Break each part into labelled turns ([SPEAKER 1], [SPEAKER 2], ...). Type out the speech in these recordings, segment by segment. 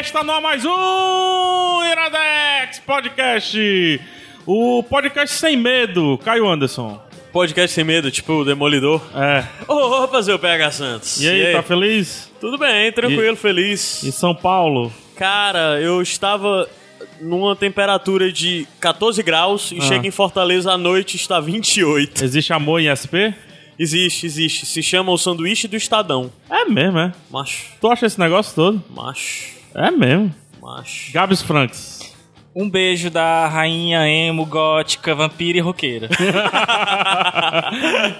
[SPEAKER 1] Está no ar mais um Iradex Podcast. O podcast sem medo, Caio Anderson.
[SPEAKER 2] Podcast sem medo, tipo o Demolidor.
[SPEAKER 1] É.
[SPEAKER 2] Opa, seu PH Santos.
[SPEAKER 1] E aí, tá feliz?
[SPEAKER 2] Tudo bem, tranquilo,
[SPEAKER 1] E-
[SPEAKER 2] feliz.
[SPEAKER 1] Em São Paulo?
[SPEAKER 2] Cara, eu estava numa temperatura de 14 graus e
[SPEAKER 1] Ah.
[SPEAKER 2] chego em Fortaleza à noite está 28.
[SPEAKER 1] Existe amor em SP?
[SPEAKER 2] Existe, existe. Se chama o sanduíche do Estadão.
[SPEAKER 1] É mesmo, é.
[SPEAKER 2] Macho,
[SPEAKER 1] Tu acha esse negócio todo?
[SPEAKER 2] macho,
[SPEAKER 1] É mesmo.
[SPEAKER 2] macho.
[SPEAKER 1] Gabs Franks.
[SPEAKER 3] Um beijo da rainha emo, gótica, vampira e roqueira.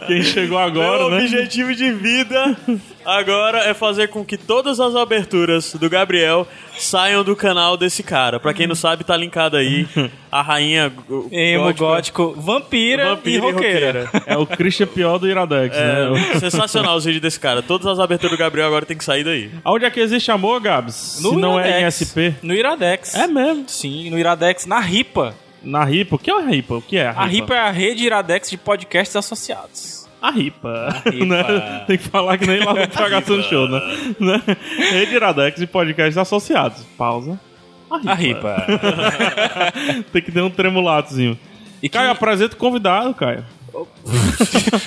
[SPEAKER 1] Quem chegou agora,
[SPEAKER 2] Meu
[SPEAKER 1] né?
[SPEAKER 2] objetivo de vida agora é fazer com que todas as aberturas do Gabriel saiam do canal desse cara. Pra quem não sabe, tá linkado aí a rainha go- né?
[SPEAKER 3] Emo,
[SPEAKER 2] gótica,
[SPEAKER 3] gótico, vampira,
[SPEAKER 2] vampira
[SPEAKER 3] e roqueira.
[SPEAKER 1] É o Christian Pior do Iradex, né?
[SPEAKER 2] É, sensacional os vídeos desse cara. Todas as aberturas do Gabriel agora tem que sair daí.
[SPEAKER 1] Onde é que existe amor, Gabs? Se não é em
[SPEAKER 3] Iradex.
[SPEAKER 1] SP?
[SPEAKER 3] No Iradex.
[SPEAKER 1] É mesmo.
[SPEAKER 3] Sim, no Iradex, na RIPA.
[SPEAKER 1] Na RIPA? O que é a RIPA? O que é
[SPEAKER 3] A RIPA é a rede Iradex de podcasts associados.
[SPEAKER 1] A ripa. Né? Tem que falar que nem lá no Tragação do Show, né? Né? Rede Iradex e podcasts associados. Pausa.
[SPEAKER 3] A RIPA.
[SPEAKER 1] Tem que ter um tremulatozinho.
[SPEAKER 3] E que-
[SPEAKER 1] Caio, apresenta o convidado, Caio.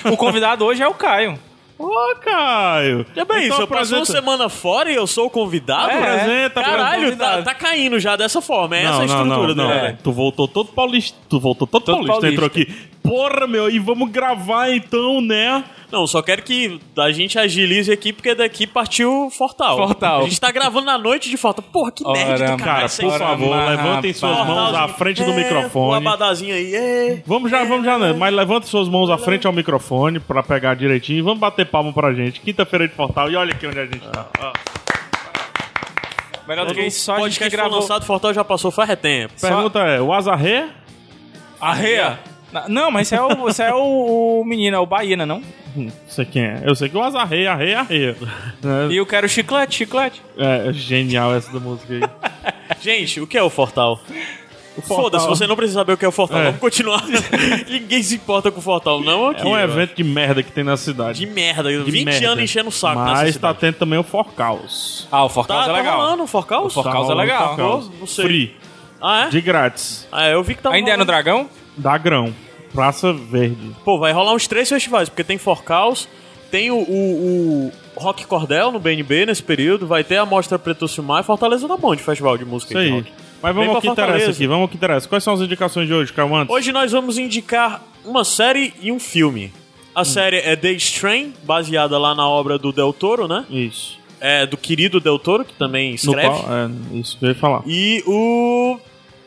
[SPEAKER 3] o convidado hoje é o Caio.
[SPEAKER 1] Ô, Caio! Então
[SPEAKER 2] É bem isso, eu passo uma
[SPEAKER 1] apresenta...
[SPEAKER 2] semana fora e eu sou o convidado?
[SPEAKER 3] É,
[SPEAKER 1] apresenta,
[SPEAKER 2] Caralho,
[SPEAKER 3] convidado.
[SPEAKER 2] tá, tá caindo já dessa forma. É essa a
[SPEAKER 1] Não, não,
[SPEAKER 2] estrutura
[SPEAKER 1] não, não.
[SPEAKER 2] né?
[SPEAKER 1] É. Tu voltou todo paulista. Tu voltou todo,
[SPEAKER 3] Todo
[SPEAKER 1] paulista. Entrou aqui.
[SPEAKER 3] paulista.
[SPEAKER 1] Porra, meu, e vamos gravar então, né?
[SPEAKER 2] Não, só quero que a gente agilize aqui, porque daqui partiu Fortal.
[SPEAKER 3] Fortal.
[SPEAKER 2] A gente tá gravando na noite de Fortal. Porra, que
[SPEAKER 3] Ora,
[SPEAKER 2] nerd do
[SPEAKER 1] Cara,
[SPEAKER 2] caralho. isso aí.
[SPEAKER 1] por
[SPEAKER 3] Ora,
[SPEAKER 1] favor,
[SPEAKER 3] mas,
[SPEAKER 1] levantem
[SPEAKER 3] rapaz.
[SPEAKER 1] suas mãos à frente do
[SPEAKER 2] É,
[SPEAKER 1] microfone.
[SPEAKER 2] O abadazinho aí. É.
[SPEAKER 1] Vamos já, vamos já, né? Mas levanta suas mãos à frente ao microfone pra pegar direitinho e vamos bater palma pra gente. Quinta-feira de Fortal e olha aqui onde a gente tá. Ó.
[SPEAKER 3] Melhor do que isso, só a gente
[SPEAKER 2] podcast
[SPEAKER 3] que
[SPEAKER 2] foi
[SPEAKER 3] gravou.
[SPEAKER 2] lançado, Fortal já passou faz tempo.
[SPEAKER 1] Pergunta é, o Azarré?
[SPEAKER 3] A Rea. Na- Não, mas esse é o, esse é o, o menino, é o Baína, não?
[SPEAKER 1] Não sei quem é. Eu sei que o Azarré, Arré, Arré.
[SPEAKER 3] E eu quero chiclete, chiclete.
[SPEAKER 1] Né? É, é genial essa da música aí.
[SPEAKER 2] Gente, o que é o Fortal?
[SPEAKER 1] Fortal.
[SPEAKER 2] Foda-se, você não precisa saber o que é o Fortal.
[SPEAKER 1] É.
[SPEAKER 2] Vamos continuar. Ninguém se importa com o Fortal, não aqui.
[SPEAKER 1] É um
[SPEAKER 2] ó.
[SPEAKER 1] evento de merda que tem na cidade.
[SPEAKER 2] de merda.
[SPEAKER 1] De
[SPEAKER 2] 20
[SPEAKER 1] merda.
[SPEAKER 2] anos enchendo o saco nessa
[SPEAKER 1] Mas tá
[SPEAKER 2] cidade.
[SPEAKER 1] tendo também o Forcaus.
[SPEAKER 3] Ah, o Fortaleza
[SPEAKER 2] Tá,
[SPEAKER 3] é
[SPEAKER 2] tá
[SPEAKER 3] legal.
[SPEAKER 2] rolando o Tá Forcal?
[SPEAKER 3] O Forcaus é legal.
[SPEAKER 1] Forcaus.
[SPEAKER 2] Não sei.
[SPEAKER 1] Free,
[SPEAKER 2] Ah, é?
[SPEAKER 1] de grátis.
[SPEAKER 2] Ah, eu vi que tá
[SPEAKER 3] Ainda é no Dragão?
[SPEAKER 1] Da Grão. Praça Verde.
[SPEAKER 2] Pô, vai rolar uns três festivais, porque tem Forcaus, tem o, o- o Rock Cordel no BNB nesse período, vai ter a Mostra Preto Silmar e Fortaleza tá bom de festival de música então. e
[SPEAKER 1] Isso
[SPEAKER 2] de
[SPEAKER 1] aí.
[SPEAKER 2] rock.
[SPEAKER 1] Mas
[SPEAKER 2] Vem
[SPEAKER 1] vamos
[SPEAKER 2] pra
[SPEAKER 1] ao que interessa
[SPEAKER 2] Fortaleza.
[SPEAKER 1] aqui, vamos ao que interessa. Quais são as indicações de hoje, Caio Antes?
[SPEAKER 2] Hoje nós vamos indicar uma série e um filme. A
[SPEAKER 1] Hum.
[SPEAKER 2] série é The Strain, baseada lá na obra do Del Toro, né?
[SPEAKER 1] Isso.
[SPEAKER 2] É, do querido Del Toro, que também
[SPEAKER 1] No
[SPEAKER 2] escreve.
[SPEAKER 1] qual- é, isso que eu ia falar.
[SPEAKER 2] E o.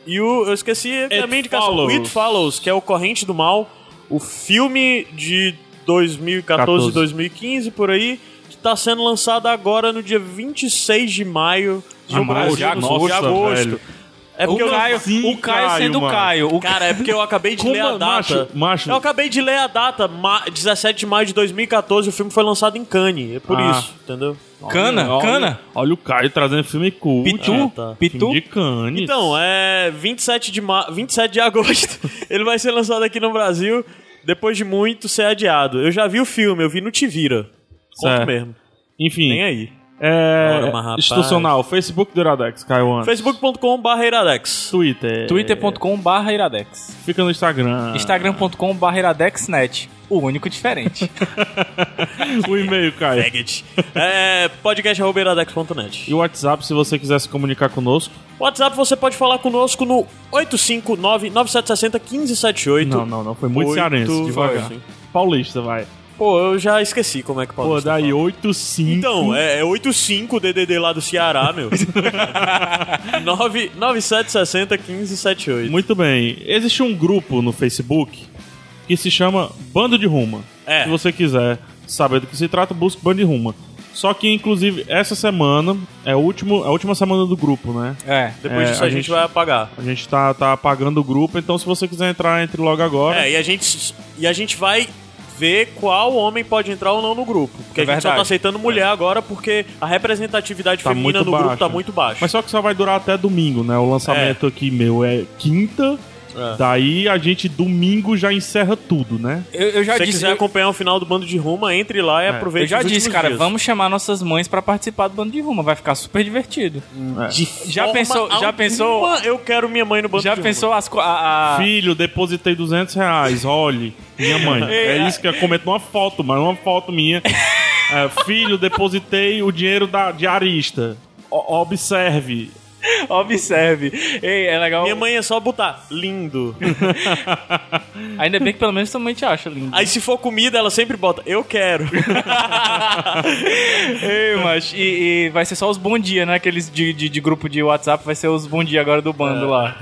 [SPEAKER 2] E o. Eu esqueci a minha indicação.
[SPEAKER 1] Follows.
[SPEAKER 2] It Follows, que é o Corrente do Mal, o filme de 2014,
[SPEAKER 1] 14.
[SPEAKER 2] 2015, por aí, que tá sendo lançado agora no dia 26 de maio no
[SPEAKER 1] Ah, mas
[SPEAKER 2] Brasil,
[SPEAKER 1] já
[SPEAKER 2] no
[SPEAKER 1] nossa,
[SPEAKER 2] sul de agosto.
[SPEAKER 1] velho.
[SPEAKER 2] É
[SPEAKER 3] O
[SPEAKER 2] porque eu.
[SPEAKER 3] Caio,
[SPEAKER 1] Sim,
[SPEAKER 3] o Caio,
[SPEAKER 1] Caio,
[SPEAKER 3] sendo o
[SPEAKER 1] mano.
[SPEAKER 3] Caio. O
[SPEAKER 2] Cara, é porque eu acabei de
[SPEAKER 1] Como,
[SPEAKER 2] ler a data.
[SPEAKER 1] macho, macho?
[SPEAKER 2] Eu acabei de ler a data, ma- 17 de maio de 2014, o filme foi lançado em Cannes, é por
[SPEAKER 1] Ah.
[SPEAKER 2] isso, entendeu?
[SPEAKER 3] Cana,
[SPEAKER 1] olha,
[SPEAKER 3] cana.
[SPEAKER 1] Olha o Caio trazendo filme cult. né?
[SPEAKER 3] Pitu,
[SPEAKER 2] É, tá.
[SPEAKER 3] Pitu.
[SPEAKER 1] Filme de Cannes.
[SPEAKER 2] Então, é 27 de, ma... 27 de agosto. ele vai ser lançado aqui no Brasil, depois de muito ser adiado. Eu já vi o filme, eu vi no Tivira. Conto
[SPEAKER 1] Certo.
[SPEAKER 2] mesmo.
[SPEAKER 1] Enfim.
[SPEAKER 2] Nem aí.
[SPEAKER 1] É,
[SPEAKER 2] Ora, mas, rapaz.
[SPEAKER 1] institucional. Facebook do Iradex, Caio Antes.
[SPEAKER 2] Facebook.com.br Iradex.
[SPEAKER 1] Twitter.
[SPEAKER 3] twitter.com.br iradex
[SPEAKER 1] Fica no Instagram.
[SPEAKER 2] Ah.
[SPEAKER 3] instagram.com.br iradexnet o único diferente
[SPEAKER 1] O e-mail, Caio.
[SPEAKER 2] Faggot. É podcast.iradex.net.
[SPEAKER 1] E o WhatsApp, se você quiser se comunicar conosco.
[SPEAKER 2] WhatsApp você pode falar conosco no 859 9760 1578.
[SPEAKER 1] Não, não, não. Foi muito
[SPEAKER 2] Oito-
[SPEAKER 1] cearense, devagar.
[SPEAKER 2] Foi, sim.
[SPEAKER 1] Paulista, vai.
[SPEAKER 2] Pô, eu já esqueci como é que pode
[SPEAKER 1] Pô, daí 85.
[SPEAKER 2] Então, é, é 85 DDD lá do Ceará, meu. 9 9760 1578.
[SPEAKER 1] Muito bem. Existe um grupo no Facebook que se chama Bando de Ruma.
[SPEAKER 2] É.
[SPEAKER 1] Se você quiser saber do que se trata, busque Bando de Ruma. Só que, inclusive, essa semana é o último, a última semana do grupo, né?
[SPEAKER 3] É.
[SPEAKER 2] Depois
[SPEAKER 1] é,
[SPEAKER 2] disso a,
[SPEAKER 1] a
[SPEAKER 2] gente,
[SPEAKER 1] gente-
[SPEAKER 2] vai apagar.
[SPEAKER 1] A gente tá, tá apagando o grupo, então se você quiser entrar, entre logo agora.
[SPEAKER 2] É, e a gente e a gente vai ver qual homem pode entrar ou não no grupo, porque
[SPEAKER 3] É
[SPEAKER 2] a gente só tá
[SPEAKER 3] verdade.
[SPEAKER 2] aceitando mulher agora porque a representatividade
[SPEAKER 1] Tá
[SPEAKER 2] feminina
[SPEAKER 1] muito
[SPEAKER 2] no grupo
[SPEAKER 1] baixa.
[SPEAKER 2] tá muito baixa.
[SPEAKER 1] Mas só que só vai durar até domingo, né? O lançamento aqui, meu, é quinta.
[SPEAKER 2] É.
[SPEAKER 1] Daí a gente, domingo, já encerra tudo, né?
[SPEAKER 3] Eu, eu já
[SPEAKER 2] Se você
[SPEAKER 3] disse.
[SPEAKER 2] quiser
[SPEAKER 3] Eu,
[SPEAKER 2] acompanhar o final do bando de Ruma, entre lá e
[SPEAKER 3] eu
[SPEAKER 2] aproveite.
[SPEAKER 3] já
[SPEAKER 2] os últimos
[SPEAKER 3] disse, cara,
[SPEAKER 2] dias.
[SPEAKER 3] vamos chamar nossas mães pra participar do bando de ruma. Vai ficar super divertido.
[SPEAKER 2] Hum, é. De
[SPEAKER 3] Já
[SPEAKER 2] forma
[SPEAKER 3] pensou- já
[SPEAKER 2] alguma,
[SPEAKER 3] pensou-
[SPEAKER 2] Eu quero minha mãe no bando
[SPEAKER 3] Já
[SPEAKER 2] de
[SPEAKER 3] pensou as co- a, a-
[SPEAKER 1] Filho, depositei 200 reais, olhe. Minha mãe.
[SPEAKER 3] Ei,
[SPEAKER 1] é isso que eu comento numa foto, mas uma foto minha. É, filho, depositei o dinheiro da diarista. O- observe.
[SPEAKER 3] Observe. Ei, é legal.
[SPEAKER 2] Ruma. Minha mãe é só botar lindo.
[SPEAKER 3] Ainda bem que pelo menos tua mãe te acha lindo.
[SPEAKER 2] Aí se for comida, ela sempre bota eu quero.
[SPEAKER 3] Ei, mas e, e vai ser só os bom dia, né? Aqueles de, de, de grupo de WhatsApp, vai ser os bom dia agora do bando
[SPEAKER 2] É.
[SPEAKER 3] lá.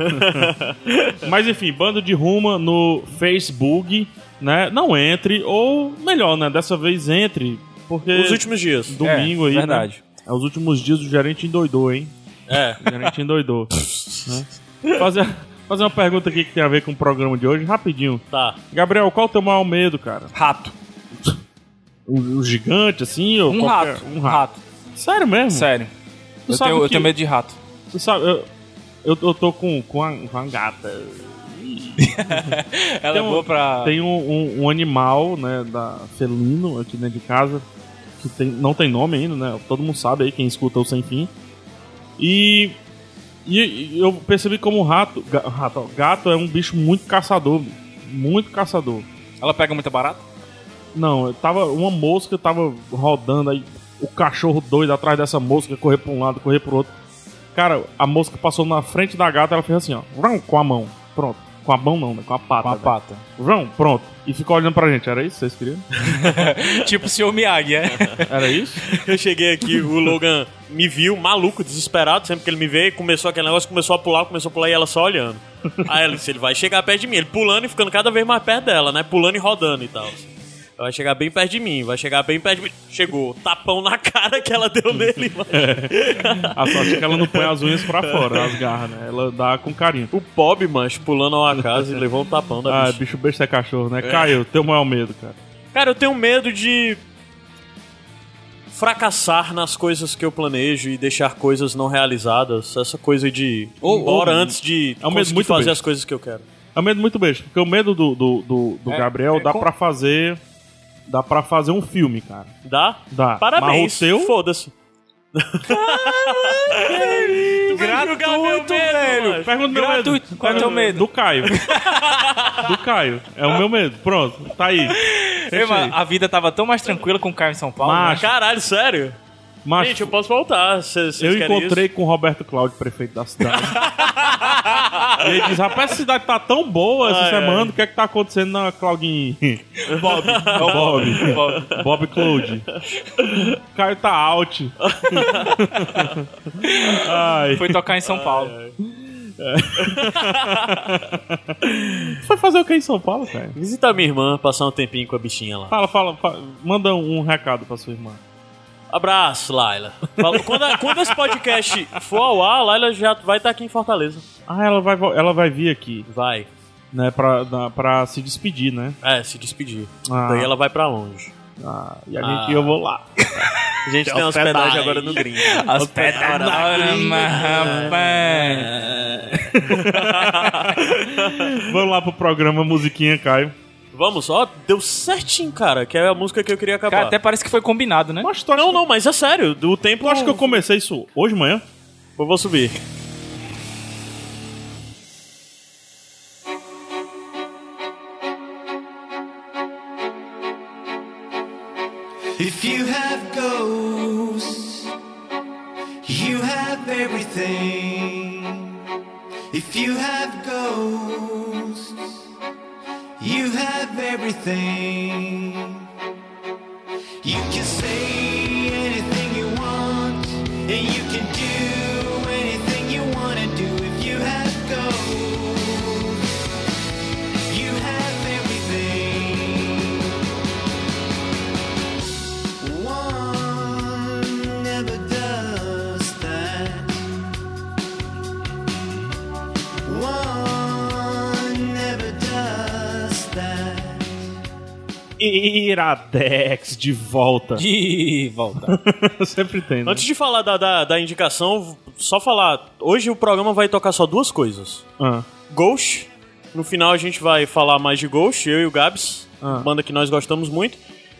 [SPEAKER 1] Mas enfim, bando de ruma no Facebook, né? Não entre, ou melhor, né? Dessa vez entre, porque
[SPEAKER 2] Os últimos dias.
[SPEAKER 1] domingo
[SPEAKER 3] É,
[SPEAKER 1] aí.
[SPEAKER 3] verdade.
[SPEAKER 1] né? É os últimos dias do gerente endoidou, hein?
[SPEAKER 2] É.
[SPEAKER 1] O gerente endoidou. né? fazer, fazer uma pergunta aqui que tem a ver com o programa de hoje, rapidinho.
[SPEAKER 2] Tá.
[SPEAKER 1] Gabriel, qual é o teu maior medo, cara?
[SPEAKER 3] Rato.
[SPEAKER 1] Um, um gigante, assim? Ou
[SPEAKER 3] Um
[SPEAKER 1] qualquer-
[SPEAKER 3] rato.
[SPEAKER 1] Um rato. Sério
[SPEAKER 2] Hum.
[SPEAKER 1] mesmo?
[SPEAKER 3] Sério.
[SPEAKER 1] Tu
[SPEAKER 3] Eu
[SPEAKER 1] sabe
[SPEAKER 3] tenho, eu
[SPEAKER 1] que-
[SPEAKER 3] tenho medo de rato.
[SPEAKER 1] Tu sabe, eu, eu, eu tô com, com, a, com a gata.
[SPEAKER 3] Ela
[SPEAKER 1] Tem
[SPEAKER 3] é
[SPEAKER 1] um-
[SPEAKER 3] boa pra.
[SPEAKER 1] Tem um, um, um animal, né, da felino aqui dentro de casa, que tem, não tem nome ainda, né? Todo mundo sabe aí, quem escuta o Sem Fim. E, e, e eu percebi como o rato, ga- rato, ó, gato é um bicho muito caçador, muito caçador.
[SPEAKER 3] Ela pega muita barata?
[SPEAKER 1] Não, eu tava uma mosca tava rodando aí, o cachorro doido atrás dessa mosca, correr pra um lado, correr pro outro. Cara, a mosca passou na frente da gata, ela fez assim, ó, vrum, com a mão. Pronto. Com a mão não, né? Com a pata.
[SPEAKER 3] Com a
[SPEAKER 1] velho.
[SPEAKER 3] pata.
[SPEAKER 1] Vrum, pronto. E ficou olhando pra gente. Era isso que vocês queriam?
[SPEAKER 3] tipo o senhor Miyagi, é?
[SPEAKER 1] Era isso?
[SPEAKER 2] Eu cheguei aqui, o Logan me viu, maluco, desesperado, sempre que ele me vê, começou aquele negócio, começou a pular, começou a pular e ela só olhando. Aí ela disse, ele vai chegar perto de mim, ele pulando e ficando cada vez mais perto dela, né? Pulando e rodando e tal. assim. Vai chegar bem perto de mim, vai chegar bem perto de mim. Chegou, tapão na cara que ela deu nele. É. mano.
[SPEAKER 1] A sorte é que ela não põe as unhas pra fora, as garras, né? Ela dá com carinho.
[SPEAKER 2] O Bob, mancho, pulando ao acaso e levou um tapão da
[SPEAKER 1] Ah,
[SPEAKER 2] bicha.
[SPEAKER 1] bicho besta é cachorro, né? Caio, teu maior medo, cara.
[SPEAKER 2] Cara, eu tenho medo de fracassar nas coisas que eu planejo e deixar coisas não realizadas. Essa coisa de ir
[SPEAKER 3] Ou-
[SPEAKER 2] embora
[SPEAKER 3] ou-
[SPEAKER 2] antes de
[SPEAKER 1] É um medo
[SPEAKER 2] conseguir
[SPEAKER 1] muito
[SPEAKER 2] fazer
[SPEAKER 1] besta.
[SPEAKER 2] as coisas que eu quero.
[SPEAKER 1] É um medo muito besta, porque o medo do, do, do, do
[SPEAKER 3] É,
[SPEAKER 1] Gabriel
[SPEAKER 3] é
[SPEAKER 1] dá
[SPEAKER 3] com-
[SPEAKER 1] pra fazer... Dá pra fazer um filme, cara.
[SPEAKER 2] Dá?
[SPEAKER 1] Dá.
[SPEAKER 2] Parabéns.
[SPEAKER 1] Mas o teu-
[SPEAKER 2] Foda-se.
[SPEAKER 3] Gratuito, velho.
[SPEAKER 1] Pergunta meu medo.
[SPEAKER 3] Gratuito. Qual é o teu medo?
[SPEAKER 1] Do Caio. do Caio. É o meu medo. Pronto, tá aí.
[SPEAKER 3] Ei,
[SPEAKER 1] Fecha aí.
[SPEAKER 3] mas a vida tava tão mais tranquila com o Caio em São Paulo.
[SPEAKER 1] Mas-
[SPEAKER 2] Caralho, sério?
[SPEAKER 1] Macho,
[SPEAKER 2] Gente, eu posso voltar. Cês,
[SPEAKER 1] eu
[SPEAKER 2] vocês querem
[SPEAKER 1] encontrei com o Roberto Cláudio, prefeito da cidade. E ele diz, rapaz, essa cidade tá tão boa essa
[SPEAKER 2] Ai,
[SPEAKER 1] semana,
[SPEAKER 2] ai.
[SPEAKER 1] o que é que tá acontecendo na Claudinha?
[SPEAKER 3] né? Bob. É o
[SPEAKER 1] Bob.
[SPEAKER 3] Bob.
[SPEAKER 1] Bob Cloud. Caio tá out. Ai.
[SPEAKER 3] né? Foi tocar em São Paulo.
[SPEAKER 1] Foi fazer o que em São Paulo, cara?
[SPEAKER 2] isso? Visitar minha irmã, passar um tempinho com a bichinha lá.
[SPEAKER 1] Fala, fala, fala. manda um recado pra sua irmã.
[SPEAKER 2] Abraço, Laila. Falou- quando, a- quando esse podcast for ao ar, a Laila já vai estar aqui em Fortaleza.
[SPEAKER 1] Ah, ela vai, vo- ela vai vir aqui,
[SPEAKER 2] Vai.
[SPEAKER 1] né, pra, na- pra se despedir, né?
[SPEAKER 2] É, se despedir.
[SPEAKER 1] Ah.
[SPEAKER 2] Daí ela vai pra longe.
[SPEAKER 1] Ah, e a
[SPEAKER 2] Ah.
[SPEAKER 1] gente, eu vou lá.
[SPEAKER 2] A gente tem hospedagem agora no Gringo.
[SPEAKER 3] As pedras, É, rapaz.
[SPEAKER 1] Vamos lá pro programa Musiquinha, Caio.
[SPEAKER 2] Vamos, ó, deu certinho, cara, que é a música que eu queria acabar.
[SPEAKER 3] Cara, até parece que foi combinado, né?
[SPEAKER 1] Mas tu acha,
[SPEAKER 2] Não,
[SPEAKER 1] que,
[SPEAKER 2] não, mas é sério, do tempo.
[SPEAKER 1] tu acha que eu comecei isso hoje de manhã?
[SPEAKER 2] Eu vou subir.
[SPEAKER 4] If you have ghosts, you have everything. If you have ghosts, you have everything. then you can do anything you want to do if you have gold. You have everything. One never does that. One never does that.
[SPEAKER 1] Iradex de volta.
[SPEAKER 3] De volta.
[SPEAKER 1] Sempre tem, né?
[SPEAKER 2] Antes de falar da, da, da indicação, só falar. Hoje o programa vai tocar só duas coisas.
[SPEAKER 1] Ah,
[SPEAKER 2] Ghost. No final a gente vai falar mais de Ghost, eu e o Gabs,
[SPEAKER 1] Ah.
[SPEAKER 2] banda que nós gostamos muito.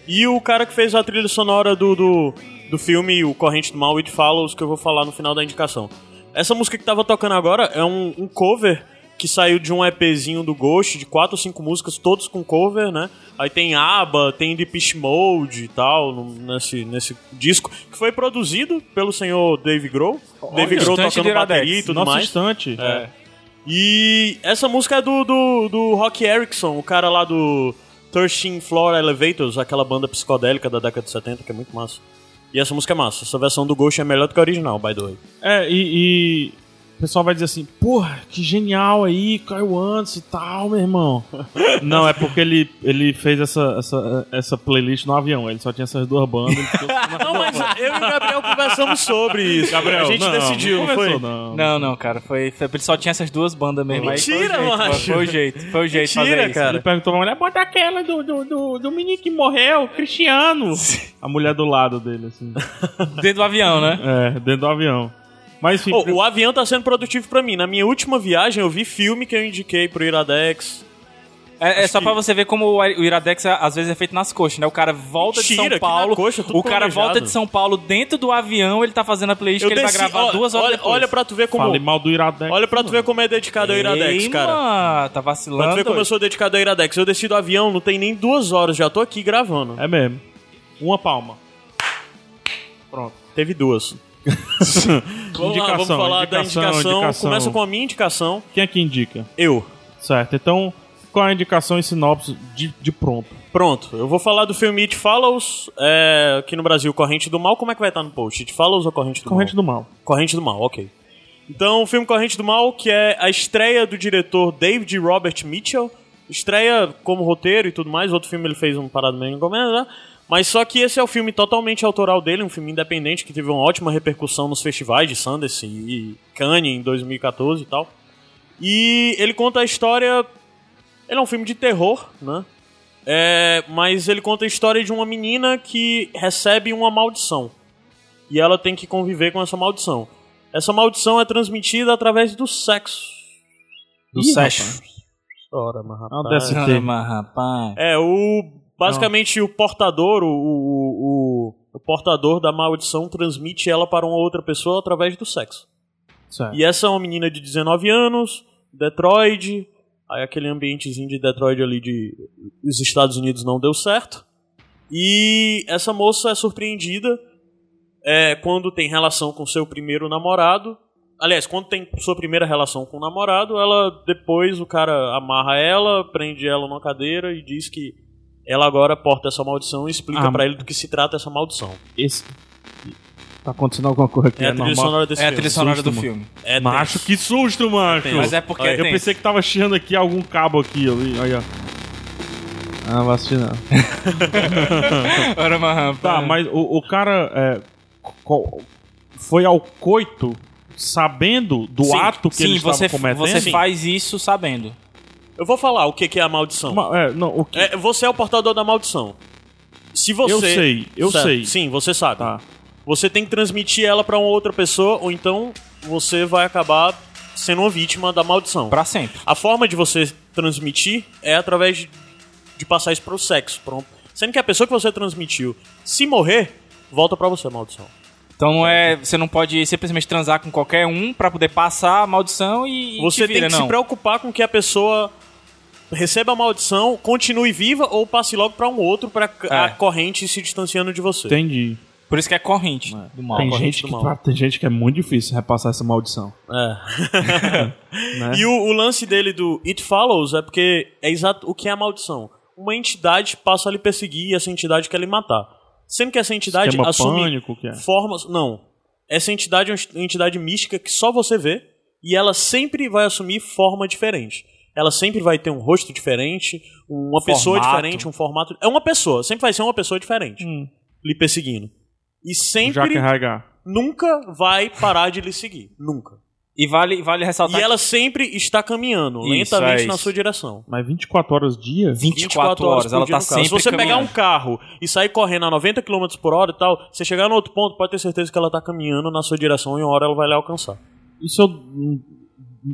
[SPEAKER 2] E o cara que fez a trilha sonora do, do, do filme O Corrente do Mal, It Follows, que eu vou falar no final da indicação. Essa música que tava tocando agora é um, um cover que saiu de um EPzinho do Ghost, de quatro ou cinco músicas, todos com cover, né? Aí tem ABBA, tem Depeche Mode e tal, no- nesse, nesse disco, que foi produzido pelo senhor Dave Grohl. Dave Grohl
[SPEAKER 3] estante de
[SPEAKER 2] tocando
[SPEAKER 3] Iradex.
[SPEAKER 2] bateria e tudo
[SPEAKER 1] nosso
[SPEAKER 2] mais.
[SPEAKER 1] instante.
[SPEAKER 2] É. E essa música é do, do, do Rock Erickson, o cara lá do 13 Floor Elevators, aquela banda psicodélica da década de 70, que é muito massa. E essa música é massa. Essa versão do Ghost é melhor do que a original, by the way.
[SPEAKER 1] É, e, e o pessoal vai dizer assim, porra, que genial aí, Caio antes e tal, meu irmão. Não, é porque ele, ele fez essa, essa, essa playlist no avião, ele só tinha essas duas bandas. ele ficou-
[SPEAKER 2] Não, mas eu e o Gabriel conversamos sobre isso.
[SPEAKER 1] Gabriel,
[SPEAKER 2] a gente
[SPEAKER 1] não,
[SPEAKER 2] decidiu,
[SPEAKER 1] não
[SPEAKER 2] não foi?
[SPEAKER 1] começou, Não.
[SPEAKER 3] Não, não, cara. Foi, foi, ele só tinha essas duas bandas mesmo. aí foi o
[SPEAKER 2] Mentira,
[SPEAKER 3] jeito,
[SPEAKER 2] macho.
[SPEAKER 3] Foi, foi o jeito. Foi o jeito de fazer
[SPEAKER 2] Mentira,
[SPEAKER 3] isso.
[SPEAKER 2] cara.
[SPEAKER 1] Ele perguntou pra mulher, bota aquela do, do, do, do menino que morreu, Cristiano. A mulher do lado dele, assim.
[SPEAKER 3] Dentro do avião, né?
[SPEAKER 1] É, dentro do avião. Mas enfim,
[SPEAKER 2] Ô, o avião tá sendo produtivo pra mim. Na minha última viagem, eu vi filme que eu indiquei pro Iradex.
[SPEAKER 3] É, é só
[SPEAKER 2] que-
[SPEAKER 3] pra você ver como o o Iradex é- às vezes é feito nas coxas, né? O cara volta de
[SPEAKER 2] Mentira, que na
[SPEAKER 3] São Paulo.
[SPEAKER 2] coxa, tudo
[SPEAKER 3] o cara
[SPEAKER 2] planejado.
[SPEAKER 3] volta de São Paulo dentro do avião, ele tá fazendo a playlist que ele vai gravar
[SPEAKER 2] ó,
[SPEAKER 3] duas horas
[SPEAKER 2] olha,
[SPEAKER 3] depois.
[SPEAKER 2] olha pra tu ver como...
[SPEAKER 1] falei mal né? do Iradex.
[SPEAKER 2] Olha pra tu ver como é dedicado ao Iradex,
[SPEAKER 3] Ei,
[SPEAKER 2] cara.
[SPEAKER 3] mano, tá
[SPEAKER 2] Pra
[SPEAKER 3] vacilando.
[SPEAKER 2] tu ver como eu sou dedicado a Iradex. Eu desci do avião, não tem nem duas horas, já tô aqui gravando.
[SPEAKER 1] É mesmo. Uma palma.
[SPEAKER 2] Teve duas. vamos lá, vamos
[SPEAKER 1] Indicação,
[SPEAKER 2] falar
[SPEAKER 1] indicação,
[SPEAKER 2] da indicação.
[SPEAKER 1] indicação.
[SPEAKER 2] Começa com a minha indicação.
[SPEAKER 1] Quem é que indica?
[SPEAKER 2] Eu.
[SPEAKER 1] Certo, então qual é a indicação e sinopse de, de pronto?
[SPEAKER 2] Pronto, eu vou falar do filme It Follows, é, aqui no Brasil, Corrente do Mal. Como é que vai estar no post? It Follows ou Corrente do
[SPEAKER 1] Corrente
[SPEAKER 2] Mal?
[SPEAKER 1] do mal.
[SPEAKER 2] Corrente do Mal, ok. Então, o filme Corrente do Mal, que é a estreia do diretor David Robert Mitchell. Estreia como roteiro e tudo mais. Outro filme ele fez um parado meio encomenda, né? Mas só que esse é o filme totalmente autoral dele, um filme independente que teve uma ótima repercussão nos festivais de Sundance e Cannes em 2014 e tal. E ele conta a história. Ele é um filme de terror, né? É, mas ele conta a história de uma menina que recebe uma maldição e ela tem que conviver com essa maldição. Essa maldição é transmitida através do sexo.
[SPEAKER 3] Do
[SPEAKER 1] Ih,
[SPEAKER 3] sexo.
[SPEAKER 2] Ora, mas
[SPEAKER 1] Não, dessa-
[SPEAKER 3] Ah, mas, rapaz.
[SPEAKER 2] É, o. Basicamente, o portador, o, o, o- o portador da maldição transmite ela para uma outra pessoa através do sexo.
[SPEAKER 1] Certo.
[SPEAKER 2] E essa é uma menina de 19 anos, Detroit. Aí aquele ambientezinho de Detroit ali de os Estados Unidos não deu certo. E essa moça é surpreendida é, quando tem relação com seu primeiro namorado. Aliás, quando tem sua primeira relação com o namorado, ela depois o cara amarra ela, prende ela numa cadeira e diz que ela agora porta essa maldição e explica
[SPEAKER 1] Ah,
[SPEAKER 2] pra ele do que se trata essa maldição.
[SPEAKER 1] Esse... Tá acontecendo alguma coisa aqui,
[SPEAKER 2] É,
[SPEAKER 1] é,
[SPEAKER 2] a trilha
[SPEAKER 1] normal.
[SPEAKER 2] sonora desse
[SPEAKER 3] É a
[SPEAKER 2] filme.
[SPEAKER 3] trilha sonora do
[SPEAKER 1] susto,
[SPEAKER 3] filme.
[SPEAKER 2] É
[SPEAKER 1] Macho,
[SPEAKER 2] tenso.
[SPEAKER 1] que susto, macho!
[SPEAKER 2] tenso.
[SPEAKER 3] Mas é porque
[SPEAKER 2] Olha,
[SPEAKER 1] Eu
[SPEAKER 3] tem.
[SPEAKER 1] pensei que tava chiando aqui algum cabo aqui, ali, aí, ó. Ah, vai assistir não.
[SPEAKER 3] Ora, mas, rapaz.
[SPEAKER 1] Tá, mas o, o cara é, co- foi ao coito sabendo do
[SPEAKER 3] Sim,
[SPEAKER 1] ato que
[SPEAKER 3] sim,
[SPEAKER 1] ele
[SPEAKER 3] você,
[SPEAKER 1] estava cometendo?
[SPEAKER 3] você
[SPEAKER 1] Sim.
[SPEAKER 3] faz isso sabendo.
[SPEAKER 2] Eu vou falar o que que é a maldição.
[SPEAKER 1] Ma- é, não, o que-
[SPEAKER 2] É, você é o portador da maldição. Se você.
[SPEAKER 1] Eu sei, eu
[SPEAKER 2] Certo.
[SPEAKER 1] sei.
[SPEAKER 2] Sim, você sabe.
[SPEAKER 1] Tá.
[SPEAKER 2] Você tem que transmitir ela pra uma outra pessoa, ou então você vai acabar sendo uma vítima da maldição.
[SPEAKER 3] Pra sempre.
[SPEAKER 2] A forma de você transmitir é através de, de passar isso pro sexo. Pronto. Sendo que a pessoa que você transmitiu, se morrer, volta pra você a maldição.
[SPEAKER 3] Então não é. Você não pode simplesmente transar com qualquer um pra poder passar a maldição e. e
[SPEAKER 2] Você
[SPEAKER 3] te vira,
[SPEAKER 2] tem que
[SPEAKER 3] não.
[SPEAKER 2] se preocupar com que a pessoa receba a maldição, continue viva ou passe logo pra um outro pra a
[SPEAKER 3] É.
[SPEAKER 2] corrente se distanciando de você.
[SPEAKER 1] Entendi.
[SPEAKER 3] Por isso que é corrente do mal.
[SPEAKER 1] Tem
[SPEAKER 2] corrente
[SPEAKER 1] gente,
[SPEAKER 2] do
[SPEAKER 1] que,
[SPEAKER 2] mal.
[SPEAKER 1] tá- tem gente que é muito difícil repassar essa maldição.
[SPEAKER 2] É.
[SPEAKER 1] Né?
[SPEAKER 2] E o, o lance dele do It Follows é porque é exato o que é a maldição. Uma entidade passa a lhe perseguir e essa entidade quer lhe matar. Sendo que essa entidade
[SPEAKER 1] Esquema
[SPEAKER 2] assume
[SPEAKER 1] pânico, que é?
[SPEAKER 2] formas. Não. Essa entidade é uma ent- entidade mística que só você vê e ela sempre vai assumir forma diferente. Ela sempre vai ter um rosto diferente, uma pessoa
[SPEAKER 3] Formato.
[SPEAKER 2] diferente, um formato. É uma pessoa, sempre vai ser uma pessoa diferente lhe perseguindo. E
[SPEAKER 1] Hum. O Jack
[SPEAKER 2] sempre,
[SPEAKER 1] RH.
[SPEAKER 2] nunca vai parar de lhe seguir. Nunca.
[SPEAKER 3] E vale, vale ressaltar
[SPEAKER 2] E ela sempre está caminhando
[SPEAKER 3] tá Isso,
[SPEAKER 2] lentamente
[SPEAKER 3] é
[SPEAKER 2] na
[SPEAKER 3] isso.
[SPEAKER 2] sua direção.
[SPEAKER 1] Mas 24 horas dia?
[SPEAKER 3] 24 horas,
[SPEAKER 2] por
[SPEAKER 3] ela
[SPEAKER 2] dia
[SPEAKER 3] tá
[SPEAKER 2] no carro.
[SPEAKER 3] sempre
[SPEAKER 2] Se você pegar um
[SPEAKER 3] caminhando.
[SPEAKER 2] carro e sair correndo a 90 km por hora e tal, você chegar no outro ponto, pode ter certeza que ela tá caminhando na sua direção e uma hora ela vai lhe alcançar.
[SPEAKER 1] E se eu n- n-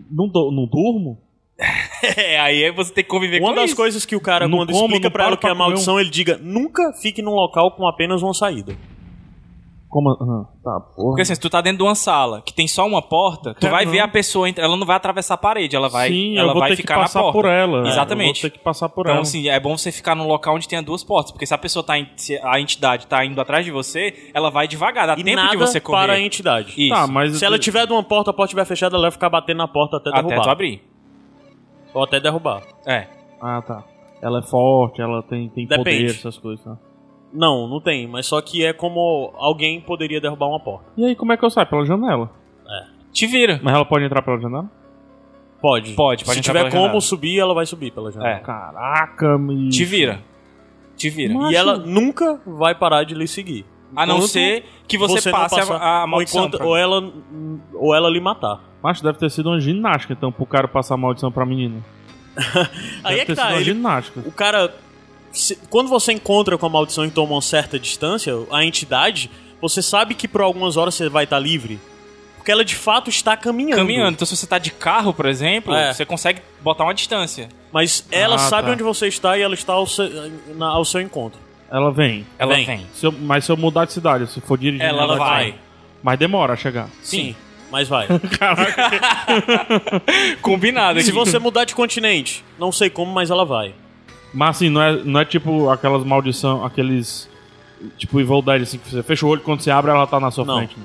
[SPEAKER 1] não, do- não durmo?
[SPEAKER 3] É, aí você tem que conviver
[SPEAKER 2] uma
[SPEAKER 3] com
[SPEAKER 2] das
[SPEAKER 3] é isso.
[SPEAKER 2] coisas que o cara,
[SPEAKER 1] Não
[SPEAKER 2] quando
[SPEAKER 1] como,
[SPEAKER 2] explica
[SPEAKER 1] não
[SPEAKER 2] pra ela
[SPEAKER 1] para
[SPEAKER 2] que é
[SPEAKER 1] pra comer
[SPEAKER 2] maldição, ele diga: nunca fique num local com apenas uma saída.
[SPEAKER 1] Como? ah, tá, porra.
[SPEAKER 3] Porque assim, se tu tá dentro de uma sala que tem só uma porta, tu
[SPEAKER 2] É,
[SPEAKER 1] Cara,
[SPEAKER 3] vai ver
[SPEAKER 1] não.
[SPEAKER 3] a pessoa, entra- ela não vai atravessar a parede, ela vai,
[SPEAKER 1] Sim,
[SPEAKER 3] ela
[SPEAKER 1] eu vou
[SPEAKER 3] vai
[SPEAKER 1] ter
[SPEAKER 3] ficar
[SPEAKER 1] que
[SPEAKER 3] na
[SPEAKER 1] passar
[SPEAKER 3] porta.
[SPEAKER 1] por ela. é,
[SPEAKER 3] Exatamente.
[SPEAKER 1] Eu vou ter que passar por
[SPEAKER 3] Então,
[SPEAKER 2] né?
[SPEAKER 1] ela.
[SPEAKER 3] assim, é bom você ficar num local onde tenha duas portas, porque se a pessoa tá, em- se a entidade tá indo atrás de você, ela vai devagar, dá
[SPEAKER 2] E
[SPEAKER 3] tempo
[SPEAKER 2] nada
[SPEAKER 3] de você correr.
[SPEAKER 2] para a entidade.
[SPEAKER 3] Isso.
[SPEAKER 1] Tá, mas
[SPEAKER 2] Se ela tiver de uma porta, a porta estiver fechada, ela vai ficar batendo na porta até
[SPEAKER 3] até tu
[SPEAKER 2] derrubar.
[SPEAKER 3] abrir.
[SPEAKER 2] ou até derrubar.
[SPEAKER 3] É.
[SPEAKER 1] Ah, tá. Ela é forte, ela tem, tem
[SPEAKER 2] Depende.
[SPEAKER 1] poder, essas coisas. tá?
[SPEAKER 2] Não, não tem, mas só que é como alguém poderia derrubar uma porta.
[SPEAKER 1] E aí, como é que eu saio? Pela janela.
[SPEAKER 3] Te vira.
[SPEAKER 1] Mas ela pode entrar pela janela?
[SPEAKER 2] Pode.
[SPEAKER 3] Pode, pode
[SPEAKER 2] Se
[SPEAKER 3] entrar
[SPEAKER 2] tiver
[SPEAKER 3] pela
[SPEAKER 2] como
[SPEAKER 3] janela.
[SPEAKER 2] subir, ela vai subir pela janela.
[SPEAKER 3] É.
[SPEAKER 1] Caraca, me.
[SPEAKER 3] Te vira. Te vira.
[SPEAKER 2] E ela nunca vai parar de lhe seguir.
[SPEAKER 3] A não
[SPEAKER 2] Enquanto
[SPEAKER 3] ser que você,
[SPEAKER 2] não
[SPEAKER 3] passe
[SPEAKER 2] passar-
[SPEAKER 3] a, a maldição.
[SPEAKER 2] ou, enquanto-
[SPEAKER 3] pra-
[SPEAKER 2] ou é ela ou ela lhe matar.
[SPEAKER 1] Macho, deve ter sido uma ginástica, então, pro cara passar maldição pra menina.
[SPEAKER 2] Aí
[SPEAKER 1] deve
[SPEAKER 2] é
[SPEAKER 1] ter
[SPEAKER 2] que tá,
[SPEAKER 1] sido uma
[SPEAKER 2] ele-
[SPEAKER 1] ginástica.
[SPEAKER 2] o cara se- quando você encontra com a maldição e toma uma certa distância, a entidade, você sabe que por algumas horas você vai estar livre, porque ela de fato está caminhando.
[SPEAKER 3] Caminhando. Então, se você tá de carro, por exemplo,
[SPEAKER 2] É.
[SPEAKER 3] você consegue botar uma distância.
[SPEAKER 2] Mas ela
[SPEAKER 1] Ah,
[SPEAKER 2] sabe
[SPEAKER 1] tá.
[SPEAKER 2] onde você está e ela está ao seu, na- ao seu encontro.
[SPEAKER 1] Ela vem.
[SPEAKER 3] Ela
[SPEAKER 2] Vem.
[SPEAKER 3] vem.
[SPEAKER 1] Se eu- mas se eu mudar de cidade, se for dirigindo.
[SPEAKER 3] Ela vai.
[SPEAKER 1] sair. Mas demora a chegar.
[SPEAKER 2] Sim, mas vai.
[SPEAKER 3] Combinado
[SPEAKER 2] Se
[SPEAKER 3] aqui.
[SPEAKER 2] você mudar de continente, não sei como, mas ela vai.
[SPEAKER 1] Mas assim, não é, não é tipo aquelas maldição, aqueles. Tipo Evil Dead, assim, que você fecha o olho quando você abre, ela tá na sua
[SPEAKER 2] Não.
[SPEAKER 1] frente.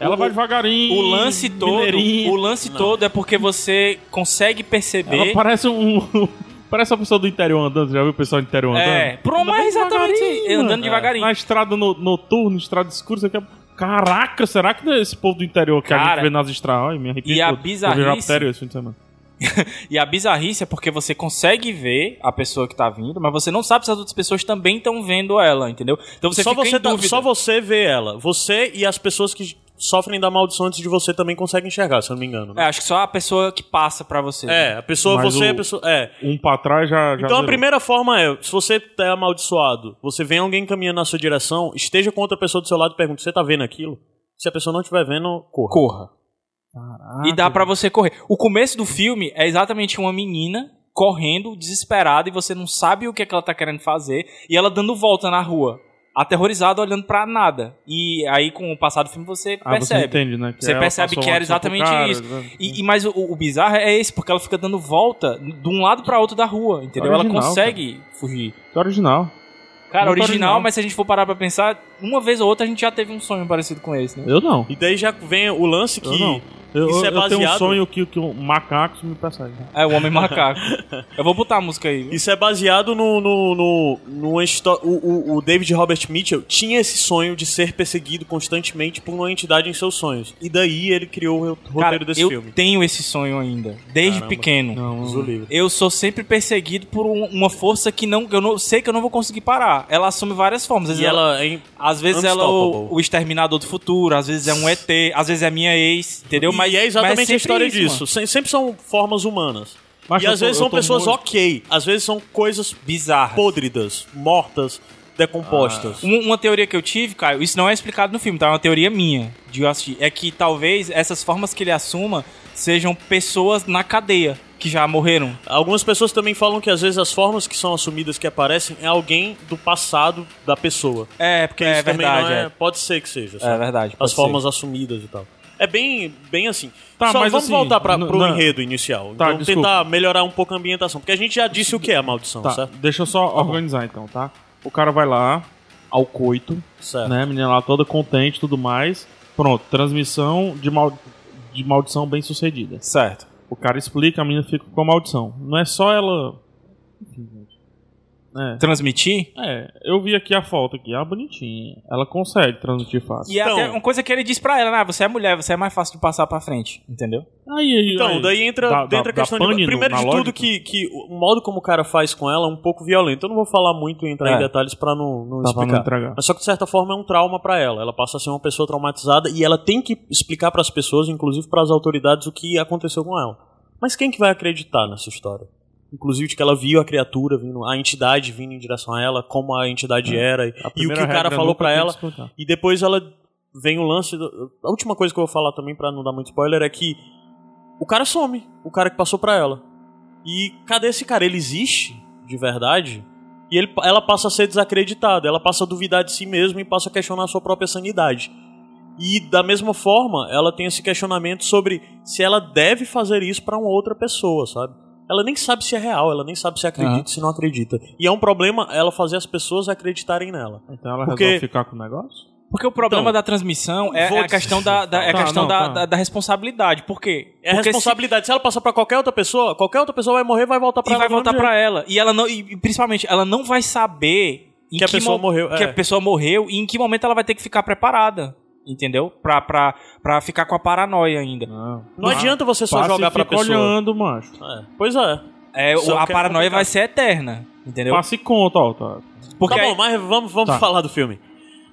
[SPEAKER 1] Ela
[SPEAKER 3] O-
[SPEAKER 1] vai devagarinho.
[SPEAKER 3] O lance todo,
[SPEAKER 1] mineirinho.
[SPEAKER 3] o lance
[SPEAKER 2] Não.
[SPEAKER 3] todo é porque você consegue perceber.
[SPEAKER 1] Ela parece um. parece uma pessoa do interior andando. Você já viu o pessoal do interior
[SPEAKER 3] É,
[SPEAKER 1] andando?
[SPEAKER 3] pro
[SPEAKER 1] Anda
[SPEAKER 3] mais
[SPEAKER 1] bem
[SPEAKER 3] exatamente
[SPEAKER 1] devagarinho,
[SPEAKER 3] andando
[SPEAKER 1] mano.
[SPEAKER 3] devagarinho.
[SPEAKER 1] Na estrada no, noturna, estrada escura, você quer. Caraca, será que não é esse povo do interior que a
[SPEAKER 3] Cara,
[SPEAKER 1] gente vê nas estradas? Ai, me arrepio.
[SPEAKER 3] e a
[SPEAKER 1] todo.
[SPEAKER 3] bizarrice-
[SPEAKER 1] Eu vi Raptério esse fim de semana.
[SPEAKER 3] E a bizarrice é porque você consegue ver a pessoa que tá vindo, mas você não sabe se as outras pessoas também estão vendo ela, entendeu? Então você
[SPEAKER 2] só,
[SPEAKER 3] fica
[SPEAKER 2] você
[SPEAKER 3] em
[SPEAKER 2] tá-
[SPEAKER 3] dúvida.
[SPEAKER 2] só você vê ela. Você e as pessoas que sofrem da maldição antes de você também conseguem enxergar, se eu não me engano.
[SPEAKER 3] É,
[SPEAKER 2] né?
[SPEAKER 3] acho que só a pessoa que passa pra você.
[SPEAKER 2] É, a pessoa,
[SPEAKER 1] Mas
[SPEAKER 2] você,
[SPEAKER 1] o-
[SPEAKER 2] a pessoa. É.
[SPEAKER 1] Um pra trás já. já
[SPEAKER 2] Então a
[SPEAKER 1] zerou.
[SPEAKER 2] primeira forma é, se você tá amaldiçoado, você vê alguém caminhando na sua direção, esteja com outra pessoa do seu lado e pergunta, você tá vendo aquilo? Se a pessoa não estiver vendo, corra.
[SPEAKER 3] Corra.
[SPEAKER 2] Ah,
[SPEAKER 3] e dá pra você correr. O começo do filme é exatamente uma menina correndo desesperada e você não sabe o que, é que ela tá querendo fazer e ela dando volta na rua, aterrorizada, olhando pra nada. E aí com o passar do filme você
[SPEAKER 1] Ah, você
[SPEAKER 3] percebe.
[SPEAKER 1] entende, né?
[SPEAKER 3] Você
[SPEAKER 1] ela
[SPEAKER 3] percebe
[SPEAKER 1] passou
[SPEAKER 3] que era
[SPEAKER 1] uma ação pro
[SPEAKER 3] exatamente
[SPEAKER 1] cara,
[SPEAKER 3] isso.
[SPEAKER 1] né?
[SPEAKER 3] E, e- mas o, o bizarro é esse, porque ela fica dando volta de um lado pra outro da rua, entendeu? ela
[SPEAKER 1] Original,
[SPEAKER 3] consegue fugir.
[SPEAKER 1] Que original.
[SPEAKER 3] Cara,
[SPEAKER 1] Muito
[SPEAKER 3] original,
[SPEAKER 1] original.
[SPEAKER 3] mas se a gente for parar pra pensar, uma vez ou outra a gente já teve um sonho parecido com esse, né?
[SPEAKER 1] Eu não.
[SPEAKER 2] E daí já vem o lance
[SPEAKER 1] Eu
[SPEAKER 2] que
[SPEAKER 1] não. Eu,
[SPEAKER 2] isso é
[SPEAKER 1] eu tenho um
[SPEAKER 2] baseado-
[SPEAKER 1] sonho que, que um macaco me persegue.
[SPEAKER 3] É, o Homem Macaco. Eu vou botar a música aí.
[SPEAKER 2] Isso é baseado no. no, no numa histó- o, o- o David Robert Mitchell tinha esse sonho de ser perseguido constantemente por uma entidade em seus sonhos. E daí ele criou o roteiro
[SPEAKER 3] Cara,
[SPEAKER 2] desse
[SPEAKER 3] eu
[SPEAKER 2] filme.
[SPEAKER 3] tenho esse sonho ainda, desde
[SPEAKER 2] Caramba.
[SPEAKER 3] pequeno.
[SPEAKER 2] Deus o livre.
[SPEAKER 3] Eu sou sempre perseguido por um- uma força que não, eu não sei que eu não vou conseguir parar. Ela assume várias formas. Às
[SPEAKER 2] E
[SPEAKER 3] vezes ela,
[SPEAKER 2] ela, hein,
[SPEAKER 3] às vezes ela é o,
[SPEAKER 2] Unstoppable.
[SPEAKER 3] o exterminador do futuro, às vezes é um ET, às vezes é minha ex, entendeu?
[SPEAKER 2] E
[SPEAKER 3] mas
[SPEAKER 2] é exatamente
[SPEAKER 3] mas
[SPEAKER 2] a
[SPEAKER 3] sempre
[SPEAKER 2] história
[SPEAKER 3] isso,
[SPEAKER 2] disso.
[SPEAKER 3] mano.
[SPEAKER 2] Sem- Sempre são formas humanas.
[SPEAKER 1] Mas
[SPEAKER 2] e
[SPEAKER 1] eu
[SPEAKER 2] às
[SPEAKER 1] tô-
[SPEAKER 2] vezes
[SPEAKER 1] eu
[SPEAKER 2] são
[SPEAKER 1] tô
[SPEAKER 2] pessoas
[SPEAKER 1] muito-
[SPEAKER 2] ok. Às vezes são coisas
[SPEAKER 3] Bizarras.
[SPEAKER 2] podridas, mortas, decompostas.
[SPEAKER 3] Um- Uma teoria que eu tive, Caio, isso não é explicado no filme, tá? É uma teoria minha de eu assistir. É que talvez essas formas que ele assuma sejam pessoas na cadeia que já morreram.
[SPEAKER 2] Algumas pessoas também falam que às vezes as formas que são assumidas que aparecem é alguém do passado da pessoa.
[SPEAKER 3] É, porque é
[SPEAKER 2] Isso também não
[SPEAKER 3] verdade.
[SPEAKER 2] é- Pode ser que seja.
[SPEAKER 3] É,
[SPEAKER 2] sabe?
[SPEAKER 3] é verdade. pode
[SPEAKER 2] as
[SPEAKER 3] ser.
[SPEAKER 2] formas assumidas e tal. É bem, bem assim.
[SPEAKER 1] Tá,
[SPEAKER 2] Só
[SPEAKER 1] mas
[SPEAKER 2] vamos
[SPEAKER 1] assim,
[SPEAKER 2] voltar pra,
[SPEAKER 1] n-
[SPEAKER 2] pro
[SPEAKER 1] na-
[SPEAKER 2] enredo inicial.
[SPEAKER 1] Tá,
[SPEAKER 2] então
[SPEAKER 1] desculpa.
[SPEAKER 2] tentar melhorar um pouco a ambientação. Porque a gente já disse o que é a maldição,
[SPEAKER 1] Tá,
[SPEAKER 2] certo?
[SPEAKER 1] deixa eu só organizar então, tá? O cara vai lá, ao coito,
[SPEAKER 2] Certo.
[SPEAKER 1] né? A menina lá toda contente e tudo mais. Pronto, transmissão de, mal... de maldição bem sucedida.
[SPEAKER 3] Certo.
[SPEAKER 1] O cara explica, a menina fica com a maldição. Não é só ela. Enfim, gente. É.
[SPEAKER 3] transmitir.
[SPEAKER 1] É, eu vi aqui a foto aqui, ah, bonitinha. Ela consegue transmitir fácil.
[SPEAKER 3] E é
[SPEAKER 2] Então-
[SPEAKER 3] até uma coisa que ele diz pra ela, né? "Ah, Você é mulher, você é mais fácil de passar pra frente, entendeu?
[SPEAKER 1] Aí, aí,
[SPEAKER 2] Então,
[SPEAKER 1] aí,
[SPEAKER 2] daí entra,
[SPEAKER 1] dá-
[SPEAKER 2] daí entra
[SPEAKER 1] dá-
[SPEAKER 2] a questão
[SPEAKER 1] dá pane
[SPEAKER 2] de.
[SPEAKER 1] no-
[SPEAKER 2] Primeiro
[SPEAKER 1] na
[SPEAKER 2] de tudo,
[SPEAKER 1] lógica?
[SPEAKER 2] que, que o modo como o cara faz com ela é um pouco violento. Eu não vou falar muito e entrar
[SPEAKER 3] É.
[SPEAKER 2] em detalhes pra não, não
[SPEAKER 1] Tá, pra não
[SPEAKER 2] explicar.
[SPEAKER 1] entregar.
[SPEAKER 2] Mas só que de certa forma é um trauma pra ela. Ela passa a ser uma pessoa traumatizada e ela tem que explicar pras pessoas, inclusive pras autoridades, o que aconteceu com ela. Mas quem que vai acreditar nessa história? Inclusive de que ela viu a criatura vindo, a entidade vindo em direção a ela, como a entidade era e,
[SPEAKER 1] É.
[SPEAKER 2] e
[SPEAKER 1] A
[SPEAKER 2] o
[SPEAKER 1] primeira
[SPEAKER 2] que o cara
[SPEAKER 1] regra
[SPEAKER 2] falou
[SPEAKER 1] nunca
[SPEAKER 2] pra
[SPEAKER 1] tem que
[SPEAKER 2] ela.
[SPEAKER 1] escutar.
[SPEAKER 2] E depois ela vem o lance. do- a última coisa que eu vou falar também, pra não dar muito spoiler, é que o cara some, o cara que passou pra ela. E cadê esse cara? Ele existe de verdade? E ele- ela passa a ser desacreditada, ela passa a duvidar de si mesma e passa a questionar a sua própria sanidade. E da mesma forma, ela tem esse questionamento sobre se ela deve fazer isso pra uma outra pessoa, sabe? Ela nem sabe se é real, ela nem sabe se acredita,
[SPEAKER 3] Aham.
[SPEAKER 2] se não acredita. E é um problema ela fazer as pessoas acreditarem nela.
[SPEAKER 1] Então ela
[SPEAKER 2] Porque-
[SPEAKER 1] resolve ficar com o negócio?
[SPEAKER 3] Porque o problema
[SPEAKER 2] Então,
[SPEAKER 3] da transmissão é
[SPEAKER 2] vou
[SPEAKER 3] a questão da, da- é a
[SPEAKER 1] Tá,
[SPEAKER 3] questão
[SPEAKER 1] não,
[SPEAKER 3] da,
[SPEAKER 1] tá.
[SPEAKER 3] da, da responsabilidade. Por quê?
[SPEAKER 2] É a
[SPEAKER 3] Porque se-
[SPEAKER 2] responsabilidade. Se... ela passar pra qualquer outra pessoa, qualquer outra pessoa vai morrer, vai voltar pra é.
[SPEAKER 3] e
[SPEAKER 2] ela.
[SPEAKER 3] vai
[SPEAKER 2] do mesmo
[SPEAKER 3] voltar
[SPEAKER 2] jeito.
[SPEAKER 3] pra ela. E ela não, e e principalmente, ela não vai saber em
[SPEAKER 2] Que a pessoa
[SPEAKER 3] mo-
[SPEAKER 2] morreu,
[SPEAKER 3] que
[SPEAKER 2] é.
[SPEAKER 3] a pessoa morreu e em que momento ela vai ter que ficar preparada, entendeu? Pra, pra, pra ficar com a paranoia ainda.
[SPEAKER 1] Não.
[SPEAKER 2] Não adianta você só
[SPEAKER 1] Passa e
[SPEAKER 2] jogar pra
[SPEAKER 1] fica
[SPEAKER 2] pessoa.
[SPEAKER 1] olhando, macho.
[SPEAKER 2] É. Pois é.
[SPEAKER 3] É,
[SPEAKER 2] Só
[SPEAKER 3] o- a
[SPEAKER 2] que é
[SPEAKER 3] paranoia
[SPEAKER 2] complicado.
[SPEAKER 3] vai ser eterna, entendeu?
[SPEAKER 1] Passa e conta, ó. Tá.
[SPEAKER 3] Porque
[SPEAKER 2] tá
[SPEAKER 3] aí-
[SPEAKER 2] bom, mas vamos, vamos
[SPEAKER 1] Tá.
[SPEAKER 2] falar do filme.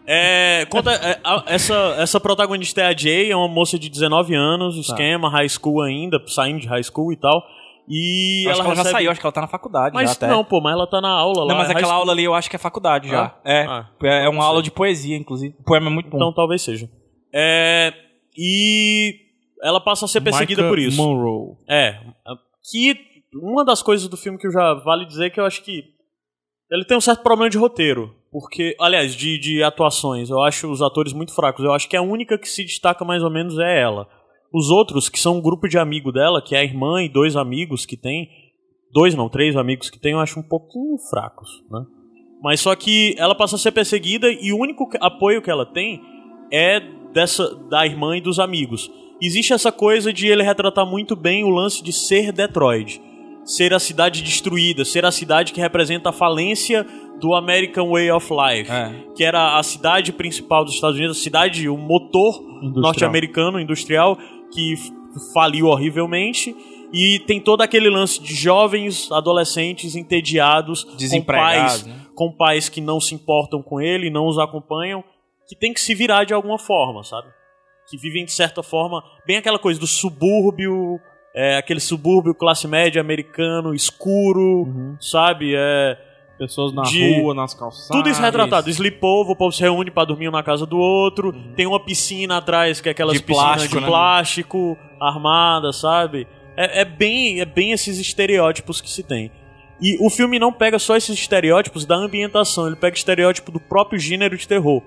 [SPEAKER 2] É, conta, é, a- essa, essa protagonista é a Jay, é uma moça de 19 anos,
[SPEAKER 3] Tá.
[SPEAKER 2] esquema, high school ainda, saindo de high school e tal. E
[SPEAKER 3] acho
[SPEAKER 2] ela
[SPEAKER 3] que ela já
[SPEAKER 2] recebe-
[SPEAKER 3] saiu, acho que ela tá na faculdade já
[SPEAKER 2] Mas
[SPEAKER 3] até.
[SPEAKER 2] não, pô, mas ela tá na aula lá.
[SPEAKER 3] Não, mas
[SPEAKER 2] é high
[SPEAKER 3] aquela
[SPEAKER 2] school.
[SPEAKER 3] aula ali eu acho que é faculdade já.
[SPEAKER 2] Ah?
[SPEAKER 3] É.
[SPEAKER 2] Ah.
[SPEAKER 3] É é uma aula de poesia, inclusive. O poema é muito bom.
[SPEAKER 2] Então talvez seja. É, e ela passa a ser É perseguida
[SPEAKER 1] Micah
[SPEAKER 2] por isso.
[SPEAKER 1] Monroe.
[SPEAKER 2] É. Que uma das coisas do filme que eu já vale dizer que eu acho que ele tem um certo problema de roteiro. Porque, aliás, de, de atuações. Eu acho os atores muito fracos. Eu acho que a única que se destaca mais ou menos é ela. Os outros, que são um grupo de amigo dela, que é a irmã e dois amigos que tem. Dois, não, três amigos que tem, eu acho um pouquinho fracos, né? Mas só que ela passa a ser perseguida e o único que- apoio que ela tem é dessa da irmã e dos amigos. Existe essa coisa de ele retratar muito bem o lance de ser Detroit, ser a cidade destruída, ser a cidade que representa a falência do American Way of Life,
[SPEAKER 3] É.
[SPEAKER 2] que era a cidade principal dos Estados Unidos, a cidade, o motor norte-americano industrial que f- faliu horrivelmente e tem todo aquele lance de jovens adolescentes entediados com
[SPEAKER 3] Desempregados,
[SPEAKER 2] pais,
[SPEAKER 3] né?
[SPEAKER 2] com pais que não se importam com ele, não os acompanham, que tem que se virar de alguma forma, sabe? Que vivem de certa forma bem aquela coisa do subúrbio, é, aquele subúrbio classe média americano escuro,
[SPEAKER 1] Uhum.
[SPEAKER 2] sabe? É,
[SPEAKER 1] Pessoas na
[SPEAKER 2] de-
[SPEAKER 1] rua, nas calçadas.
[SPEAKER 2] tudo isso retratado. Sleepover, o povo se reúne pra dormir um na casa do outro. Tem uma piscina atrás, que é aquelas
[SPEAKER 3] Uhum. De
[SPEAKER 2] piscinas
[SPEAKER 3] plástico,
[SPEAKER 2] de
[SPEAKER 3] né?
[SPEAKER 2] plástico, armada, sabe? É, é bem, é bem esses estereótipos que se tem. E o filme não pega só esses estereótipos da ambientação, ele pega estereótipo do próprio gênero de terror.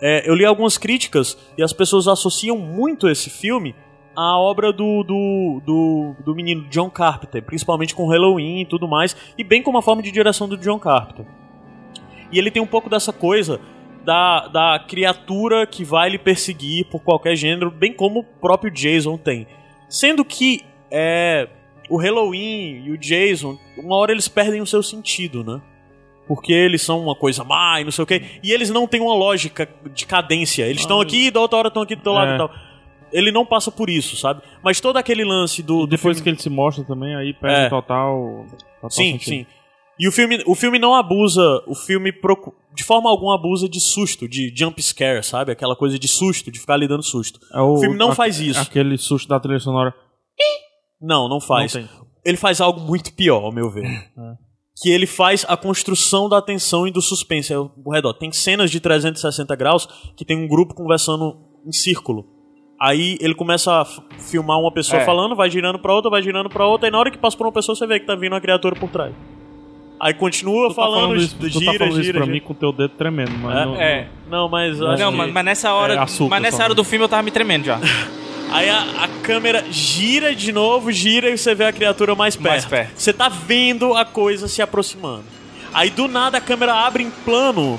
[SPEAKER 2] É, eu li algumas críticas e as pessoas associam muito esse filme à obra do, do, do, do menino John Carpenter, principalmente com Halloween e tudo mais, e bem como a forma de direção do John Carpenter. E ele tem um pouco dessa coisa da, da criatura que vai lhe perseguir por qualquer gênero, bem como o próprio Jason tem. Sendo que é, o Halloween e o Jason, uma hora eles perdem o seu sentido, né? Porque eles são uma coisa má e não sei o quê. E eles não têm uma lógica de cadência. Eles estão aqui, da outra hora estão aqui do teu lado
[SPEAKER 1] Ah. É.
[SPEAKER 2] e tal. Ele não passa por isso, sabe? Mas todo aquele lance do. do
[SPEAKER 1] Depois
[SPEAKER 2] filme-
[SPEAKER 1] que ele se mostra também, aí perde
[SPEAKER 2] Tipo, É.
[SPEAKER 1] total, total
[SPEAKER 2] Sim,
[SPEAKER 1] sentido.
[SPEAKER 2] sim. E o filme, o filme não abusa, o filme procu- de forma alguma abusa de susto, de jump scare, sabe? Aquela coisa de susto, de ficar lhe dando susto.
[SPEAKER 1] É o,
[SPEAKER 2] O filme não faz isso.
[SPEAKER 1] Aquele susto da trilha sonora.
[SPEAKER 2] Não, não faz.
[SPEAKER 1] Não tem.
[SPEAKER 2] ele faz algo muito pior, ao meu ver. Que ele faz a construção da tensão e do suspense ao redor. Tem cenas de 360 graus que tem um grupo conversando em círculo. Aí ele começa a f- filmar uma pessoa
[SPEAKER 3] É.
[SPEAKER 2] falando, vai girando pra outra, vai girando pra outra, e na hora que passa por uma pessoa você vê que tá vindo uma criatura por trás. Aí continua
[SPEAKER 1] Tu tá
[SPEAKER 2] falando,
[SPEAKER 1] isso,
[SPEAKER 2] gira,
[SPEAKER 1] tu tá falando
[SPEAKER 2] gira,
[SPEAKER 1] isso pra
[SPEAKER 2] gira.
[SPEAKER 1] mim com teu dedo tremendo, mas
[SPEAKER 2] É,
[SPEAKER 1] não-
[SPEAKER 3] É.
[SPEAKER 2] Não, mas. acho
[SPEAKER 3] Não,
[SPEAKER 2] que-
[SPEAKER 3] mas, mas nessa hora,
[SPEAKER 1] É, açúcar
[SPEAKER 3] mas nessa
[SPEAKER 1] só,
[SPEAKER 3] hora
[SPEAKER 1] né?
[SPEAKER 3] do filme eu tava me tremendo já.
[SPEAKER 2] Aí a, a câmera gira de novo, gira e você vê a criatura mais perto.
[SPEAKER 3] Mais perto.
[SPEAKER 2] Você tá vendo a coisa se aproximando. Aí do nada a câmera abre em plano.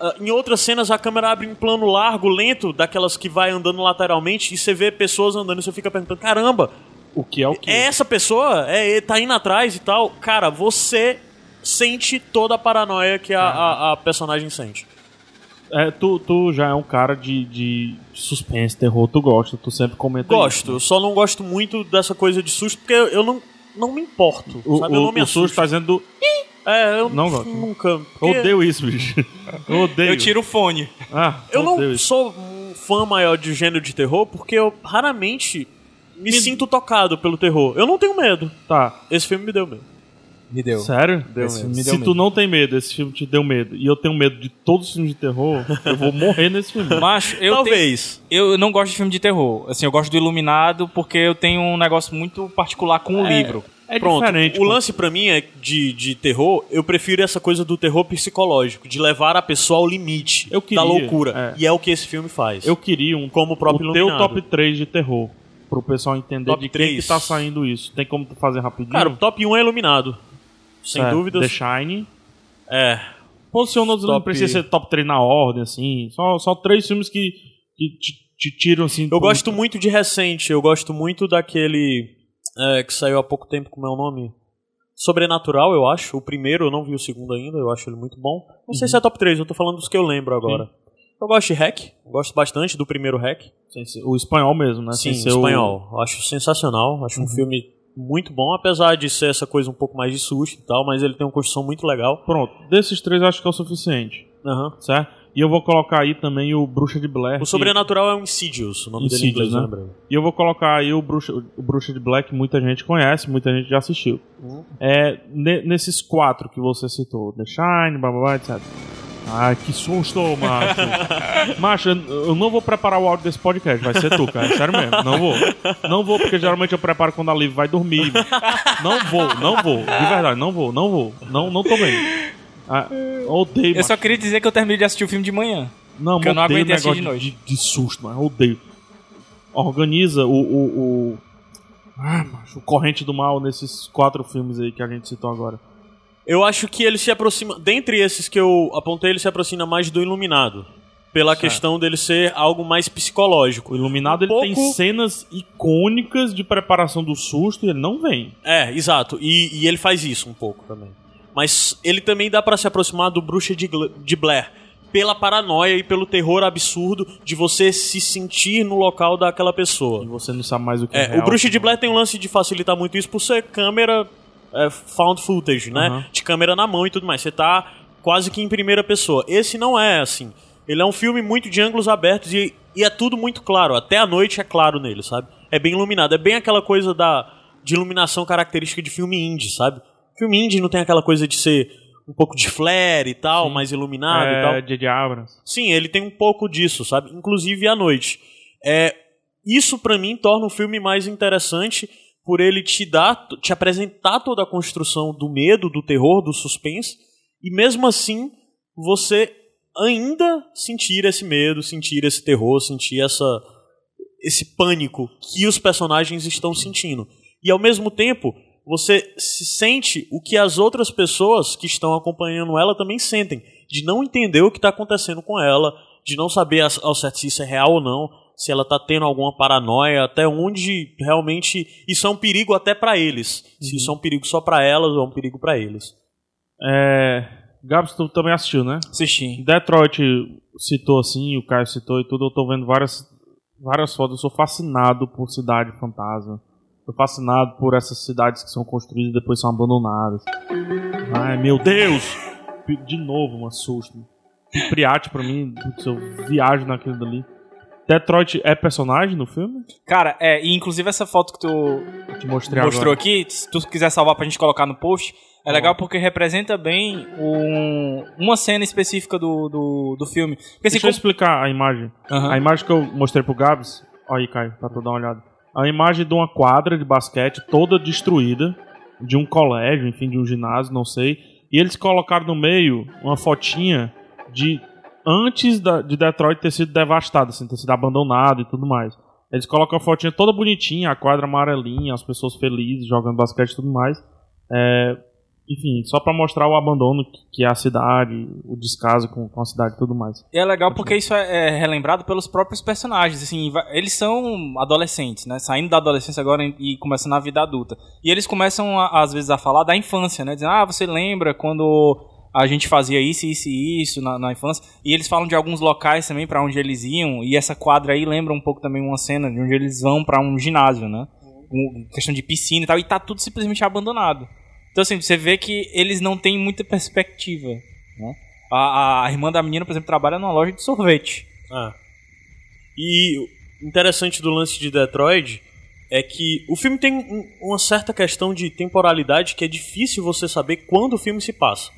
[SPEAKER 2] Ah, Em outras cenas a câmera abre em plano largo, lento, daquelas que vai andando lateralmente, e você vê pessoas andando e você fica perguntando: caramba,
[SPEAKER 1] O que é o que?
[SPEAKER 2] é essa pessoa? É, é- tá indo atrás e tal? Cara, você sente toda a paranoia
[SPEAKER 3] É.
[SPEAKER 2] que a, a- a personagem sente.
[SPEAKER 1] É, tu, tu já é um cara de, de suspense, terror, tu gosta, tu sempre comenta
[SPEAKER 2] Gosto,
[SPEAKER 1] isso, né?
[SPEAKER 2] eu só não gosto muito dessa coisa de susto, porque eu não, não me importo.
[SPEAKER 1] O,
[SPEAKER 2] sabe?
[SPEAKER 1] o,
[SPEAKER 2] eu não me
[SPEAKER 1] o susto
[SPEAKER 2] assusto.
[SPEAKER 1] tá dizendo.
[SPEAKER 2] É, eu
[SPEAKER 1] Não gosto.
[SPEAKER 2] nunca.
[SPEAKER 1] Eu
[SPEAKER 2] porque
[SPEAKER 1] Odeio isso, bicho. Eu Odeio.
[SPEAKER 3] Eu tiro o fone.
[SPEAKER 1] Ah,
[SPEAKER 2] Eu
[SPEAKER 1] odeio
[SPEAKER 2] não
[SPEAKER 1] isso.
[SPEAKER 2] sou um fã maior de gênero de terror, porque eu raramente me sinto tocado pelo terror. Eu não tenho medo.
[SPEAKER 1] Tá.
[SPEAKER 2] Esse filme me deu medo.
[SPEAKER 3] Me deu.
[SPEAKER 1] Sério?
[SPEAKER 3] Deu
[SPEAKER 1] Esse
[SPEAKER 3] medo.
[SPEAKER 1] filme
[SPEAKER 3] Me deu
[SPEAKER 1] Se tu
[SPEAKER 3] medo.
[SPEAKER 1] não tem medo, esse filme te deu medo, e eu tenho medo de todos os filmes de terror, eu vou morrer nesse filme.
[SPEAKER 3] Macho, eu
[SPEAKER 2] Talvez.
[SPEAKER 3] tenho- eu não gosto de filme de terror. Assim, eu gosto do Iluminado porque eu tenho um negócio muito particular com o livro.
[SPEAKER 1] É
[SPEAKER 2] Pronto.
[SPEAKER 1] diferente.
[SPEAKER 2] o
[SPEAKER 1] pô.
[SPEAKER 2] lance pra mim é de, de terror, eu prefiro essa coisa do terror psicológico, de levar a pessoa ao limite
[SPEAKER 1] Eu queria,
[SPEAKER 2] da loucura.
[SPEAKER 1] é.
[SPEAKER 2] E é o que esse filme faz.
[SPEAKER 1] Eu queria um
[SPEAKER 2] Como o próprio
[SPEAKER 1] o teu
[SPEAKER 2] Iluminado.
[SPEAKER 1] top 3 de terror. Pro pessoal entender
[SPEAKER 2] Top
[SPEAKER 1] de quem
[SPEAKER 2] três.
[SPEAKER 1] que tá saindo isso. Tem como tu fazer rapidinho?
[SPEAKER 2] Cara, o top 1 é iluminado. Sem
[SPEAKER 1] É,
[SPEAKER 2] dúvidas.
[SPEAKER 1] The Shine.
[SPEAKER 2] É.
[SPEAKER 1] Posiciona outros, não
[SPEAKER 2] Top-
[SPEAKER 1] precisa ser top 3 na ordem, assim. Só, só três filmes que, que te, te tiram, assim.
[SPEAKER 2] Eu
[SPEAKER 1] do-
[SPEAKER 2] gosto muito de recente, eu gosto muito daquele é, que saiu há pouco tempo, como é o nome? Sobrenatural, eu acho. O primeiro, eu não vi o segundo ainda, eu acho ele muito bom. Não sei
[SPEAKER 1] Uhum.
[SPEAKER 2] se é top 3, eu tô falando dos que eu lembro agora. Eu gosto de Hack, eu gosto bastante do primeiro Hack.
[SPEAKER 1] sem ser- O espanhol mesmo, né?
[SPEAKER 2] Sim,
[SPEAKER 1] Sem ser o- Uhum.
[SPEAKER 2] espanhol. Eu Acho sensacional. Acho um filme muito bom, apesar de ser essa coisa um pouco mais de susto e tal, mas ele tem uma construção muito legal.
[SPEAKER 1] Pronto. Desses três eu acho que é o suficiente,
[SPEAKER 2] Aham.
[SPEAKER 1] certo? E eu vou colocar aí também o Bruxa de Blair.
[SPEAKER 2] O
[SPEAKER 1] que-
[SPEAKER 2] Sobrenatural é um Insidious, o nome dele em
[SPEAKER 1] Insidious,
[SPEAKER 2] inglês,
[SPEAKER 1] né?
[SPEAKER 2] lembra?
[SPEAKER 1] E eu vou colocar aí o Bruxa, o Bruxa de Black, muita gente conhece, muita gente já assistiu. É, ne- nesses quatro que você citou, The Shine, blá blá blá, etc. Ai, que susto, macho. macho, eu eu não vou preparar o áudio desse podcast, vai ser tu, cara, sério mesmo, não vou. Não vou, porque geralmente eu preparo quando a Liv vai dormir. Não vou, não vou, de verdade, não vou, não vou, não, não tô bem. Ah, odeio,
[SPEAKER 3] Eu
[SPEAKER 1] macho.
[SPEAKER 3] só queria dizer que eu terminei de assistir o filme de manhã.
[SPEAKER 1] Não,
[SPEAKER 3] Porque eu não
[SPEAKER 1] odeio
[SPEAKER 3] aguentei assistir
[SPEAKER 1] negócio
[SPEAKER 3] de noite.
[SPEAKER 1] De, de susto, mano. Eu odeio. Organiza o. o, o... Ah, macho, o corrente do mal nesses quatro filmes aí que a gente citou agora.
[SPEAKER 2] Eu acho que ele se aproxima. Dentre esses que eu apontei, ele se aproxima mais do Iluminado. Pela questão dele ser algo mais psicológico. Um
[SPEAKER 1] O Iluminado
[SPEAKER 3] Um
[SPEAKER 1] ele tem
[SPEAKER 2] pouco-
[SPEAKER 1] cenas icônicas de preparação do susto e ele não vem.
[SPEAKER 2] É, exato. E, e ele faz isso um pouco também. Mas ele também dá pra se aproximar do Bruxa de, Gla- de Blair. Pela paranoia e pelo terror absurdo de você se sentir no local daquela
[SPEAKER 1] E
[SPEAKER 2] pessoa.
[SPEAKER 1] você não sabe mais o que é.
[SPEAKER 2] É, o Bruxa de Blair tem um lance de facilitar muito isso por ser câmera é, found footage, né?
[SPEAKER 1] Uhum.
[SPEAKER 2] De câmera na mão e tudo mais. Você tá quase que em primeira pessoa. Esse não é assim. Ele é um filme muito de ângulos abertos e, e é tudo muito claro. Até a noite é claro nele, sabe? É bem iluminado. É bem aquela coisa da, de iluminação característica de filme indie, sabe? Filme indie não tem aquela coisa de ser um pouco de flare e tal, mais iluminado e tal.
[SPEAKER 1] é, de Abrams.
[SPEAKER 2] Sim, ele tem um pouco disso, sabe? Inclusive à noite. É, isso pra mim torna o filme mais interessante por ele te dar, te apresentar toda a construção do medo, do terror, do suspense e mesmo assim você ainda sentir esse medo, sentir esse terror, sentir essa esse pânico que os personagens estão sentindo. E ao mesmo tempo, você se sente o que as outras pessoas que estão acompanhando ela também sentem, de não entender o que está acontecendo com ela, de não saber as- ao certo se isso é real ou não, se ela está tendo alguma paranoia, até onde realmente isso é um perigo até para eles. Se isso é um perigo só para elas ou é um perigo para eles.
[SPEAKER 1] É. Gabs, tu também assistiu, né?
[SPEAKER 3] Assisti.
[SPEAKER 1] Detroit citou assim, o Caio citou e tudo, eu tô vendo várias, várias fotos, eu sou fascinado por cidade fantasma. Tô fascinado por essas cidades que são construídas e depois são abandonadas. Ai, meu Deus! Pi- De novo, um assusto. Priate pra mim, putz, eu viajo naquilo dali. Detroit é personagem no filme?
[SPEAKER 3] Cara, é, e inclusive essa foto que tu
[SPEAKER 1] Eu te mostrei
[SPEAKER 3] mostrou
[SPEAKER 1] agora. Tá
[SPEAKER 3] aqui, se tu quiser salvar pra gente colocar no post, é legal porque representa bem um- uma cena específica do, do, do filme. Porque assim,
[SPEAKER 1] Deixa eu explicar a imagem.
[SPEAKER 3] como- Aham.
[SPEAKER 1] A imagem que eu mostrei pro Gabs, olha aí, Caio, pra tu dar uma olhada. É uma imagem de uma quadra de basquete toda destruída, de um colégio, enfim, de um ginásio, não sei. E eles colocaram no meio uma fotinha de antes da- de Detroit ter sido devastado, assim, ter sido abandonado e tudo mais. Eles colocam a fotinha toda bonitinha, a quadra amarelinha, as pessoas felizes jogando basquete e tudo mais. É, Enfim, só pra mostrar o abandono que- que é a cidade, o descaso com, com a cidade e tudo mais.
[SPEAKER 3] E é legal porque isso é, é relembrado pelos próprios personagens. Assim, va- eles são adolescentes, né? Saindo da adolescência agora e- e começando a vida adulta. E eles começam, a- às vezes, a falar da infância, né? Dizendo, ah, você lembra quando a gente fazia isso, isso e isso na, na infância? E eles falam de alguns locais também pra onde eles iam. E essa quadra aí lembra um pouco também uma cena de onde eles vão pra um ginásio, né? Um- questão de piscina e tal. E tá tudo simplesmente abandonado. Então, assim, você vê que eles não têm muita perspectiva. A, a irmã da menina, por exemplo, trabalha numa loja de sorvete.
[SPEAKER 2] Ah. E o interessante do lance de Detroit é que o filme tem um- uma certa questão de temporalidade que é difícil você saber quando o filme se passa.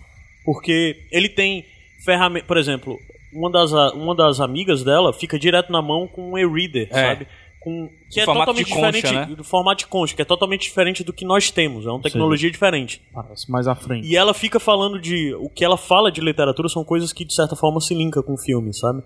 [SPEAKER 2] Porque ele tem ferramentas. Por exemplo, uma das, a- uma das amigas dela fica direto na mão com um e-reader,
[SPEAKER 3] É.
[SPEAKER 2] sabe? Com, que
[SPEAKER 3] O
[SPEAKER 2] é
[SPEAKER 3] formato de
[SPEAKER 2] totalmente
[SPEAKER 3] concha,
[SPEAKER 2] diferente
[SPEAKER 3] né?
[SPEAKER 2] do formato de concha, que é totalmente diferente do que nós temos. É uma tecnologia diferente.
[SPEAKER 1] Parece mais à frente.
[SPEAKER 2] E ela fica falando de. O que ela fala de literatura são coisas que, de certa forma, se linkam com o filme, sabe?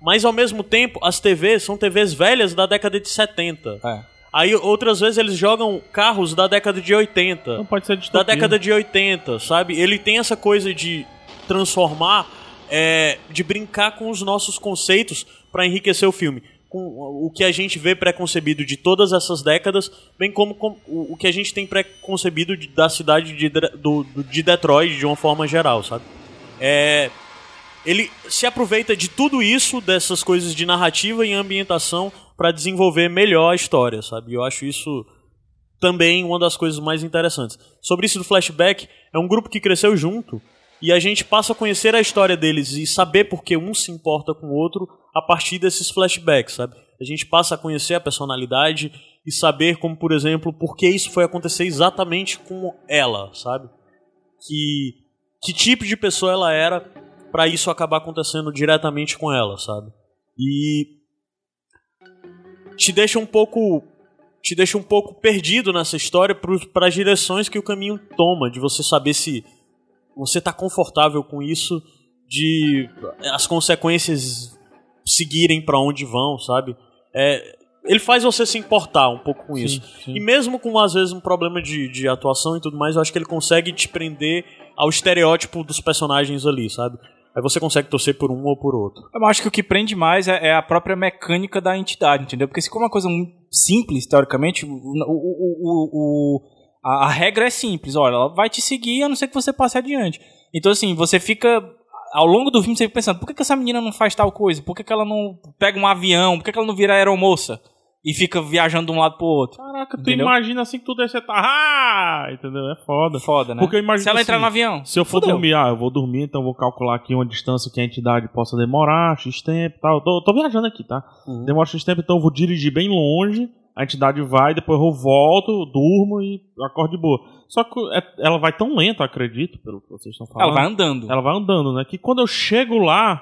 [SPEAKER 2] Mas, ao mesmo tempo, as TVs são TVs velhas da década de 70.
[SPEAKER 3] É.
[SPEAKER 2] Aí, outras vezes, eles jogam carros da década de 80
[SPEAKER 1] Não pode ser
[SPEAKER 2] da
[SPEAKER 1] distopia.
[SPEAKER 2] década de 80, sabe? Ele tem essa coisa de transformar, é, de brincar com os nossos conceitos pra enriquecer o filme. Com o que a gente vê pré-concebido de todas essas décadas, bem como com- o o que a gente tem pré-concebido de- da cidade de, Dra- do- do- de Detroit de uma forma geral, sabe? É, ele se aproveita de tudo isso, dessas coisas de narrativa e ambientação, pra desenvolver melhor a história, sabe? Eu acho isso também uma das coisas mais interessantes. Sobre isso do flashback, é um grupo que cresceu junto e a gente passa a conhecer a história deles e saber por que um se importa com o outro a partir desses flashbacks, sabe? A gente passa a conhecer a personalidade e saber como, por exemplo, por que isso foi acontecer exatamente com ela, sabe? Que que tipo de pessoa ela era pra isso acabar acontecendo diretamente com ela, sabe? E te deixa um pouco te deixa um pouco perdido nessa história para as direções que o caminho toma, de você saber se você tá confortável com isso, de as consequências seguirem para onde vão, sabe? É, ele faz você se importar um pouco com
[SPEAKER 1] Sim,
[SPEAKER 2] isso.
[SPEAKER 1] sim.
[SPEAKER 2] E mesmo com, às vezes, um problema de, de atuação e tudo mais, eu acho que ele consegue te prender ao estereótipo dos personagens ali, sabe? Aí você consegue torcer por um ou por outro.
[SPEAKER 3] Eu acho que o que prende mais é, é a própria mecânica da entidade, entendeu? Porque se for uma coisa muito simples, teoricamente, o, o- o- o- a, a regra é simples. Olha, ela vai te seguir a não ser que você passe adiante. Então, assim, você fica... Ao longo do filme, você fica pensando, por que, que essa menina não faz tal coisa? Por que, que ela não pega um avião? Por que, que ela não vira aeromoça? E fica viajando de um lado pro outro?
[SPEAKER 1] Caraca, tu
[SPEAKER 3] Entendeu?
[SPEAKER 1] imagina assim que tu desce e tá. Ah! Entendeu? É foda.
[SPEAKER 3] Foda, né?
[SPEAKER 1] Porque eu imagino
[SPEAKER 3] Se ela entrar
[SPEAKER 1] assim,
[SPEAKER 3] no avião,
[SPEAKER 1] Se eu for
[SPEAKER 3] fudeu.
[SPEAKER 1] dormir, ah, eu vou dormir, então eu vou calcular aqui uma distância que a entidade possa demorar, X tempo e tal. Eu Tô, tô viajando aqui, tá?
[SPEAKER 3] Uhum.
[SPEAKER 1] Demora X tempo, então eu vou dirigir bem longe, a entidade vai, depois eu volto, durmo e acordo de boa. Só que é- ela vai tão lenta, eu acredito, pelo que vocês estão falando.
[SPEAKER 3] Ela vai andando.
[SPEAKER 1] Ela vai andando, né? Que quando eu chego lá,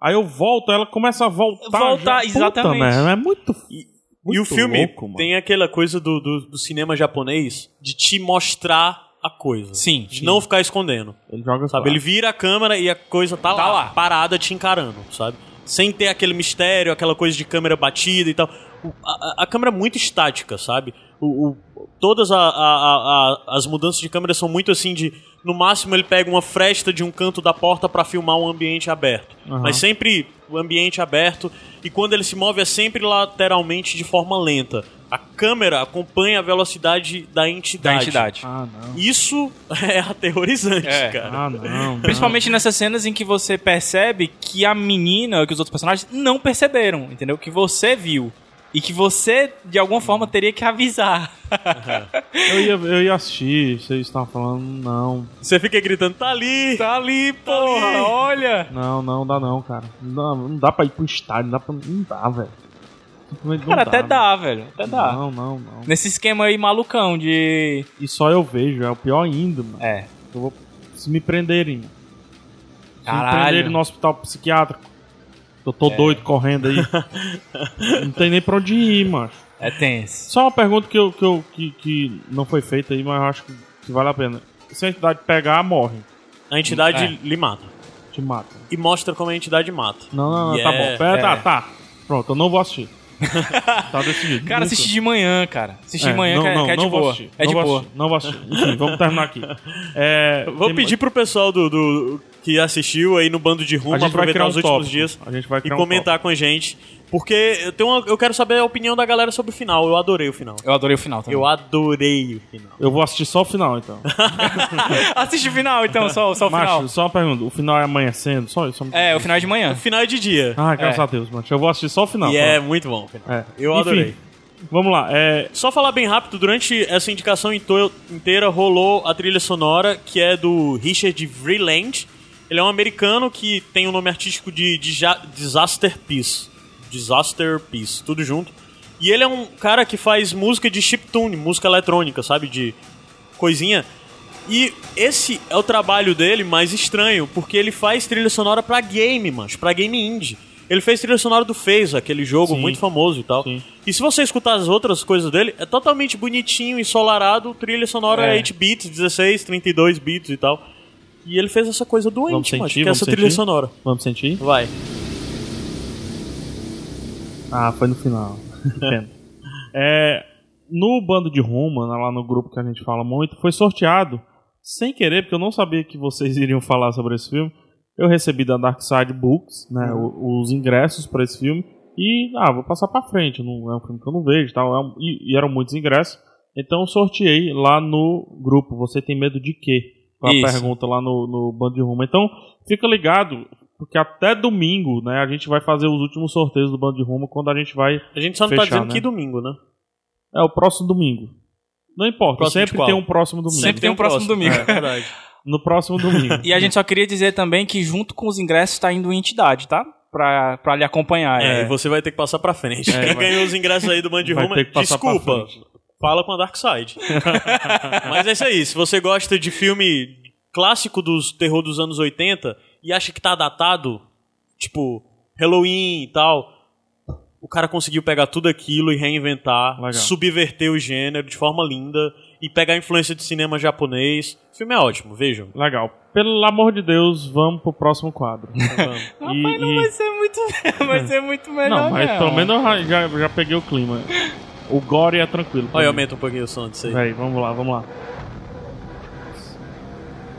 [SPEAKER 1] aí eu volto, ela começa a voltar.
[SPEAKER 3] Volta,
[SPEAKER 1] já-
[SPEAKER 3] exatamente.
[SPEAKER 1] Puta, né? É muito.
[SPEAKER 2] E-
[SPEAKER 1] muito
[SPEAKER 2] e o filme
[SPEAKER 1] louco, mano.
[SPEAKER 2] tem aquela coisa do, do, do cinema japonês de te mostrar a coisa.
[SPEAKER 3] Sim.
[SPEAKER 2] De não ficar escondendo.
[SPEAKER 1] Ele joga
[SPEAKER 2] Sabe? Ele vira a câmera e a coisa tá,
[SPEAKER 3] Tá
[SPEAKER 2] lá,
[SPEAKER 3] lá.
[SPEAKER 2] parada te encarando, sabe? Sem ter aquele mistério, aquela coisa de câmera batida e tal. O- a- A, a câmera é muito estática, sabe? O, o- todas a- a- a- a- as mudanças de câmera são muito assim de. No máximo ele pega uma fresta de um canto da porta pra filmar um ambiente aberto.
[SPEAKER 1] Aham.
[SPEAKER 2] Mas sempre o ambiente aberto. E quando ele se move é sempre lateralmente de forma lenta. A câmera acompanha a velocidade da
[SPEAKER 3] da
[SPEAKER 2] entidade.
[SPEAKER 3] entidade.
[SPEAKER 1] Ah, não.
[SPEAKER 2] Isso é aterrorizante,
[SPEAKER 3] É.
[SPEAKER 2] cara.
[SPEAKER 1] Ah, não. não.
[SPEAKER 3] Principalmente nessas cenas em que você percebe que a menina, que os outros personagens não perceberam, entendeu? Que você viu. E que você, de alguma forma, teria que avisar.
[SPEAKER 1] Eu ia, eu ia assistir, vocês estavam falando, não.
[SPEAKER 2] Você fica gritando, tá ali!
[SPEAKER 3] Tá ali, porra,
[SPEAKER 2] ali.
[SPEAKER 3] olha!
[SPEAKER 1] Não, não dá não, cara. Não dá, não dá pra ir pro estádio, não dá pra. Não dá, velho. Simplesmente não
[SPEAKER 3] Cara, até
[SPEAKER 1] velho.
[SPEAKER 3] dá, né? velho. Até dá.
[SPEAKER 1] Não, não, não.
[SPEAKER 3] Nesse esquema aí malucão de.
[SPEAKER 1] E só eu vejo, é o pior ainda, mano.
[SPEAKER 3] É.
[SPEAKER 1] Eu vou- Se me prenderem. mano. Se me
[SPEAKER 3] Caralho. É.
[SPEAKER 1] prenderem no hospital psiquiátrico. Eu tô doido correndo aí. não tem nem pra onde ir, macho.
[SPEAKER 3] É tenso.
[SPEAKER 1] Só uma pergunta que, eu, que, eu, que, que não foi feita aí, mas eu acho que, que vale a pena. Se a entidade pegar, morre.
[SPEAKER 2] A entidade
[SPEAKER 3] É.
[SPEAKER 2] lhe mata.
[SPEAKER 1] Te mata.
[SPEAKER 2] E mostra como a entidade mata.
[SPEAKER 1] Não, não, não,
[SPEAKER 2] Yeah.
[SPEAKER 1] tá bom. Pera,
[SPEAKER 3] É.
[SPEAKER 1] tá, tá. Pronto, eu não vou assistir. Tá decidido.
[SPEAKER 3] Cara,
[SPEAKER 1] Isso.
[SPEAKER 3] assiste de manhã, cara. Assiste
[SPEAKER 1] É,
[SPEAKER 3] de manhã
[SPEAKER 1] não,
[SPEAKER 3] que, é-
[SPEAKER 1] não,
[SPEAKER 3] que é de
[SPEAKER 1] não vou
[SPEAKER 3] boa.
[SPEAKER 1] assistir.
[SPEAKER 3] É
[SPEAKER 1] Não
[SPEAKER 3] de
[SPEAKER 1] vou
[SPEAKER 3] boa.
[SPEAKER 1] assistir, Não vou assistir. Enfim, vamos terminar aqui. É,
[SPEAKER 2] Vou
[SPEAKER 1] tem-
[SPEAKER 2] pedir pro pessoal do, do- que assistiu aí no bando de rumo
[SPEAKER 1] A gente vai
[SPEAKER 2] aproveitar
[SPEAKER 1] criar
[SPEAKER 2] os
[SPEAKER 1] um
[SPEAKER 2] últimos
[SPEAKER 1] tópico.
[SPEAKER 2] dias
[SPEAKER 1] A gente vai
[SPEAKER 2] e
[SPEAKER 1] criar um
[SPEAKER 2] comentar com a gente. Porque eu, tenho uma- eu quero saber a opinião da galera sobre o final. Eu adorei o
[SPEAKER 1] Ah.
[SPEAKER 2] final.
[SPEAKER 3] Eu adorei o final também.
[SPEAKER 2] Eu adorei o final.
[SPEAKER 1] Eu vou assistir só o final, então.
[SPEAKER 3] Assiste o final, então, só, só o final.
[SPEAKER 1] Macho, só uma pergunta. O final é amanhecendo? Só isso?
[SPEAKER 3] É, o final é de
[SPEAKER 2] O
[SPEAKER 3] manhã.
[SPEAKER 2] final é de dia.
[SPEAKER 1] Ah, graças
[SPEAKER 3] É.
[SPEAKER 1] a Deus, macho. Eu vou assistir só o final.
[SPEAKER 2] e
[SPEAKER 1] pronto.
[SPEAKER 2] é muito bom. o final.
[SPEAKER 1] É.
[SPEAKER 2] Eu
[SPEAKER 1] Enfim,
[SPEAKER 2] adorei.
[SPEAKER 1] Vamos lá. É,
[SPEAKER 2] Só falar bem rápido, durante essa indicação into- inteira rolou a trilha sonora, que é do Richard Vreeland. Ele é um americano que tem o nome artístico de, Dija- Disaster Peace. Disaster Peace, tudo junto. E ele é um cara que faz música de chiptune, música eletrônica, sabe? De coisinha. E esse é o trabalho dele mais estranho, porque ele faz trilha sonora pra game, mano, pra game indie. Ele fez trilha sonora do FaZe, aquele jogo
[SPEAKER 1] Sim.
[SPEAKER 2] muito famoso e tal.
[SPEAKER 1] Sim.
[SPEAKER 2] E se você escutar as outras coisas dele, é totalmente bonitinho, ensolarado, trilha sonora
[SPEAKER 3] É.
[SPEAKER 2] 8 bits, 16, 32 bits e tal. E ele fez essa coisa doente,
[SPEAKER 1] vamos
[SPEAKER 2] mano,
[SPEAKER 1] sentir,
[SPEAKER 2] que é
[SPEAKER 1] vamos
[SPEAKER 2] essa
[SPEAKER 1] sentir.
[SPEAKER 2] trilha sonora.
[SPEAKER 1] Vamos sentir?
[SPEAKER 2] Vai.
[SPEAKER 1] Ah, foi no final. Entendo. é, no bando de Roma, lá no grupo que a gente fala muito, foi sorteado, sem querer, porque eu não sabia que vocês iriam falar sobre esse filme. Eu recebi da Dark Side Books, né, o- os ingressos pra esse filme. E, ah, vou passar pra frente, não é um filme que eu não vejo e tal. é um- e, e eram muitos ingressos. Então eu sorteei lá no grupo. Você tem medo de quê? Foi a
[SPEAKER 3] Isso.
[SPEAKER 1] pergunta lá no, no bando de Roma. Então, fica ligado, porque até domingo, né, a gente vai fazer os últimos sorteios do bando de Roma quando a gente vai
[SPEAKER 2] A gente só não tá
[SPEAKER 1] Fechar,
[SPEAKER 2] dizendo
[SPEAKER 1] né?
[SPEAKER 2] que domingo, né?
[SPEAKER 1] é o próximo domingo. Não importa,
[SPEAKER 2] Próximo de
[SPEAKER 1] sempre
[SPEAKER 2] qual?
[SPEAKER 1] tem um próximo domingo.
[SPEAKER 3] Sempre tem um próximo domingo.
[SPEAKER 2] É verdade.
[SPEAKER 1] No próximo domingo.
[SPEAKER 3] E a gente só queria dizer também que junto com os ingressos tá indo uma entidade, tá? Pra, pra lhe acompanhar.
[SPEAKER 2] É,
[SPEAKER 3] É.
[SPEAKER 2] e você vai ter que passar pra frente.
[SPEAKER 1] É,
[SPEAKER 2] Quem
[SPEAKER 1] vai-
[SPEAKER 2] ganhou os ingressos aí do Band
[SPEAKER 1] Vai
[SPEAKER 2] Roma,
[SPEAKER 1] ter que passar pra
[SPEAKER 2] desculpa.
[SPEAKER 1] frente.
[SPEAKER 2] Fala com a Dark Side. Mas é isso aí. Se você gosta de filme clássico dos terror dos anos 80 e acha que tá datado, tipo Halloween e tal, o cara conseguiu pegar tudo aquilo e reinventar,
[SPEAKER 1] Legal.
[SPEAKER 2] subverter o gênero de forma linda e pegar a influência de cinema japonês. O filme é ótimo, vejam.
[SPEAKER 1] Legal. Pelo amor de Deus, vamos pro próximo quadro. E-
[SPEAKER 3] Rapaz, não é
[SPEAKER 1] e-
[SPEAKER 3] vai ser muito, vai ser muito melhor,
[SPEAKER 1] Não, mas pelo menos eu já- já, já peguei o clima. O gore é tranquilo. pra
[SPEAKER 2] Olha,
[SPEAKER 1] mim.
[SPEAKER 2] aumenta um pouquinho o som disso aí.
[SPEAKER 1] Véi, vamos lá, vamos lá.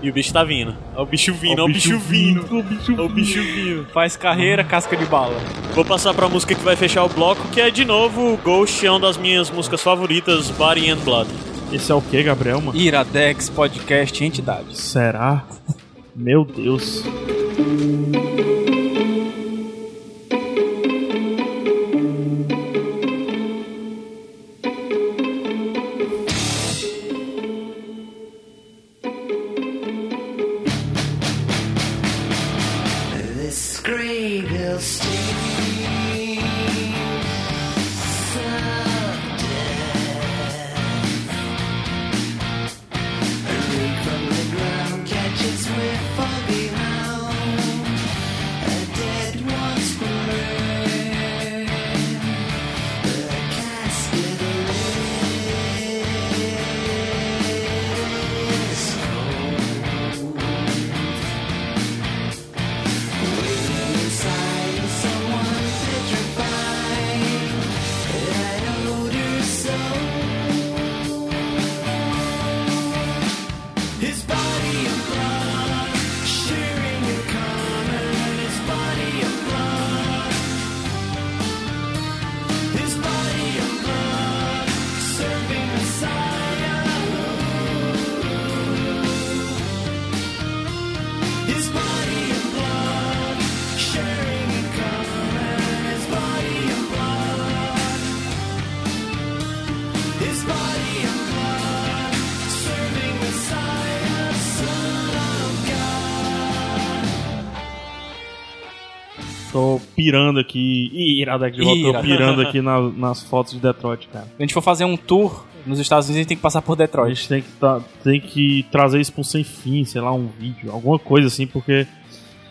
[SPEAKER 2] E o bicho tá vindo. É o bicho vindo, é o bicho vindo.
[SPEAKER 1] O bicho
[SPEAKER 2] É o bicho vindo.
[SPEAKER 3] Faz carreira, casca de bala.
[SPEAKER 2] Vou passar pra música que vai fechar o bloco, que é de novo o Ghost, é uma das minhas músicas favoritas, Body and Blood.
[SPEAKER 1] Esse é o que, Gabriel, mano?
[SPEAKER 3] Iradex Podcast Entidades.
[SPEAKER 1] Será? Meu Deus.
[SPEAKER 4] This grave will stay. Catches with far behind a dead one's word. The casket is His body of blood, sharing a common. His body of blood, his body of blood, serving Messiah. His body of blood, sharing a common. His body of blood, his body of blood. Serving Messiah, Son of
[SPEAKER 1] Tô pirando aqui. Ih, Iradex de volta. Tô
[SPEAKER 3] Iradex.
[SPEAKER 1] pirando aqui na- nas fotos de Detroit, cara.
[SPEAKER 3] Se a gente for fazer um tour nos Estados Unidos, a gente tem que passar por
[SPEAKER 1] A
[SPEAKER 3] Detroit.
[SPEAKER 1] gente tem que, tá- tem que trazer isso pra um sem fim, sei lá, um vídeo, alguma coisa assim, porque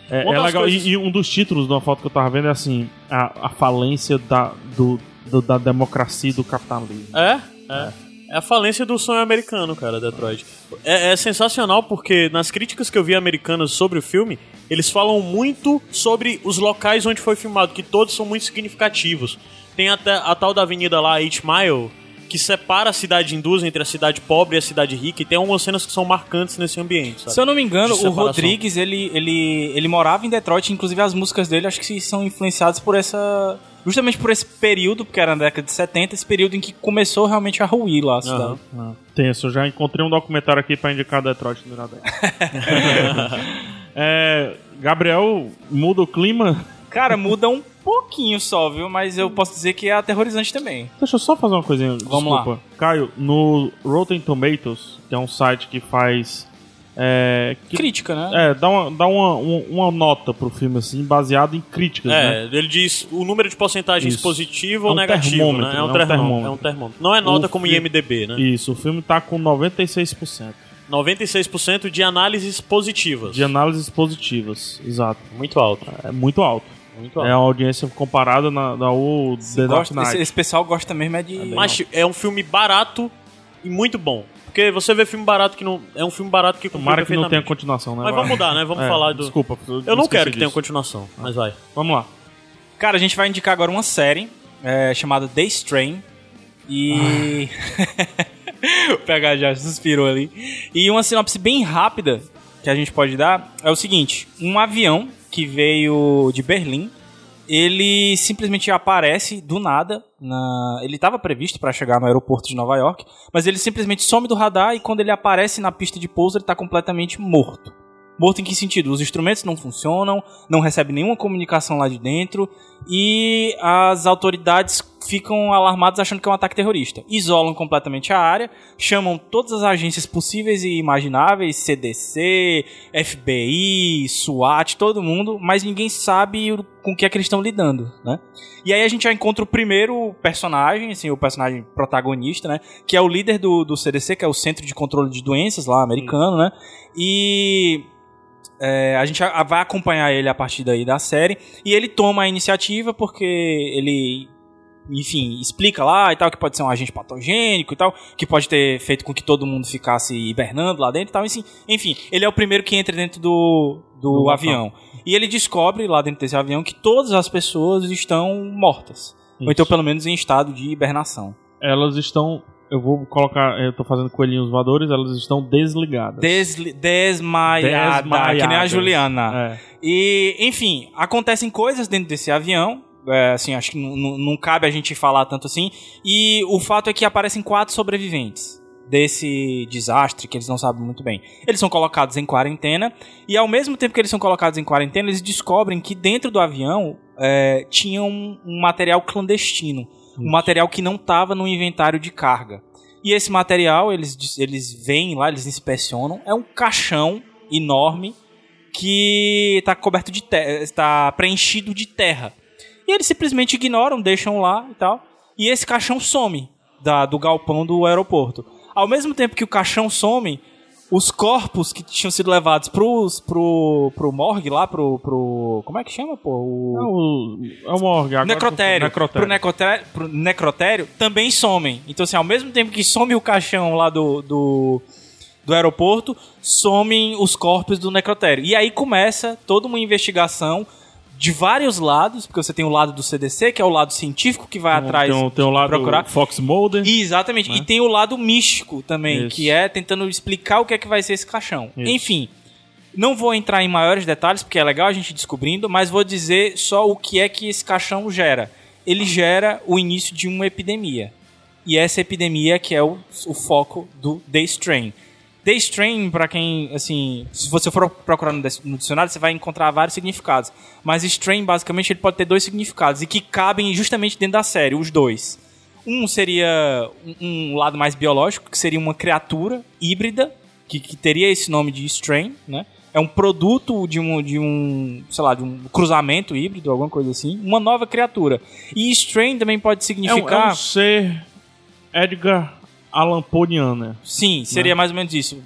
[SPEAKER 1] é,
[SPEAKER 2] Uma
[SPEAKER 1] é
[SPEAKER 2] das
[SPEAKER 1] legal.
[SPEAKER 2] coisas-
[SPEAKER 1] E, e um dos títulos de uma foto que eu tava vendo é assim: a, a falência da, do, do- da democracia e do capitalismo.
[SPEAKER 2] É? É. É a falência do sonho americano, cara, Detroit. É, é sensacional porque nas críticas que eu vi americanas sobre o filme, eles falam muito sobre os locais onde foi filmado, que todos são muito significativos. Tem até a tal da avenida lá, Eight Mile, que separa a cidade indústria entre a cidade pobre e a cidade rica, e tem algumas cenas que são marcantes nesse ambiente, sabe?
[SPEAKER 3] Se eu não me engano,
[SPEAKER 2] De
[SPEAKER 3] o
[SPEAKER 2] separação.
[SPEAKER 3] Rodrigues, ele, ele, ele morava em Detroit, inclusive as músicas dele acho que se- são influenciadas por essa. Justamente por esse período, porque era na década de 70, esse período em que começou realmente a ruir lá a cidade.
[SPEAKER 2] Aham.
[SPEAKER 1] Ah, tenso, eu já encontrei um documentário aqui pra indicar Detroit no Iradex. é, Gabriel muda o clima.
[SPEAKER 3] Cara, muda um pouquinho só, viu? Mas eu posso dizer que é aterrorizante também.
[SPEAKER 1] Deixa eu só fazer uma coisinha,
[SPEAKER 3] Vamos
[SPEAKER 1] desculpa. Caio, no Rotten Tomatoes, que é um site que faz. É, que-
[SPEAKER 3] Crítica, né?
[SPEAKER 1] é, dá, uma, dá uma, um- uma nota pro filme, assim, baseado em críticas, né?
[SPEAKER 2] É, ele diz o número de porcentagens
[SPEAKER 1] Isso.
[SPEAKER 2] positivo
[SPEAKER 1] É
[SPEAKER 2] ou
[SPEAKER 1] um
[SPEAKER 2] negativo,
[SPEAKER 1] termômetro,
[SPEAKER 2] né? É um,
[SPEAKER 1] é um
[SPEAKER 2] termômetro. É
[SPEAKER 1] termômetro.
[SPEAKER 2] um termômetro. Não é nota
[SPEAKER 1] O
[SPEAKER 2] como
[SPEAKER 1] fi-
[SPEAKER 2] IMDB, né?
[SPEAKER 1] Isso, o filme tá com 96%
[SPEAKER 2] 96% de análises positivas.
[SPEAKER 1] de análises positivas, exato.
[SPEAKER 2] Muito alto.
[SPEAKER 1] É muito alto.
[SPEAKER 2] Muito alto.
[SPEAKER 1] É uma audiência comparada na, da o The Dark
[SPEAKER 3] Gosta-
[SPEAKER 1] Knight.
[SPEAKER 3] esse, esse pessoal gosta mesmo é de.
[SPEAKER 2] Mas é um filme barato e muito bom. Porque você vê filme barato que não. É um filme barato que cumpriu
[SPEAKER 1] Tomara que não tenha
[SPEAKER 2] perfeitamente.
[SPEAKER 1] continuação, né?
[SPEAKER 2] Mas vamos mudar, né? Vamos
[SPEAKER 1] É,
[SPEAKER 2] falar do.
[SPEAKER 1] Desculpa.
[SPEAKER 2] Eu não quero que tenha
[SPEAKER 1] tenha continuação.
[SPEAKER 2] continuação, mas vai.
[SPEAKER 1] Vamos lá.
[SPEAKER 3] Cara, a gente vai indicar agora uma série é, chamada Day Strain. E. o PH já suspirou ali. E uma sinopse bem rápida que a gente pode dar é o seguinte: um avião que veio de Berlim. Ele simplesmente aparece do nada. na- Ele estava previsto para chegar no aeroporto de Nova York, mas ele simplesmente some do radar e quando ele aparece na pista de pouso, ele está completamente morto. Morto em que sentido? Os instrumentos não funcionam, não recebe nenhuma comunicação lá de dentro e as autoridades ficam alarmadas achando que é um ataque terrorista. Isolam completamente a área, chamam todas as agências possíveis e imagináveis, CDC, FBI, SWAT, todo mundo, mas ninguém sabe o- com o que é que eles estão lidando, né? E aí a gente já encontra o primeiro personagem, assim, o personagem protagonista, né? Que é o líder do, do CDC, que é o Centro de Controle de Doenças lá, americano, né? E é, a gente a- vai acompanhar ele a partir daí da série. E ele toma a iniciativa porque ele, enfim, explica lá e tal que pode ser um agente patogênico e tal, que pode ter feito com que todo mundo ficasse hibernando lá dentro e tal. Enfim, enfim ele é o primeiro que entra dentro do, do
[SPEAKER 1] Do
[SPEAKER 3] avião. E ele descobre lá dentro desse avião que todas as pessoas estão mortas. Ou então,
[SPEAKER 1] Isso.
[SPEAKER 3] pelo menos, em estado de hibernação.
[SPEAKER 1] Elas estão. Eu vou colocar. Eu tô fazendo coelhinhos voadores, elas estão desligadas.
[SPEAKER 3] Desli- desmaiada, que nem a
[SPEAKER 1] Desmaiadas.
[SPEAKER 3] Juliana.
[SPEAKER 1] É.
[SPEAKER 3] E, enfim, acontecem coisas dentro desse avião. é, assim, acho que não- não não cabe a gente falar tanto assim. E o fato é que aparecem quatro sobreviventes desse desastre que eles não sabem muito bem. Eles são colocados em quarentena. E ao mesmo tempo que eles são colocados em quarentena, eles descobrem que dentro do avião é, tinha um, um material clandestino. Um material que não estava no inventário de carga. E esse material, eles, dis- eles vêm lá, eles inspecionam. É um caixão enorme que está coberto de terra, está preenchido de terra. E eles simplesmente ignoram, deixam lá e tal. E esse caixão some da- do galpão do aeroporto. Ao mesmo tempo que o caixão some, os corpos que tinham sido levados pros, pro, pro morgue lá, pro, pro. Como é que chama, pô? O-
[SPEAKER 1] É o, é o Morgue. agora-
[SPEAKER 3] necrotério, Pro,
[SPEAKER 1] necrotério.
[SPEAKER 3] necrotério, pro necrotério também somem. Então, assim, ao mesmo tempo que some o caixão lá do, do, do aeroporto, somem os corpos do necrotério. E aí começa toda uma investigação de vários lados, porque você tem o lado do CDC, que é o lado científico que vai atrás.
[SPEAKER 1] Tem, um- tem um lado
[SPEAKER 3] procurar.
[SPEAKER 1] Fox Mulder.
[SPEAKER 3] E, Exatamente. E tem o lado místico também,
[SPEAKER 1] Né? Isso.
[SPEAKER 3] que é tentando explicar o que é que vai ser esse caixão.
[SPEAKER 1] Isso.
[SPEAKER 3] Enfim, não vou entrar em maiores detalhes, porque é legal a gente descobrindo, mas vou dizer só o que é que esse caixão gera. Ele gera o início de uma epidemia. E essa epidemia que é o, o foco do Day Strain. Day Strain, pra quem, assim, se você for procurar no dis- no dicionário, você vai encontrar vários significados. Mas Strain, basicamente, ele pode ter dois significados e que cabem justamente dentro da série, os dois. Um seria um, um lado mais biológico, que seria uma criatura híbrida, que, que teria esse nome de Strain, né? É um produto de um, de um, sei lá, de um cruzamento híbrido, alguma coisa assim. Uma nova criatura. E Strain também pode
[SPEAKER 1] É, um,
[SPEAKER 3] significar...
[SPEAKER 1] é um ser Edgar Allan Poeiana.
[SPEAKER 3] Sim, seria mais ou menos isso.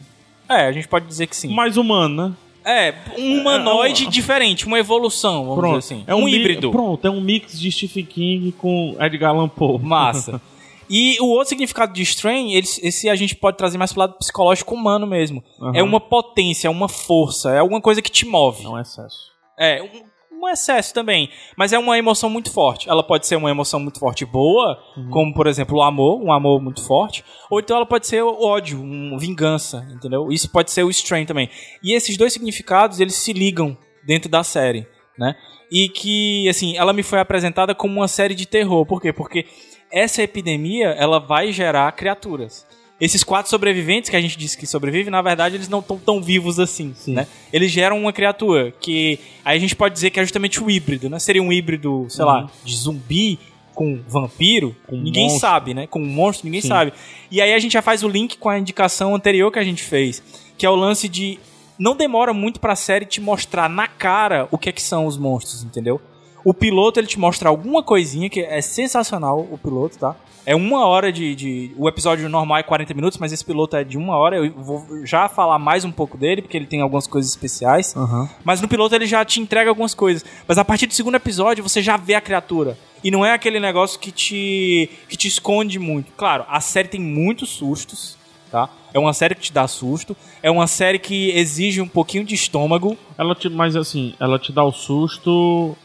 [SPEAKER 3] É, a gente pode dizer que sim.
[SPEAKER 1] Mais humano, né?
[SPEAKER 3] É, um humanoide
[SPEAKER 1] É, é um-
[SPEAKER 3] diferente, uma evolução, vamos
[SPEAKER 1] Pronto.
[SPEAKER 3] dizer assim.
[SPEAKER 1] É um, mi-
[SPEAKER 3] híbrido.
[SPEAKER 1] Pronto, é um mix de Stephen King com Edgar Allan Poe.
[SPEAKER 3] Massa. E o outro significado de Strain, ele- esse a gente pode trazer mais pro lado psicológico humano mesmo.
[SPEAKER 1] Aham.
[SPEAKER 3] É uma potência, é uma força, é alguma coisa que te move.
[SPEAKER 1] É um excesso.
[SPEAKER 3] É, um- um excesso também. Mas é uma emoção muito forte. Ela pode ser uma emoção muito forte boa, como por exemplo o amor, um amor muito forte. Ou então ela pode ser o ódio, um vingança, entendeu? Isso pode ser o strain também. E esses dois significados, eles se ligam dentro da série, né? E que, assim, ela me foi apresentada como uma série de terror. Por quê? Porque essa epidemia, ela vai gerar criaturas. Esses quatro sobreviventes que a gente disse que sobrevivem, na verdade, eles não estão tão vivos assim, né? Eles geram uma criatura que aí a gente pode dizer que é justamente o híbrido, né? Seria um híbrido, sei lá, de zumbi com vampiro, ninguém
[SPEAKER 1] monstro.
[SPEAKER 3] sabe, né? Com um monstro, ninguém sabe. E aí a gente já faz o link com a indicação anterior que a gente fez, que é o lance de não demora muito pra série te mostrar na cara o que é que são os monstros, entendeu? O piloto ele te mostra alguma coisinha que é sensacional, o piloto, tá? É uma hora de, de- O episódio normal é 40 minutos, mas esse piloto é de uma hora. Eu vou já falar mais um pouco dele, porque ele tem algumas coisas especiais. Mas no piloto ele já te entrega algumas coisas. Mas a partir do segundo episódio você já vê a criatura. E não é aquele negócio que te, que te esconde muito. Claro, a série tem muitos sustos, tá? É uma série que te dá susto. É uma série que exige um pouquinho de estômago.
[SPEAKER 1] Ela te, mas assim, ela te dá o susto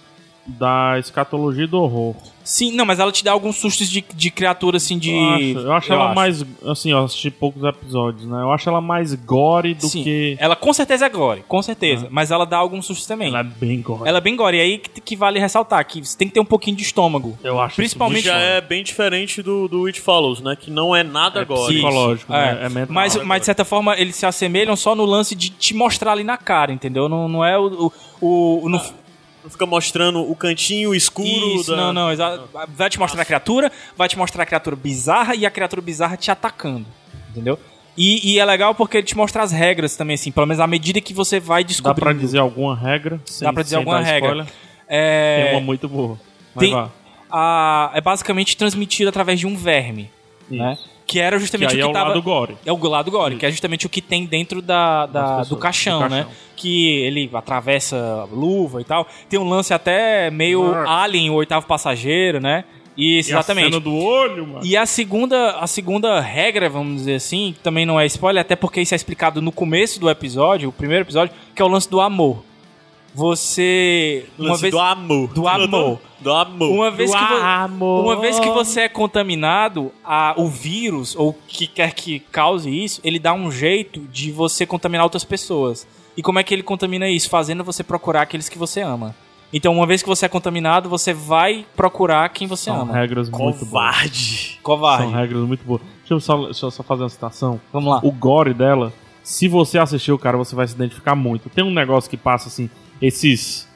[SPEAKER 1] da escatologia e do horror.
[SPEAKER 3] Sim, não, mas ela te dá alguns sustos de, de criatura assim de.
[SPEAKER 1] eu acho, eu acho ela
[SPEAKER 3] acho.
[SPEAKER 1] mais. Assim, eu assisti poucos episódios, né? Eu acho ela mais gore do
[SPEAKER 3] Sim.
[SPEAKER 1] que. Ah.
[SPEAKER 3] Ela com certeza é gore, com certeza. Mas ela dá alguns sustos também.
[SPEAKER 1] Ela é
[SPEAKER 3] Ela...
[SPEAKER 1] bem gore.
[SPEAKER 3] é bem gore. E aí que, que vale ressaltar, que você tem que ter um pouquinho de estômago.
[SPEAKER 1] Eu acho
[SPEAKER 3] Principalmente-
[SPEAKER 1] isso
[SPEAKER 2] Já é bem diferente do, do It Follows, né? Que não é nada agora.
[SPEAKER 1] psicológico,
[SPEAKER 3] É.
[SPEAKER 1] né? É mental.
[SPEAKER 3] mas, mas, de certa forma, eles se assemelham só no lance de te mostrar ali na cara, entendeu? Não, não é o. o, o- no-
[SPEAKER 1] Ah.
[SPEAKER 2] Não fica mostrando o cantinho escuro
[SPEAKER 3] Isso,
[SPEAKER 2] da.
[SPEAKER 3] não, não. exa- Vai te mostrar a criatura, vai te mostrar a criatura bizarra e a criatura bizarra te atacando, entendeu? E, e é legal porque ele te mostra as regras também, assim, pelo menos à medida que você vai
[SPEAKER 1] Dá
[SPEAKER 3] descobrindo.
[SPEAKER 1] pra dizer alguma regra? sem-
[SPEAKER 3] Dá pra dizer
[SPEAKER 1] sem
[SPEAKER 3] alguma
[SPEAKER 1] dar
[SPEAKER 3] regra.
[SPEAKER 1] spoiler?
[SPEAKER 3] É,
[SPEAKER 1] Tem uma muito boa. Mas
[SPEAKER 3] tem-
[SPEAKER 1] vá.
[SPEAKER 3] a- é basicamente transmitido através de um verme, né?
[SPEAKER 1] Isso.
[SPEAKER 3] Que era
[SPEAKER 1] Que
[SPEAKER 3] justamente
[SPEAKER 1] aí
[SPEAKER 3] o
[SPEAKER 1] é
[SPEAKER 3] que
[SPEAKER 1] o
[SPEAKER 3] tava.
[SPEAKER 1] lado gore.
[SPEAKER 3] É o lado gore, que é justamente o que tem dentro da, da-
[SPEAKER 1] Hum. pessoas,
[SPEAKER 3] do, caixão,
[SPEAKER 1] do
[SPEAKER 3] né?
[SPEAKER 1] caixão.
[SPEAKER 3] Que ele atravessa a luva e tal. Tem um lance até meio
[SPEAKER 1] Arr.
[SPEAKER 3] Alien, o oitavo passageiro, né? Isso,
[SPEAKER 1] E
[SPEAKER 3] exatamente.
[SPEAKER 1] A cena do olho, mano.
[SPEAKER 3] E a segunda, a segunda regra, vamos dizer assim, que também não é spoiler, até porque isso é explicado no começo do episódio, o primeiro episódio, que é o lance do amor. Você.
[SPEAKER 2] Lance do amor.
[SPEAKER 3] Do amor.
[SPEAKER 2] Do amor.
[SPEAKER 3] Uma vez, que vo-
[SPEAKER 1] amor.
[SPEAKER 3] uma vez que você é contaminado, a, o vírus, ou o que quer que cause isso, ele dá um jeito de você contaminar outras pessoas. E como é que ele contamina isso? Fazendo você procurar aqueles que você ama. Então, uma vez que você é contaminado, você vai procurar quem você
[SPEAKER 1] São
[SPEAKER 3] ama.
[SPEAKER 1] regras muito boas.
[SPEAKER 2] Covarde.
[SPEAKER 3] Covarde.
[SPEAKER 1] São regras muito boas. Deixa eu só, deixa eu só fazer uma citação.
[SPEAKER 3] Vamos lá.
[SPEAKER 1] O gore dela, se você assistiu, cara, você vai se identificar muito. Tem um negócio que passa assim, esses.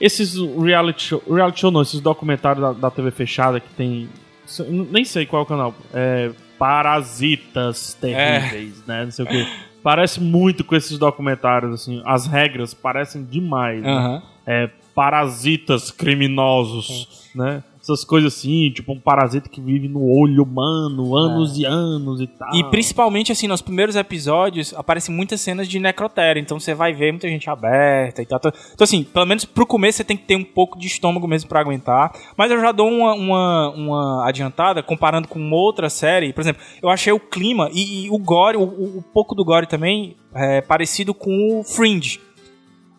[SPEAKER 1] Esses reality show. Reality show não, esses documentários da, da TV fechada que tem. se- n- Nem sei qual é o canal. É. Parasitas terríveis,
[SPEAKER 3] É.
[SPEAKER 1] né? Não sei o quê. Parece muito com esses documentários, assim. As regras parecem demais. né?
[SPEAKER 3] Aham.
[SPEAKER 1] é, parasitas criminosos,
[SPEAKER 3] É.
[SPEAKER 1] né? Essas coisas assim, tipo um parasita que vive no olho humano anos e anos e tal.
[SPEAKER 3] É. E principalmente, assim, nos primeiros episódios aparecem muitas cenas de necrotério. Então você vai ver muita gente aberta e tal. Então, assim, pelo menos pro começo você tem que ter um pouco de estômago mesmo pra aguentar. Mas eu já dou uma, uma, uma adiantada, comparando com outra série. Por exemplo, eu achei o clima e, e o gore, o, o- o pouco do gore também, é, parecido com o Fringe.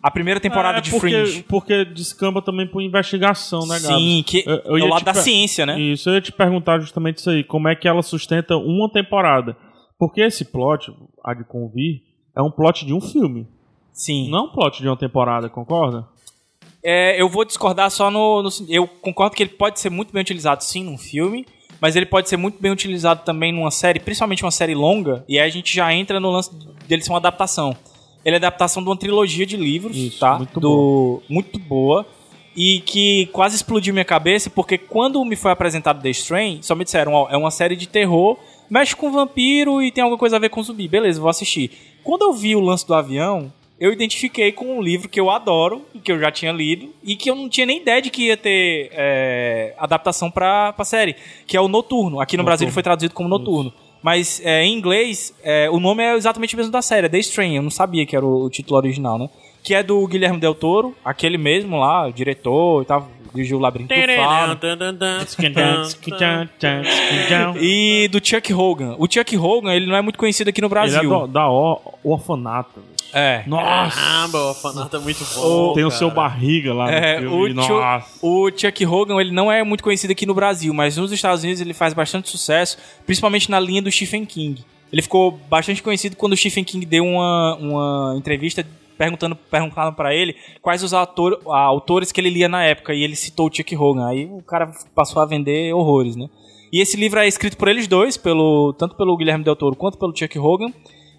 [SPEAKER 3] A primeira temporada
[SPEAKER 1] É,
[SPEAKER 3] de
[SPEAKER 1] porque,
[SPEAKER 3] Fringe.
[SPEAKER 1] Porque descamba também por investigação, né, Gabs?
[SPEAKER 3] Sim, que
[SPEAKER 1] Eu- eu
[SPEAKER 3] é o
[SPEAKER 1] ia
[SPEAKER 3] lado
[SPEAKER 1] te
[SPEAKER 3] da
[SPEAKER 1] per- Hum.
[SPEAKER 3] ciência, né?
[SPEAKER 1] Isso, eu ia te perguntar justamente isso aí. Como é que ela sustenta uma temporada? Porque esse plot, há de convir, é um plot de um filme.
[SPEAKER 3] Sim.
[SPEAKER 1] Não é um plot de uma temporada, concorda?
[SPEAKER 3] É, eu vou discordar só no, no- Eu concordo que ele pode ser muito bem utilizado, sim, num filme. Mas ele pode ser muito bem utilizado também numa série, principalmente uma série longa. E aí a gente já entra no lance dele ser uma adaptação. Ele é adaptação de uma trilogia de livros,
[SPEAKER 1] Isso,
[SPEAKER 3] tá?
[SPEAKER 1] muito
[SPEAKER 3] Do, muito boa. E que quase explodiu minha cabeça, porque quando me foi apresentado The Strain, só me disseram, ó, é uma série de terror, mexe com vampiro e tem alguma coisa a ver com zumbi. Beleza, vou assistir. Quando eu vi o lance do avião, eu identifiquei com um livro que eu adoro, e que eu já tinha lido, e que eu não tinha nem ideia de que ia ter é, adaptação pra, pra série, que é o Noturno. Aqui no Brasil ele foi traduzido como Noturno. Mas é, em inglês, é, o nome é exatamente o mesmo da série, é The Strain. Eu não sabia que era o, o título original, né? Que é do Guilherme Del Toro, aquele mesmo lá, o diretor e tal, Dirigiu o Labirinto do Fauno.
[SPEAKER 1] né? é
[SPEAKER 2] Ele
[SPEAKER 3] E do Chuck Hogan. O Chuck Hogan, ele não é muito conhecido aqui no Brasil.
[SPEAKER 1] é do- da O- Orfanato. velho.
[SPEAKER 3] É.
[SPEAKER 1] Nossa!
[SPEAKER 2] Caramba, o orfanato é muito bom.
[SPEAKER 1] Tem o
[SPEAKER 2] cara.
[SPEAKER 1] seu barriga lá
[SPEAKER 3] É,
[SPEAKER 1] no
[SPEAKER 3] o,
[SPEAKER 1] filme.
[SPEAKER 3] Chu-
[SPEAKER 1] Nossa!
[SPEAKER 3] o Chuck Hogan, ele não é muito conhecido aqui no Brasil, mas nos Estados Unidos ele faz bastante sucesso, principalmente na linha do Stephen King. Ele ficou bastante conhecido quando o Stephen King deu uma, uma entrevista perguntando perguntaram para ele quais os ator, a- autores que ele lia na época e ele citou o Chuck Hogan. Aí o cara passou a vender horrores, né? E esse livro é escrito por eles dois, pelo tanto pelo Guilherme Del Toro quanto pelo Chuck Hogan.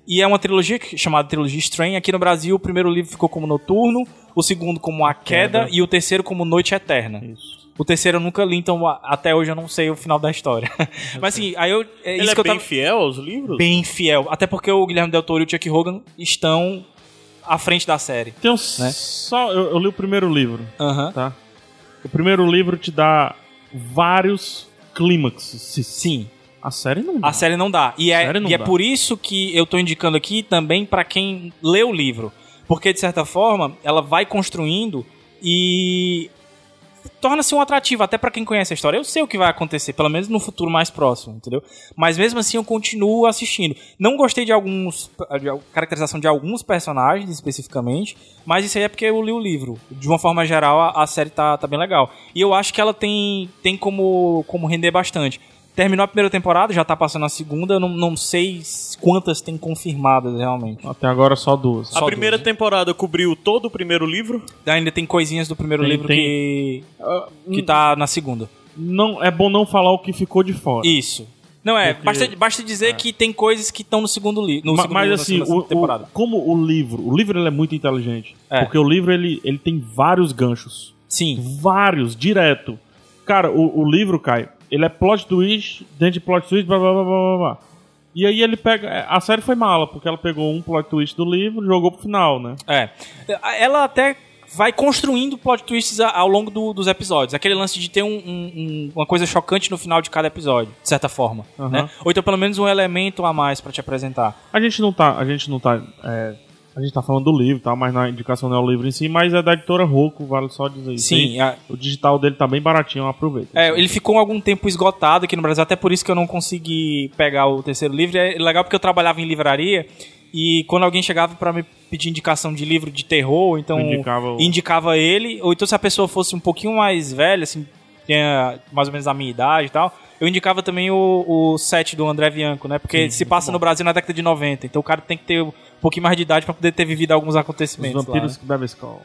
[SPEAKER 3] E é uma trilogia que- chamada Trilogia Estranha. Aqui no Brasil, o primeiro livro ficou como Noturno, o segundo como A Queda, e o terceiro como Noite Eterna.
[SPEAKER 1] Isso.
[SPEAKER 3] O terceiro eu nunca li, então a- até hoje eu não sei o final da história. Mas assim, aí eu. É
[SPEAKER 2] Ele
[SPEAKER 3] isso
[SPEAKER 2] é
[SPEAKER 3] que eu
[SPEAKER 2] bem
[SPEAKER 3] tava
[SPEAKER 2] fiel aos livros?
[SPEAKER 3] bem fiel. Até porque o Guilherme Del Toro e o Chuck Hogan estão à frente da série.
[SPEAKER 1] Tem um
[SPEAKER 3] Né?
[SPEAKER 1] só, eu, eu li o primeiro livro,
[SPEAKER 3] Aham.
[SPEAKER 1] tá? O primeiro livro te dá vários clímaxes.
[SPEAKER 3] Sim.
[SPEAKER 1] A série não dá.
[SPEAKER 3] A série não dá. E, é,
[SPEAKER 1] série não
[SPEAKER 3] e é
[SPEAKER 1] dá.
[SPEAKER 3] por isso que eu tô indicando aqui também pra quem lê o livro. Porque, de certa forma, ela vai construindo e torna-se um atrativo até pra quem conhece a história. Eu sei o que vai acontecer, pelo menos no futuro mais próximo, entendeu? Mas mesmo assim eu continuo assistindo. Não gostei de alguns de al- caracterização de alguns personagens especificamente, mas isso aí é porque eu li o livro. De uma forma geral, a, a série tá, tá bem legal. E eu acho que ela tem, tem como, como render bastante. Terminou a primeira temporada, já tá passando a segunda, eu não, não sei s- quantas tem confirmadas realmente.
[SPEAKER 1] Até agora só duas.
[SPEAKER 2] A
[SPEAKER 3] Só
[SPEAKER 2] primeira
[SPEAKER 3] doze.
[SPEAKER 2] temporada cobriu todo o primeiro livro?
[SPEAKER 3] Ainda tem coisinhas do primeiro
[SPEAKER 1] Tem-
[SPEAKER 3] livro
[SPEAKER 1] tem- Ah, um
[SPEAKER 3] que, que tá na segunda.
[SPEAKER 1] Não, é bom não falar o que ficou de fora.
[SPEAKER 3] Isso. Não é,
[SPEAKER 1] Porque- É.
[SPEAKER 3] basta, basta dizer que tem coisas que estão no segundo livro.
[SPEAKER 1] Ma- mas assim, o, o-
[SPEAKER 3] temporada.
[SPEAKER 1] como o livro, o livro ele é muito inteligente,
[SPEAKER 3] É.
[SPEAKER 1] porque o livro ele, ele tem vários ganchos,
[SPEAKER 3] Sim.
[SPEAKER 1] vários direto. Cara, o, o livro cai, ele é plot twist dentro de plot twist, blá blá blá blá blá. blá. E aí ele pega, é, a série foi mala porque ela pegou um plot twist do livro, e jogou pro final, né?
[SPEAKER 3] É. Ela até vai construindo plot twists a- ao longo do- dos episódios. Aquele lance de ter um- um- um- uma coisa chocante no final de cada episódio, de certa forma.
[SPEAKER 1] Aham.
[SPEAKER 3] né? Ou então pelo menos um elemento a mais pra te apresentar.
[SPEAKER 1] A gente não tá, a gente não tá, é, a gente tá falando do livro, tá? Mas na indicação não é o livro em si, mas é da editora Roku, vale só dizer isso.
[SPEAKER 3] Sim.
[SPEAKER 1] E
[SPEAKER 3] a-
[SPEAKER 1] O digital dele tá bem baratinho, aproveita.
[SPEAKER 3] é, ele ficou algum tempo esgotado aqui no Brasil, até por isso que eu não consegui pegar o terceiro livro. É legal porque eu trabalhava em livraria e quando alguém chegava pra me pedir indicação de livro de terror, então
[SPEAKER 1] Eu indicava o-
[SPEAKER 3] indicava ele, ou então se a pessoa fosse um pouquinho mais velha, assim, tinha mais ou menos a minha idade e tal, eu indicava também o, o set do André Bianco, né? Porque se passa no Brasil na década de 90, então o cara tem que ter um pouquinho mais de idade pra poder ter vivido alguns
[SPEAKER 1] Os
[SPEAKER 3] acontecimentos. lá,
[SPEAKER 1] vampiros
[SPEAKER 3] né?
[SPEAKER 1] que bebem escola.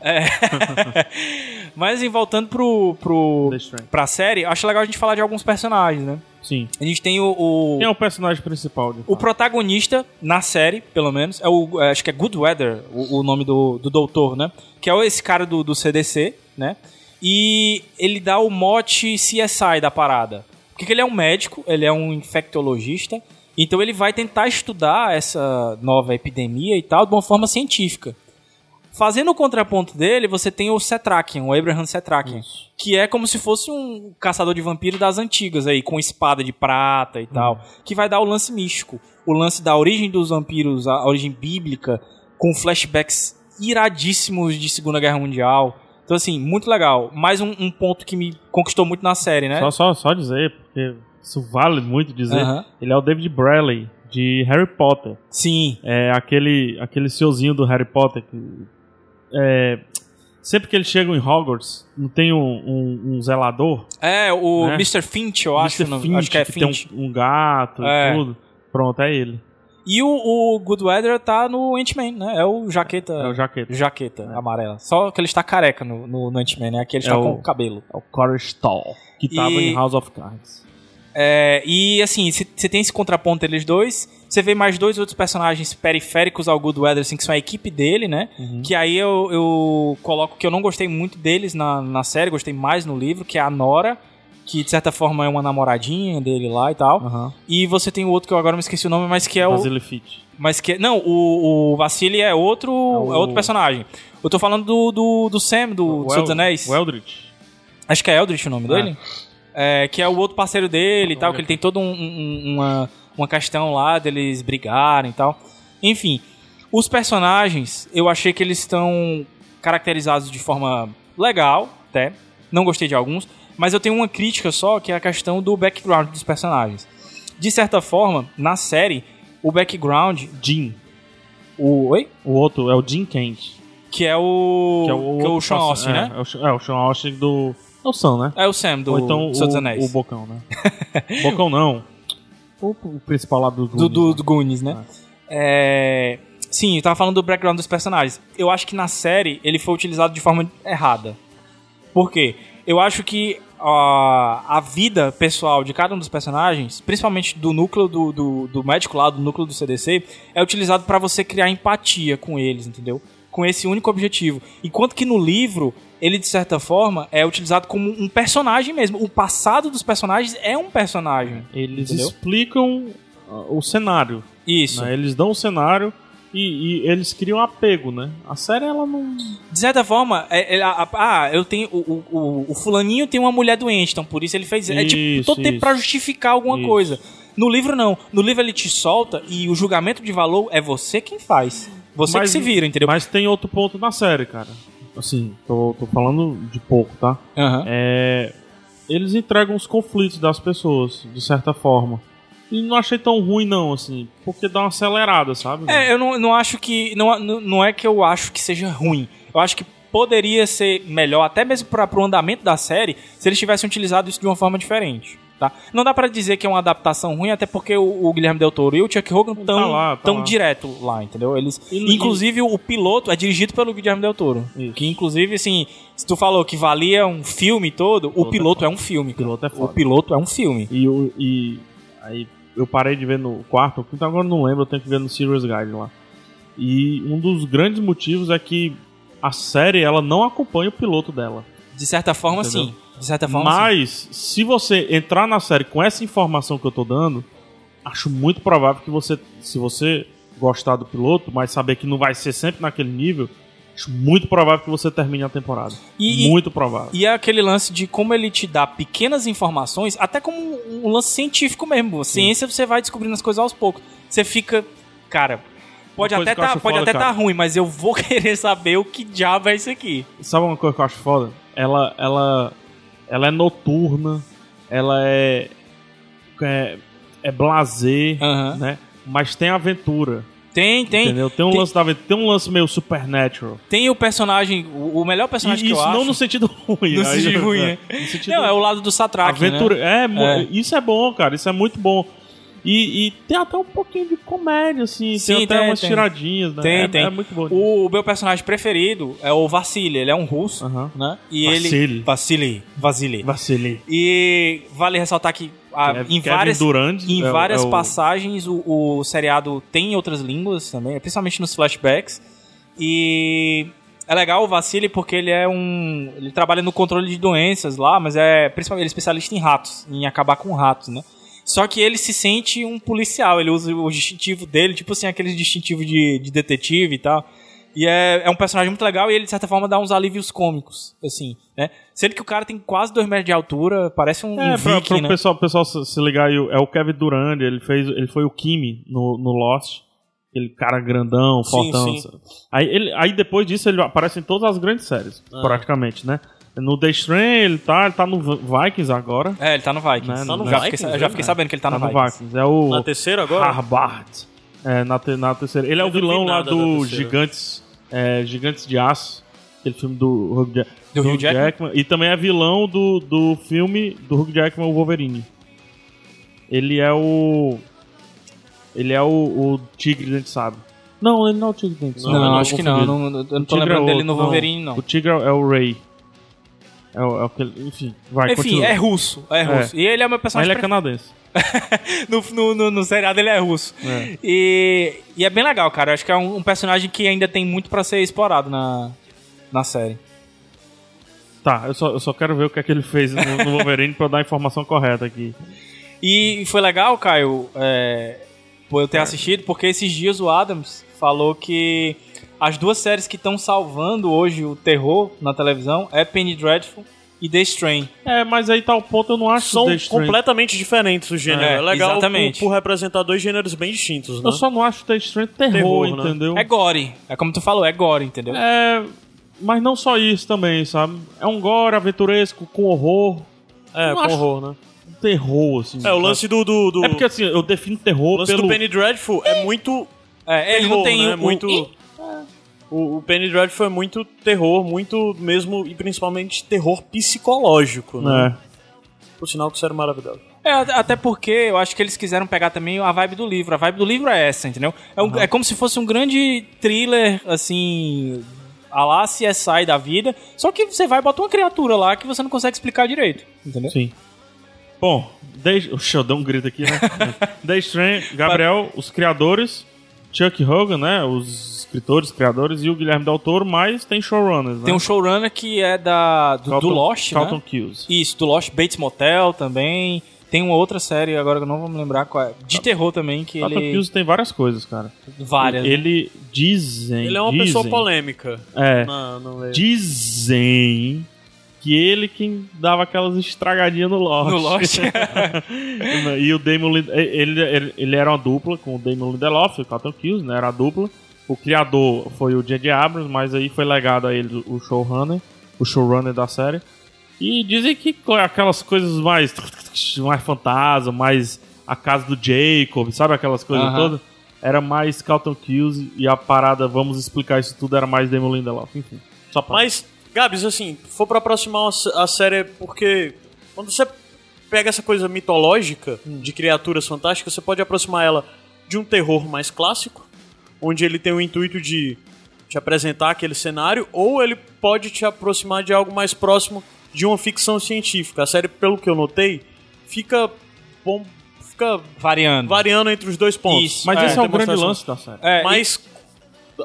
[SPEAKER 3] É. Mas e voltando pro, pro,
[SPEAKER 1] The Strange.
[SPEAKER 3] pra série, acho legal a gente falar de alguns personagens, né?
[SPEAKER 1] Sim.
[SPEAKER 3] A gente tem o. o-
[SPEAKER 1] Quem é o personagem principal? De
[SPEAKER 3] o
[SPEAKER 1] fato?
[SPEAKER 3] protagonista na série, pelo menos, é o. é, acho que é Goodweather, o, o nome do, do doutor, né? Que é esse cara do, do CDC, né? E ele dá o mote CSI da parada. Porque ele é um médico, ele é um infectologista. Então ele vai tentar estudar essa nova epidemia e tal de uma forma científica. Fazendo o contraponto dele, você tem o Cetrakian, o Abraham Cetrakian, que é como se fosse um caçador de vampiro das antigas aí, com espada de prata e tal, que vai dar o lance místico, o lance da origem dos vampiros, a a origem bíblica, com flashbacks iradíssimos de Segunda Guerra Mundial. Então assim, muito legal. Mais um, um ponto que me conquistou muito na série, né?
[SPEAKER 1] Só, só, só dizer, porque isso vale muito dizer.
[SPEAKER 3] Aham.
[SPEAKER 1] Ele é o David Bradley, de Harry Potter.
[SPEAKER 3] Sim.
[SPEAKER 1] É aquele, aquele senhorzinho do Harry Potter que. é, sempre que eles chegam em Hogwarts, não tem um, um- um zelador?
[SPEAKER 3] É, o
[SPEAKER 1] Né?
[SPEAKER 3] Mr. Finch, eu acho.
[SPEAKER 1] Mr.
[SPEAKER 3] o nome.
[SPEAKER 1] Finch,
[SPEAKER 3] acho que é
[SPEAKER 1] que
[SPEAKER 3] Finch.
[SPEAKER 1] Tem um, um gato e
[SPEAKER 3] É.
[SPEAKER 1] tudo. Pronto, é ele.
[SPEAKER 3] E o, o Goodweather tá no Ant-Man, né? É o jaqueta.
[SPEAKER 1] É o jaqueta.
[SPEAKER 3] jaqueta amarela. Só que ele está careca no, no, no Ant-Man, né? Aqui ele
[SPEAKER 1] É
[SPEAKER 3] está
[SPEAKER 1] o-
[SPEAKER 3] com o cabelo.
[SPEAKER 1] É o Corey Stahl, que tava
[SPEAKER 3] E-
[SPEAKER 1] em House of Cards.
[SPEAKER 3] É, e assim, você tem esse contraponto eles dois. Você vê mais dois outros personagens periféricos ao Goodweather, assim, que são a equipe dele, né?
[SPEAKER 1] Uhum.
[SPEAKER 3] Que aí eu, eu coloco que eu não gostei muito deles na, na série, gostei mais no livro, que é a Nora, que de certa forma é uma namoradinha dele lá e tal.
[SPEAKER 1] Aham.
[SPEAKER 3] E você tem o outro que eu agora me esqueci o nome, mas que é o.
[SPEAKER 1] Vasily Fitch.
[SPEAKER 3] Mas que. é, Não, o, o Vasily é outro. É,
[SPEAKER 1] o-
[SPEAKER 3] outro personagem. Eu tô falando do, do, do Sam, do, do Senhor dos
[SPEAKER 1] El-
[SPEAKER 3] Anéis.
[SPEAKER 1] O Eldritch.
[SPEAKER 3] Acho que é Eldritch o nome dele. É, que é o outro parceiro dele e tal,
[SPEAKER 2] Olha
[SPEAKER 3] que ele tem toda um- um- uma, uma questão lá deles brigarem e tal. Enfim, os personagens, eu achei que eles estão caracterizados de forma legal, até. não gostei de alguns, mas eu tenho uma crítica só, que é a questão do background dos personagens. De certa forma, na série, o background,
[SPEAKER 1] Jim.
[SPEAKER 3] o oi,
[SPEAKER 1] O outro é o Jim Kent.
[SPEAKER 3] que é o que é o,
[SPEAKER 1] outro
[SPEAKER 3] Sean
[SPEAKER 1] parceiro-
[SPEAKER 3] Austin,
[SPEAKER 1] é,
[SPEAKER 3] né?
[SPEAKER 1] É o, Sean- é o Sean Austin do... É o Sam, né?
[SPEAKER 3] É o Sam do
[SPEAKER 1] Ou então
[SPEAKER 3] Senhor dos
[SPEAKER 1] o,
[SPEAKER 3] Anéis.
[SPEAKER 1] o Bocão, né? Bocão não. O, o principal lá do...
[SPEAKER 3] do, do, do Goonies, né? É, Sim, eu tava falando do background dos personagens. Eu acho que na série ele foi utilizado de forma errada. Por quê? Eu acho que a, a vida pessoal de cada um dos personagens, principalmente do núcleo do, do, do médico lá, do núcleo do CDC, é utilizado pra você criar empatia com eles, entendeu? Com esse único objetivo. Enquanto que no livro, ele de certa forma é utilizado como um personagem mesmo. O passado dos personagens é um personagem.
[SPEAKER 1] né? Eles
[SPEAKER 3] Entendeu?
[SPEAKER 1] explicam ah, o cenário.
[SPEAKER 3] Isso.
[SPEAKER 1] né? Eles dão o cenário e, e eles criam apego, né? A série, ela não...
[SPEAKER 3] De certa forma, é- é- a- a- ah, eu tenho. O, o- o- o fulaninho tem uma mulher doente, então por isso ele fez. é tipo,
[SPEAKER 1] Isso,
[SPEAKER 3] todo tempo
[SPEAKER 1] isso.
[SPEAKER 3] pra justificar alguma
[SPEAKER 1] Isso.
[SPEAKER 3] coisa. No livro, não. No livro ele te solta e o julgamento de valor é você quem faz. Você
[SPEAKER 1] Mas-
[SPEAKER 3] que se vira, entendeu?
[SPEAKER 1] Mas tem outro ponto na série, cara. Assim, tô, tô falando de pouco, tá?
[SPEAKER 3] Aham.
[SPEAKER 1] É, eles entregam os conflitos das pessoas, de certa forma. E não achei tão ruim, não, assim, porque dá uma acelerada, sabe?
[SPEAKER 3] É, eu não, não acho que. Não, não é que eu acho que seja ruim. Eu acho que poderia ser melhor, até mesmo para pro andamento da série, se eles tivessem utilizado isso de uma forma diferente. Tá? Não dá pra dizer que é uma adaptação ruim, até porque o, o Guilherme Del Toro e o Chuck Hogan estão
[SPEAKER 1] lá, tá
[SPEAKER 3] tão
[SPEAKER 1] lá.
[SPEAKER 3] direto lá, entendeu? Eles,
[SPEAKER 1] E-
[SPEAKER 3] inclusive, o piloto é dirigido pelo Guilherme Del Toro.
[SPEAKER 1] Isso.
[SPEAKER 3] Que, inclusive, assim, se tu falou que valia um filme todo, o piloto é um filme. cara.
[SPEAKER 1] piloto é
[SPEAKER 3] O
[SPEAKER 1] foda.
[SPEAKER 3] piloto é um filme.
[SPEAKER 1] E, o- e aí eu parei de ver no quarto, ou quinto, agora eu não lembro, eu tenho que ver no Serious Guide lá. E um dos grandes motivos é que a série ela não acompanha o piloto dela.
[SPEAKER 3] De certa forma,
[SPEAKER 1] Entendeu?
[SPEAKER 3] sim. De certa forma, sim.
[SPEAKER 1] Mas se você entrar na série com essa informação que eu tô dando, acho muito provável que você, se você gostar do piloto, mas saber que não vai ser sempre naquele nível, acho muito provável que você termine a temporada.
[SPEAKER 3] E- e-
[SPEAKER 1] muito provável.
[SPEAKER 3] E é aquele lance de como ele te dá pequenas informações, até como um um lance científico mesmo. A Ciência você vai descobrindo as coisas aos poucos. Você fica, cara, pode
[SPEAKER 1] Uma coisa
[SPEAKER 3] até
[SPEAKER 1] que eu
[SPEAKER 3] tá,
[SPEAKER 1] acho
[SPEAKER 3] pode
[SPEAKER 1] foda,
[SPEAKER 3] até tá
[SPEAKER 1] cara.
[SPEAKER 3] ruim, mas eu vou querer saber o que diabo é isso aqui.
[SPEAKER 1] Sabe uma coisa que eu acho foda? Ela, ela, ela é noturna, ela é é, é blazer,
[SPEAKER 3] Aham.
[SPEAKER 1] né? Mas tem aventura,
[SPEAKER 3] Tem, tem.
[SPEAKER 1] entendeu? Tem um
[SPEAKER 3] tem-
[SPEAKER 1] lance da aventura, tem um lance meio supernatural.
[SPEAKER 3] Tem o personagem, o o melhor
[SPEAKER 1] E
[SPEAKER 3] personagem
[SPEAKER 1] isso
[SPEAKER 3] que eu
[SPEAKER 1] não
[SPEAKER 3] acho.
[SPEAKER 1] no sentido ruim.
[SPEAKER 3] No
[SPEAKER 1] aí-
[SPEAKER 3] sentido ruim,
[SPEAKER 1] é,
[SPEAKER 3] né?
[SPEAKER 1] no sentido
[SPEAKER 3] Não, é o lado do Satraque,
[SPEAKER 1] Aventura.
[SPEAKER 3] né?
[SPEAKER 1] É, mu-
[SPEAKER 3] É.
[SPEAKER 1] isso é bom, cara. Isso é muito bom. E, e tem até um pouquinho de comédia, assim.
[SPEAKER 3] Sim,
[SPEAKER 1] tem até
[SPEAKER 3] tem,
[SPEAKER 1] umas
[SPEAKER 3] tem.
[SPEAKER 1] tiradinhas, né?
[SPEAKER 3] Tem,
[SPEAKER 1] é,
[SPEAKER 3] tem.
[SPEAKER 1] É muito bom.
[SPEAKER 3] O meu personagem preferido é o Vassili, ele é um russo,
[SPEAKER 1] Aham.
[SPEAKER 3] né? E ele...
[SPEAKER 1] Vassili.
[SPEAKER 3] Vassili. Vassili.
[SPEAKER 1] Vacilei.
[SPEAKER 3] E vale ressaltar que ah,
[SPEAKER 1] Kevin-
[SPEAKER 3] em
[SPEAKER 1] Kevin
[SPEAKER 3] várias,
[SPEAKER 1] Durant
[SPEAKER 3] em
[SPEAKER 1] é o-
[SPEAKER 3] várias
[SPEAKER 1] é o-
[SPEAKER 3] passagens o, o seriado tem em outras línguas também, principalmente nos flashbacks. E é legal o Vassili porque ele é um. Ele trabalha no controle de doenças lá, mas é principalmente ele é especialista em ratos, em acabar com ratos, né? Só que ele se sente um policial, ele usa o distintivo dele, tipo assim, aquele distintivo de, de detetive e tal. E é, é um personagem muito legal e ele, de certa forma, dá uns alívios cômicos, assim, né? Sendo que o cara tem quase dois metros de altura, parece um, um
[SPEAKER 1] É, pra,
[SPEAKER 3] viking,
[SPEAKER 1] pro
[SPEAKER 3] né?
[SPEAKER 1] pessoal, pessoal se se ligar aí, é o Kevin Durant, ele, fez, ele foi o Kimi no, no Lost. Aquele cara grandão,
[SPEAKER 2] Sim,
[SPEAKER 1] fortão.
[SPEAKER 2] sim.
[SPEAKER 1] sabe? Aí, ele, aí depois disso ele aparece em todas as grandes séries,
[SPEAKER 3] Ah.
[SPEAKER 1] praticamente, né? No The Strain ele tá, ele tá no V- Vikings agora.
[SPEAKER 3] É, ele tá no Vikings.
[SPEAKER 1] Né,
[SPEAKER 2] Tá no
[SPEAKER 3] já
[SPEAKER 2] Vikings,
[SPEAKER 3] fiquei, eu já
[SPEAKER 2] né,
[SPEAKER 3] fiquei
[SPEAKER 2] cara?
[SPEAKER 3] sabendo que ele tá,
[SPEAKER 1] Tá
[SPEAKER 3] no,
[SPEAKER 1] no
[SPEAKER 3] Vikings.
[SPEAKER 1] Vikings. É o...
[SPEAKER 2] Na terceira agora?
[SPEAKER 1] Harbard. É, na, te- na terceira. Ele é
[SPEAKER 2] Eu
[SPEAKER 1] o
[SPEAKER 2] não vi
[SPEAKER 1] vilão lá
[SPEAKER 2] nada da
[SPEAKER 1] do
[SPEAKER 2] terceira.
[SPEAKER 1] Gigantes, é, Gigantes de Aço. Aquele filme do Hugh, Ja-
[SPEAKER 3] Do Hugh Jackman.
[SPEAKER 1] E também é vilão do, do filme do Hugh Jackman, o Wolverine. Ele é o... Ele é o, o Tigre Dente Sabe. Não, ele não é o Tigre Dente Sabe.
[SPEAKER 3] Não,
[SPEAKER 1] eu
[SPEAKER 3] acho que não. Eu
[SPEAKER 1] confundi.
[SPEAKER 3] não, eu não
[SPEAKER 1] O
[SPEAKER 3] tô
[SPEAKER 1] tigre
[SPEAKER 3] lembrando
[SPEAKER 1] é
[SPEAKER 3] dele
[SPEAKER 1] outro,
[SPEAKER 3] no Wolverine, não.
[SPEAKER 1] O Tigre é o Ray. É o, é aquele- enfim, vai,
[SPEAKER 3] Enfim,
[SPEAKER 1] continua.
[SPEAKER 3] é russo. É russo. E ele é o meu
[SPEAKER 1] Mas
[SPEAKER 3] personagem
[SPEAKER 1] ele é canadense.
[SPEAKER 3] no, no, no, no seriado ele é russo.
[SPEAKER 1] É.
[SPEAKER 3] E, e é bem legal, cara. Eu acho que é um, um personagem que ainda tem muito pra ser explorado na, na série.
[SPEAKER 1] Tá, eu só, eu só quero ver o que é que ele fez no, no Wolverine pra eu dar a informação correta aqui.
[SPEAKER 3] E foi legal, Caio, é, por eu ter assistido, porque esses dias o Adams falou que as duas séries que estão salvando hoje o terror na televisão é Penny Dreadful e The Strain.
[SPEAKER 1] É, mas aí tá o ponto, eu não acho
[SPEAKER 2] São
[SPEAKER 1] The Strain.
[SPEAKER 2] completamente diferentes os gêneros.
[SPEAKER 3] É,
[SPEAKER 2] É, legal
[SPEAKER 3] exatamente.
[SPEAKER 2] por, por representar dois gêneros bem distintos, né?
[SPEAKER 1] Eu só não acho The Strain terror,
[SPEAKER 2] Terror, né?
[SPEAKER 1] entendeu?
[SPEAKER 3] É gore. É como tu falou, é gore, é entendeu?
[SPEAKER 1] É, Mas não só isso também, sabe? É um gore aventuresco com horror,
[SPEAKER 2] É,
[SPEAKER 1] Não
[SPEAKER 2] com
[SPEAKER 1] acho-
[SPEAKER 2] horror, né?
[SPEAKER 1] um terror, assim.
[SPEAKER 2] É, o
[SPEAKER 1] sabe?
[SPEAKER 2] lance do. do, do-
[SPEAKER 1] É porque assim, eu defino
[SPEAKER 2] o
[SPEAKER 1] terror
[SPEAKER 2] lance
[SPEAKER 1] pelo.
[SPEAKER 2] do Penny Dreadful é muito.
[SPEAKER 3] É, ele não
[SPEAKER 2] terror,
[SPEAKER 3] tem
[SPEAKER 2] né?
[SPEAKER 3] o-
[SPEAKER 2] muito.
[SPEAKER 3] o-
[SPEAKER 2] O, o Penny Dreadful é muito terror, muito mesmo, e principalmente terror psicológico, né?
[SPEAKER 1] É.
[SPEAKER 2] Por sinal que isso era maravilhoso.
[SPEAKER 3] É, at- até porque eu acho que eles quiseram pegar também a vibe do livro. A vibe do livro é essa, entendeu? É, um- é como se fosse um grande thriller, assim. A lá CSI da vida. Só que você vai e bota uma criatura lá que você não consegue explicar direito. Entendeu?
[SPEAKER 1] Sim. Bom, desde. Oxe, eu dei um grito aqui, né? The Strain, Gabriel, os criadores, Chuck Hogan, né? Os escritores, criadores, e o Guilherme Del Toro, mas tem showrunners, né?
[SPEAKER 3] Tem um showrunner que é da, do, do
[SPEAKER 1] Carlton-
[SPEAKER 3] Lost,
[SPEAKER 1] Carlton
[SPEAKER 3] né?
[SPEAKER 1] Kills.
[SPEAKER 3] Isso, do Lost Bates Motel também. Tem uma outra série agora que eu não vou me lembrar qual é. De terror também, que
[SPEAKER 1] Carlton
[SPEAKER 3] ele.
[SPEAKER 1] Kills tem várias coisas, cara.
[SPEAKER 3] Várias. né?
[SPEAKER 1] Ele dizem.
[SPEAKER 2] Ele é uma pessoa
[SPEAKER 1] dizem-
[SPEAKER 2] polêmica.
[SPEAKER 1] É.
[SPEAKER 2] Não, Ah, não vejo.
[SPEAKER 1] Dizem que ele quem dava aquelas estragadinhas no Lost.
[SPEAKER 3] No Lost.
[SPEAKER 1] e o Damon Lin- ele, ele, ele era uma dupla com o Damon Lindelof, o Cotton Kills, né? Era a dupla. O criador foi o J.J. Abrams, mas aí foi legado a ele o showrunner, o showrunner da série. E dizem que co- aquelas coisas mais mais fantasma, mais a casa do Jacob, sabe aquelas coisas
[SPEAKER 3] Aham.
[SPEAKER 1] todas? Era mais Cotton Kills e a parada, vamos explicar isso tudo, era mais Damon Lindelof, enfim. Só pra...
[SPEAKER 2] Mas, Gabs, assim, for pra aproximar a sé- a série, é porque quando você pega essa coisa mitológica de criaturas fantásticas, você pode aproximar ela de um terror mais clássico, onde ele tem o intuito de te apresentar aquele cenário, ou ele pode te aproximar de algo mais próximo de uma ficção científica. A série, pelo que eu notei, fica bom, fica
[SPEAKER 3] Variando.
[SPEAKER 2] variando entre os dois pontos.
[SPEAKER 3] Isso.
[SPEAKER 1] Mas
[SPEAKER 3] É,
[SPEAKER 1] esse é o
[SPEAKER 2] demonstração.
[SPEAKER 1] grande lance da série.
[SPEAKER 3] É,
[SPEAKER 2] Mas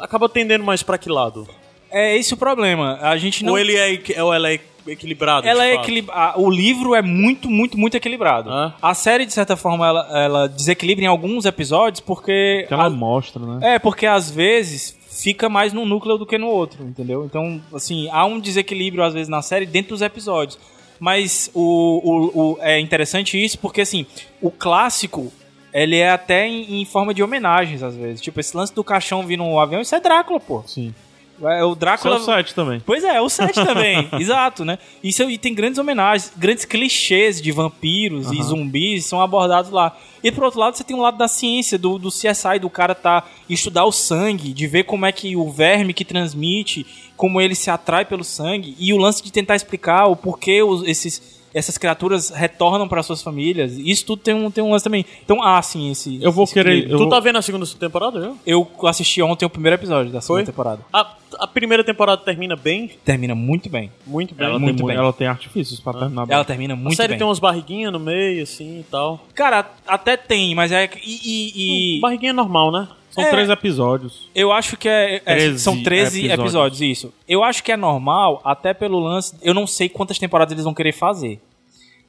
[SPEAKER 2] acaba tendendo mais pra que lado?
[SPEAKER 3] é esse o problema. A gente não.
[SPEAKER 2] Ou ele é, equi- ou ela é equilibrada?
[SPEAKER 3] Ela
[SPEAKER 2] de
[SPEAKER 3] é
[SPEAKER 2] fato?
[SPEAKER 3] equilib... a- O livro é muito, muito, muito equilibrado.
[SPEAKER 2] Ah.
[SPEAKER 3] A série, de certa forma, ela, ela desequilibra em alguns episódios porque.
[SPEAKER 1] Que ela
[SPEAKER 3] a-
[SPEAKER 1] mostra, né?
[SPEAKER 3] É, porque às vezes fica mais num núcleo do que no outro, entendeu? Então, assim, há um desequilíbrio às vezes na série dentro dos episódios. Mas o, o- o- é interessante isso porque, assim, o clássico, ele é até em, em forma de homenagens às vezes. Tipo, esse lance do caixão vir no avião, isso é Drácula, pô.
[SPEAKER 1] Sim.
[SPEAKER 3] É, o
[SPEAKER 1] Esse é
[SPEAKER 3] Drácula...
[SPEAKER 1] o site também.
[SPEAKER 3] Pois é, o 7 também, exato, né? Isso, e tem grandes homenagens, grandes clichês de vampiros e zumbis são abordados lá. E por outro lado, você tem um lado da ciência, do, do CSI, do cara tá estudar o sangue, de ver como é que o verme que transmite, como ele se atrai pelo sangue, e o lance de tentar explicar o porquê os- esses, essas criaturas retornam para suas famílias. Isso tudo tem um, tem um lance também. Então, há sim esse.
[SPEAKER 1] Eu vou
[SPEAKER 3] esse
[SPEAKER 1] querer.
[SPEAKER 3] equilíbrio.
[SPEAKER 1] Eu
[SPEAKER 2] Tu tá
[SPEAKER 1] vou...
[SPEAKER 2] vendo a segunda temporada já?
[SPEAKER 3] Eu assisti ontem o primeiro episódio da segunda
[SPEAKER 2] Foi?
[SPEAKER 3] temporada.
[SPEAKER 2] A, a primeira temporada termina bem,
[SPEAKER 3] Termina muito bem.
[SPEAKER 2] muito bem.
[SPEAKER 1] Ela, É.
[SPEAKER 3] Muito
[SPEAKER 1] tem, É, mu-
[SPEAKER 3] bem.
[SPEAKER 1] ela tem artifícios pra terminar bem.
[SPEAKER 3] Ela termina
[SPEAKER 2] Tá a
[SPEAKER 3] muito
[SPEAKER 2] série
[SPEAKER 3] bem.
[SPEAKER 2] tem umas barriguinhas no meio, assim e tal.
[SPEAKER 3] Cara, até tem, mas é.
[SPEAKER 1] Hum,
[SPEAKER 3] E, e- e
[SPEAKER 2] Barriguinha normal, né?
[SPEAKER 1] São
[SPEAKER 3] É.
[SPEAKER 1] três episódios.
[SPEAKER 3] eu acho que é. é,
[SPEAKER 1] 13
[SPEAKER 3] são 13 episódios.
[SPEAKER 1] episódios,
[SPEAKER 3] isso. Eu acho que é normal, até pelo lance. Eu não sei quantas temporadas eles vão querer fazer.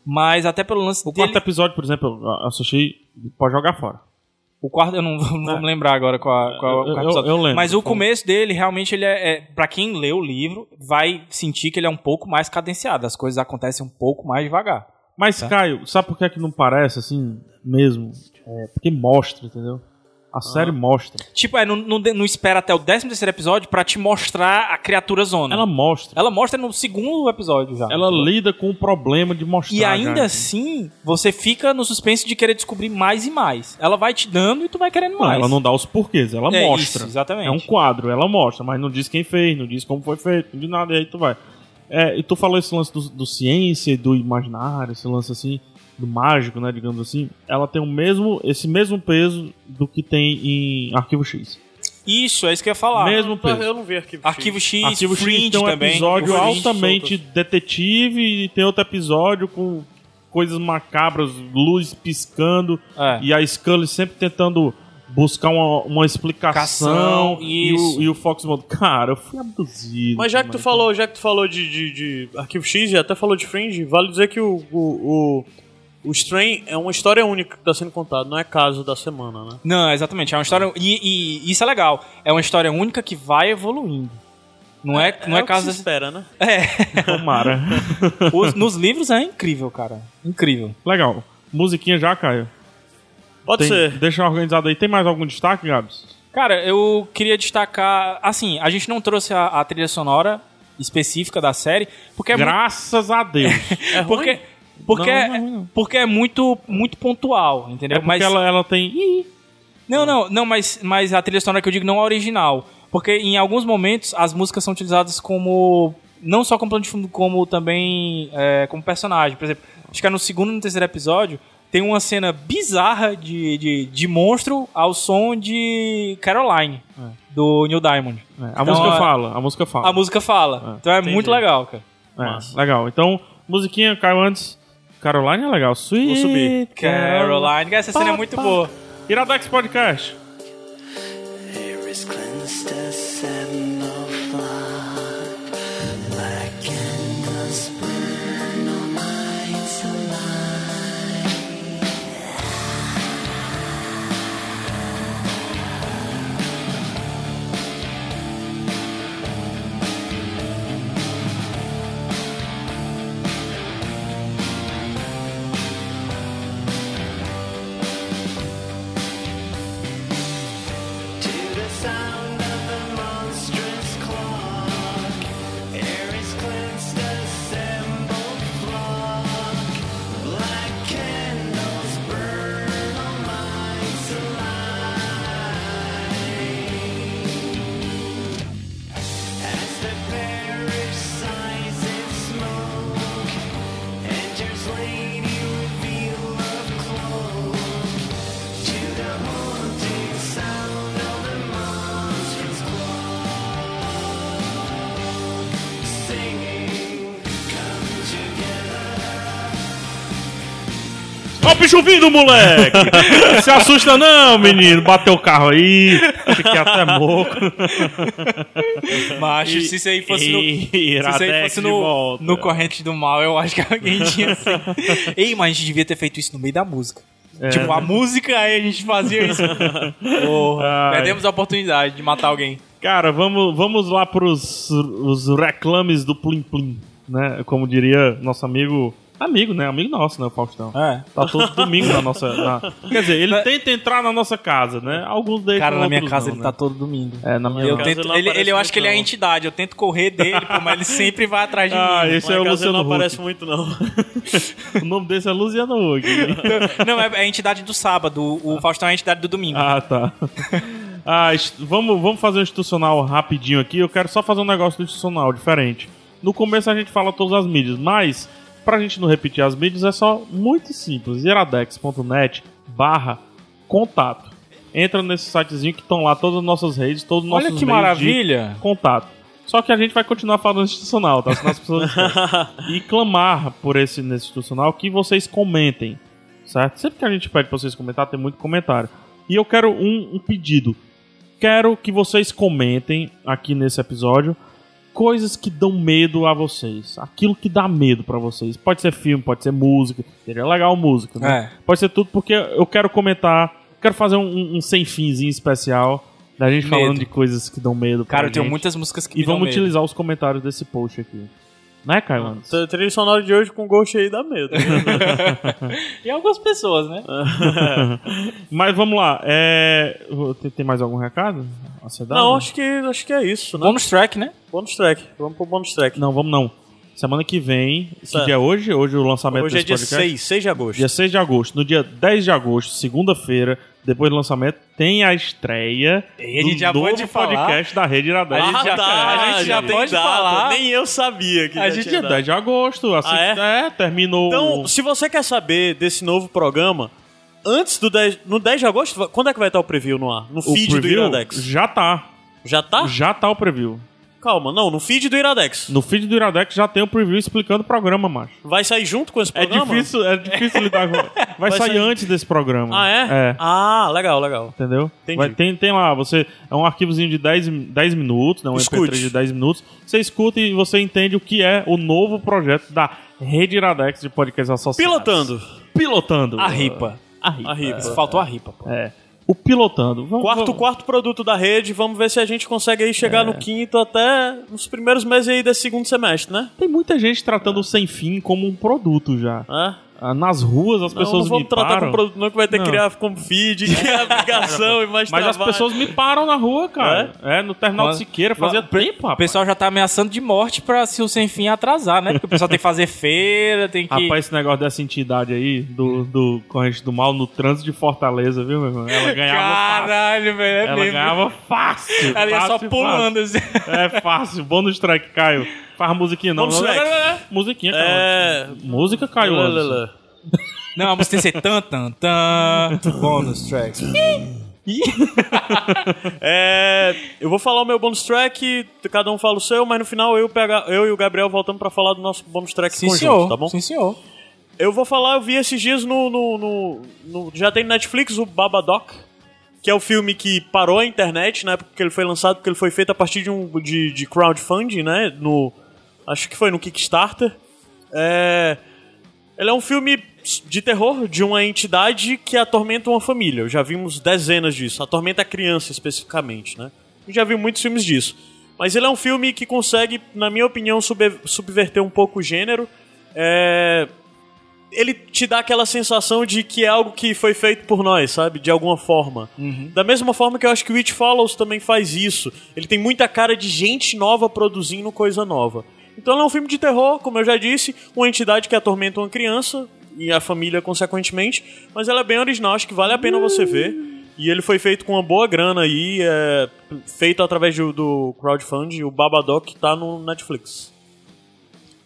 [SPEAKER 3] Mas até pelo lance
[SPEAKER 1] O
[SPEAKER 3] dele.
[SPEAKER 1] quarto episódio, por exemplo, eu assisti pode jogar fora.
[SPEAKER 3] O quarto, eu não vou, não vou me lembrar agora qual, a- qual, a-
[SPEAKER 1] É. Eu-
[SPEAKER 3] qual
[SPEAKER 1] eu-
[SPEAKER 3] episódio.
[SPEAKER 1] eu lembro. então.
[SPEAKER 3] Mas o
[SPEAKER 1] Foi.
[SPEAKER 3] começo dele, realmente, ele é, é. Pra quem lê o livro, vai sentir que ele é um pouco mais cadenciado. As coisas acontecem um pouco mais devagar.
[SPEAKER 1] Mas,
[SPEAKER 3] Tá.
[SPEAKER 1] Caio, sabe por que, é que não parece assim mesmo? É, porque mostra, entendeu? A série mostra.
[SPEAKER 3] Tipo, é, não, não, de- não espera até o 13 terceiro episódio pra te mostrar a criatura zona.
[SPEAKER 1] Ela mostra.
[SPEAKER 3] Ela mostra no segundo episódio já.
[SPEAKER 1] Ela, lida com o problema de mostrar. né?
[SPEAKER 3] E ainda
[SPEAKER 1] cara.
[SPEAKER 3] assim, você fica no suspense de querer descobrir mais e mais. Ela vai te dando e tu vai querendo
[SPEAKER 1] Não,
[SPEAKER 3] mais.
[SPEAKER 1] ela não dá os porquês, ela
[SPEAKER 3] É
[SPEAKER 1] mostra.
[SPEAKER 3] isso, exatamente.
[SPEAKER 1] É um quadro, ela mostra, mas não diz quem fez, não diz como foi feito, não diz nada, e aí tu vai. É, e tu falou esse lance do, do ciência e do imaginário, esse lance assim, do mágico, né, digamos assim. Ela tem o mesmo, esse mesmo peso do que tem em Arquivo X.
[SPEAKER 3] Isso, é isso que eu ia falar.
[SPEAKER 1] mesmo
[SPEAKER 2] Tá,
[SPEAKER 1] peso.
[SPEAKER 2] Eu não vi arquivo. X.
[SPEAKER 3] Arquivo X,
[SPEAKER 1] Arquivo
[SPEAKER 3] Fringe
[SPEAKER 1] X tem um
[SPEAKER 3] também.
[SPEAKER 1] episódio
[SPEAKER 3] Fringe,
[SPEAKER 1] altamente
[SPEAKER 3] outros.
[SPEAKER 1] detetive e tem outro episódio com coisas macabras, luz piscando
[SPEAKER 3] É.
[SPEAKER 1] e a Scully sempre tentando buscar uma, uma explicação
[SPEAKER 3] Cação,
[SPEAKER 1] e
[SPEAKER 3] isso.
[SPEAKER 1] o, e o Fox mandou, cara, eu fui abduzido.
[SPEAKER 2] Mas então. já que tu
[SPEAKER 1] mano."
[SPEAKER 2] falou, já que tu falou de, de, de Arquivo X e até falou de Fringe, vale dizer que o, o, o, o Strain é uma história única que tá sendo contada, não é caso da semana, né?
[SPEAKER 3] Não, exatamente. É uma história. E, e isso é legal. É uma história única que vai evoluindo. Não é, não é,
[SPEAKER 2] o que
[SPEAKER 3] caso.
[SPEAKER 2] se
[SPEAKER 3] desse-
[SPEAKER 2] espera, né?
[SPEAKER 3] É.
[SPEAKER 1] Tomara.
[SPEAKER 3] Os- nos livros é incrível, cara. Incrível.
[SPEAKER 1] Legal. Musiquinha já, Caio?
[SPEAKER 2] Pode
[SPEAKER 1] Tem-
[SPEAKER 2] ser.
[SPEAKER 1] Deixa organizado aí. Tem mais algum destaque, Gabs?
[SPEAKER 3] Cara, eu queria destacar. Assim, a gente não trouxe a, a trilha sonora específica da série, porque é muito-
[SPEAKER 1] Graças a Deus.
[SPEAKER 2] É ruim?
[SPEAKER 3] porque porque
[SPEAKER 1] Não, não é ruim, não.
[SPEAKER 3] porque é muito muito pontual,
[SPEAKER 1] É
[SPEAKER 3] entendeu?
[SPEAKER 1] porque ela, ela tem. Ih,
[SPEAKER 3] Não, não, não, mas, mas a trilha sonora que eu digo não é original. Porque em alguns momentos as músicas são utilizadas como. Não só como plano de fundo, como também é, como personagem. Por exemplo, acho que é no segundo e no terceiro episódio tem uma cena bizarra de, de, de monstro ao som de Caroline, do Neil Diamond.
[SPEAKER 1] é, a
[SPEAKER 3] Então,
[SPEAKER 1] música
[SPEAKER 3] a-
[SPEAKER 1] fala, a música fala.
[SPEAKER 3] A música fala.
[SPEAKER 1] É,
[SPEAKER 3] então é
[SPEAKER 2] entendi.
[SPEAKER 3] muito legal, cara.
[SPEAKER 1] É, legal. Então, musiquinha caiu antes. Caroline é legal. Sweet
[SPEAKER 2] Vou subir.
[SPEAKER 3] Caroline, cara, essa cena é muito boa.
[SPEAKER 1] Iradex Podcast.
[SPEAKER 4] Air is cleansed as satinophyte. My candles burn all nights alight. To the sound of the monstrous clock, air is cleansed assembled flock. Black candles burn all minds alive. As the parish sighs in smoke, enters lady reveal of cloak. To the haunting sound of the monstrous clock Singing, come together
[SPEAKER 1] Ó o bicho vindo, moleque! Se assusta não, menino. Bateu o carro aí. Fiquei até moco.
[SPEAKER 3] Mas
[SPEAKER 1] E-
[SPEAKER 3] se isso aí fosse no.
[SPEAKER 1] e-
[SPEAKER 3] Se isso aí
[SPEAKER 1] Iradex
[SPEAKER 3] fosse
[SPEAKER 1] de
[SPEAKER 3] no,
[SPEAKER 1] volta.
[SPEAKER 3] no Corrente do Mal, eu acho que alguém tinha assim. Ei, mas a gente devia ter feito isso no meio da música.
[SPEAKER 1] É.
[SPEAKER 3] Tipo, a música, aí a gente fazia isso. Porra,
[SPEAKER 1] Ai.
[SPEAKER 3] perdemos a oportunidade de matar alguém.
[SPEAKER 1] Cara, vamos, vamos lá pros os reclames do Plim Plim, né? Como diria nosso amigo. Amigo, né? Amigo nosso, né, o Faustão?
[SPEAKER 3] É.
[SPEAKER 1] Tá todo domingo na nossa. na- Quer dizer, ele tenta entrar na nossa casa, né? Alguns deles.
[SPEAKER 3] Cara, na minha casa ele tá todo domingo.
[SPEAKER 1] né? É, na minha
[SPEAKER 3] Eu,
[SPEAKER 1] não.
[SPEAKER 2] casa
[SPEAKER 3] tento-
[SPEAKER 2] ele não
[SPEAKER 3] ele, ele- eu
[SPEAKER 2] aparece
[SPEAKER 3] acho que ele é a
[SPEAKER 2] muito, não.
[SPEAKER 3] entidade, eu tento correr dele, pô, mas ele sempre vai atrás de
[SPEAKER 1] Ah,
[SPEAKER 3] mim.
[SPEAKER 1] esse é o
[SPEAKER 2] Mas ele
[SPEAKER 1] Luciano
[SPEAKER 2] não
[SPEAKER 1] Huck.
[SPEAKER 2] aparece muito, não.
[SPEAKER 1] O nome desse é Luciano Huck.
[SPEAKER 3] Não, é, é a entidade do sábado, o o Faustão é a entidade do domingo.
[SPEAKER 1] ah, tá. Ah, est- vamos, vamos fazer um institucional rapidinho aqui. Eu quero só fazer um negócio do institucional diferente. No começo a gente fala todas as mídias, mas pra gente não repetir as mídias é só muito simples. Iradex.net barra contato. Entra nesse sitezinho que estão lá todas as nossas redes, todos os nossos meios de contato. Só que a gente vai continuar falando institucional, tá? Senão as pessoas e clamar por esse nesse institucional que vocês comentem, certo? Sempre que a gente pede pra vocês comentar, tem muito comentário. E eu quero um, um pedido. Quero que vocês comentem aqui nesse episódio coisas que dão medo a vocês, aquilo que dá medo pra vocês. Pode ser filme, pode ser música, seria legal música,
[SPEAKER 3] É.
[SPEAKER 1] né? Pode ser tudo, porque eu quero comentar, quero fazer um, um- um sem finzinho especial da gente
[SPEAKER 3] Medo.
[SPEAKER 1] falando de coisas que dão medo. pra
[SPEAKER 3] Cara, eu tenho
[SPEAKER 1] gente.
[SPEAKER 3] muitas músicas que
[SPEAKER 1] E
[SPEAKER 3] me dão
[SPEAKER 1] vamos
[SPEAKER 3] medo.
[SPEAKER 1] utilizar os comentários desse post aqui. Né, Caio? Anderson?
[SPEAKER 2] Essa é trilha sonora de hoje com Ghost aí dá medo. né?
[SPEAKER 3] E algumas pessoas, né?
[SPEAKER 1] Mas vamos lá. É... tem- Tem mais algum recado? A ser dado?
[SPEAKER 2] Não, acho que, acho que é isso, né?
[SPEAKER 3] Bônus track, né?
[SPEAKER 2] Bônus track. Vamos pro bônus track.
[SPEAKER 1] Não, vamos não. Semana que vem. Que
[SPEAKER 2] Certo.
[SPEAKER 1] dia é hoje? Hoje é o lançamento
[SPEAKER 2] Tá. Hoje
[SPEAKER 1] desse
[SPEAKER 2] é dia
[SPEAKER 1] podcast.
[SPEAKER 2] 6, 6 de agosto.
[SPEAKER 1] Dia 6 de agosto. No dia 10 de agosto, segunda-feira, depois do lançamento, tem a estreia
[SPEAKER 3] E a
[SPEAKER 1] do
[SPEAKER 3] gente já
[SPEAKER 1] novo
[SPEAKER 3] pode falar.
[SPEAKER 1] podcast da Rede Iradex.
[SPEAKER 2] Ah,
[SPEAKER 3] gente já- a gente já
[SPEAKER 2] tem
[SPEAKER 3] pode falar.
[SPEAKER 2] Nem eu sabia que
[SPEAKER 3] A
[SPEAKER 2] tá, já
[SPEAKER 3] gente
[SPEAKER 2] tinha
[SPEAKER 1] Dia
[SPEAKER 2] data.
[SPEAKER 1] 10 de agosto. Assim,
[SPEAKER 2] Ah,
[SPEAKER 1] é? terminou...
[SPEAKER 2] Então, se você quer saber desse novo programa, antes do 10, no 10 de agosto, va- quando é que vai estar o preview no ar? No
[SPEAKER 1] o
[SPEAKER 2] feed do
[SPEAKER 1] preview
[SPEAKER 2] Iradex.
[SPEAKER 1] já tá.
[SPEAKER 2] Já tá?
[SPEAKER 1] Já tá o preview.
[SPEAKER 2] Calma, não, no feed do Iradex.
[SPEAKER 1] No feed do Iradex já tem o preview explicando o programa, macho.
[SPEAKER 2] Vai sair junto com esse
[SPEAKER 1] É
[SPEAKER 2] programa?
[SPEAKER 1] difícil, é difícil lidar com. Vai, sair,
[SPEAKER 2] sair-
[SPEAKER 1] antes desse programa.
[SPEAKER 2] Ah, é?
[SPEAKER 1] É.
[SPEAKER 2] Ah, legal, legal.
[SPEAKER 1] Entendeu?
[SPEAKER 2] Entendi.
[SPEAKER 1] Vai- tem, tem lá, você. É um arquivozinho de 10, mi- 10 minutos, né? Um MP3
[SPEAKER 2] Escute.
[SPEAKER 1] de 10 minutos. Você escuta e você entende o que é o novo projeto da Rede Iradex de podcast associados.
[SPEAKER 2] Pilotando.
[SPEAKER 1] Pilotando.
[SPEAKER 3] A ripa.
[SPEAKER 1] A ripa.
[SPEAKER 2] A ripa.
[SPEAKER 3] Isso, Faltou a ripa, pô.
[SPEAKER 1] É. O pilotando. Vamos,
[SPEAKER 2] Quarto,
[SPEAKER 1] vamos- É.
[SPEAKER 2] quarto produto da rede, vamos ver se a gente consegue aí chegar no quinto até nos primeiros meses aí desse segundo semestre, né?
[SPEAKER 1] Tem muita gente tratando o sem fim como um produto já.
[SPEAKER 2] É?
[SPEAKER 1] Ah, Nas ruas as
[SPEAKER 2] Não,
[SPEAKER 1] pessoas
[SPEAKER 2] não vamos
[SPEAKER 1] me param.
[SPEAKER 2] tratar com produto não que vai ter
[SPEAKER 1] Não.
[SPEAKER 2] que criar como feed, criar aplicação e mais
[SPEAKER 1] Mas as
[SPEAKER 2] trabalho.
[SPEAKER 1] pessoas me param na rua, cara. É, no terminal de
[SPEAKER 3] Mas-
[SPEAKER 1] Siqueira, fazia
[SPEAKER 3] Mas-
[SPEAKER 1] tempo,
[SPEAKER 3] O
[SPEAKER 1] rapaz.
[SPEAKER 3] pessoal já tá ameaçando de morte pra se o sem fim atrasar, né? Porque o pessoal tem que fazer feira, tem que.
[SPEAKER 1] Rapaz, esse negócio dessa entidade aí, do, do Corrente do Mal, no trânsito de Fortaleza, viu, meu irmão? Ela ganhava fácil.
[SPEAKER 3] Caralho, velho, é
[SPEAKER 1] Ela
[SPEAKER 3] mesmo.
[SPEAKER 1] ganhava fácil.
[SPEAKER 3] Ela ia só
[SPEAKER 1] fácil,
[SPEAKER 3] pulando assim.
[SPEAKER 1] fácil. É fácil. Bônus track, Caio. Faz musiquinha, não. né?
[SPEAKER 2] Bônus track.
[SPEAKER 3] né?
[SPEAKER 1] Musiquinha, Caio.
[SPEAKER 2] É.
[SPEAKER 1] Música, Caio.
[SPEAKER 2] Lá, lá,
[SPEAKER 1] Anderson.
[SPEAKER 2] lá.
[SPEAKER 3] Não, a música tem que ser tan, tan, tan. Bônus tracks.
[SPEAKER 2] É, eu vou falar o meu bônus track, cada um fala o seu, mas no final eu, pega, eu e o Gabriel voltamos pra falar do nosso bônus track
[SPEAKER 3] Sim,
[SPEAKER 2] conjunto,
[SPEAKER 3] senhor.
[SPEAKER 2] tá bom?
[SPEAKER 3] Sim, senhor.
[SPEAKER 2] Eu vou falar, eu vi esses dias no, no- no- no- Já tem no Netflix o Babadoc, que é o filme que parou a internet na época que ele foi lançado, porque ele foi feito a partir de, um, de, de crowdfunding, né? No, acho que foi no Kickstarter. É, ele é um filme de terror de uma entidade que atormenta uma família. Já vimos dezenas disso. Atormenta a criança especificamente, né? Eu já vi muitos filmes disso. Mas ele é um filme que consegue, na minha opinião, sube- subverter um pouco o gênero. É, ele te dá aquela sensação de que é algo que foi feito por nós, sabe? De alguma forma. Da mesma forma que eu acho que o It Follows também faz isso. Ele tem muita cara de gente nova produzindo coisa nova. Então ele é um filme de terror, como eu já disse, uma entidade que atormenta uma criança e a família consequentemente, mas ela é bem original, acho que vale a pena você ver. E ele foi feito com uma boa grana aí, é, feito através do, do crowdfunding, o Babadoc tá no Netflix.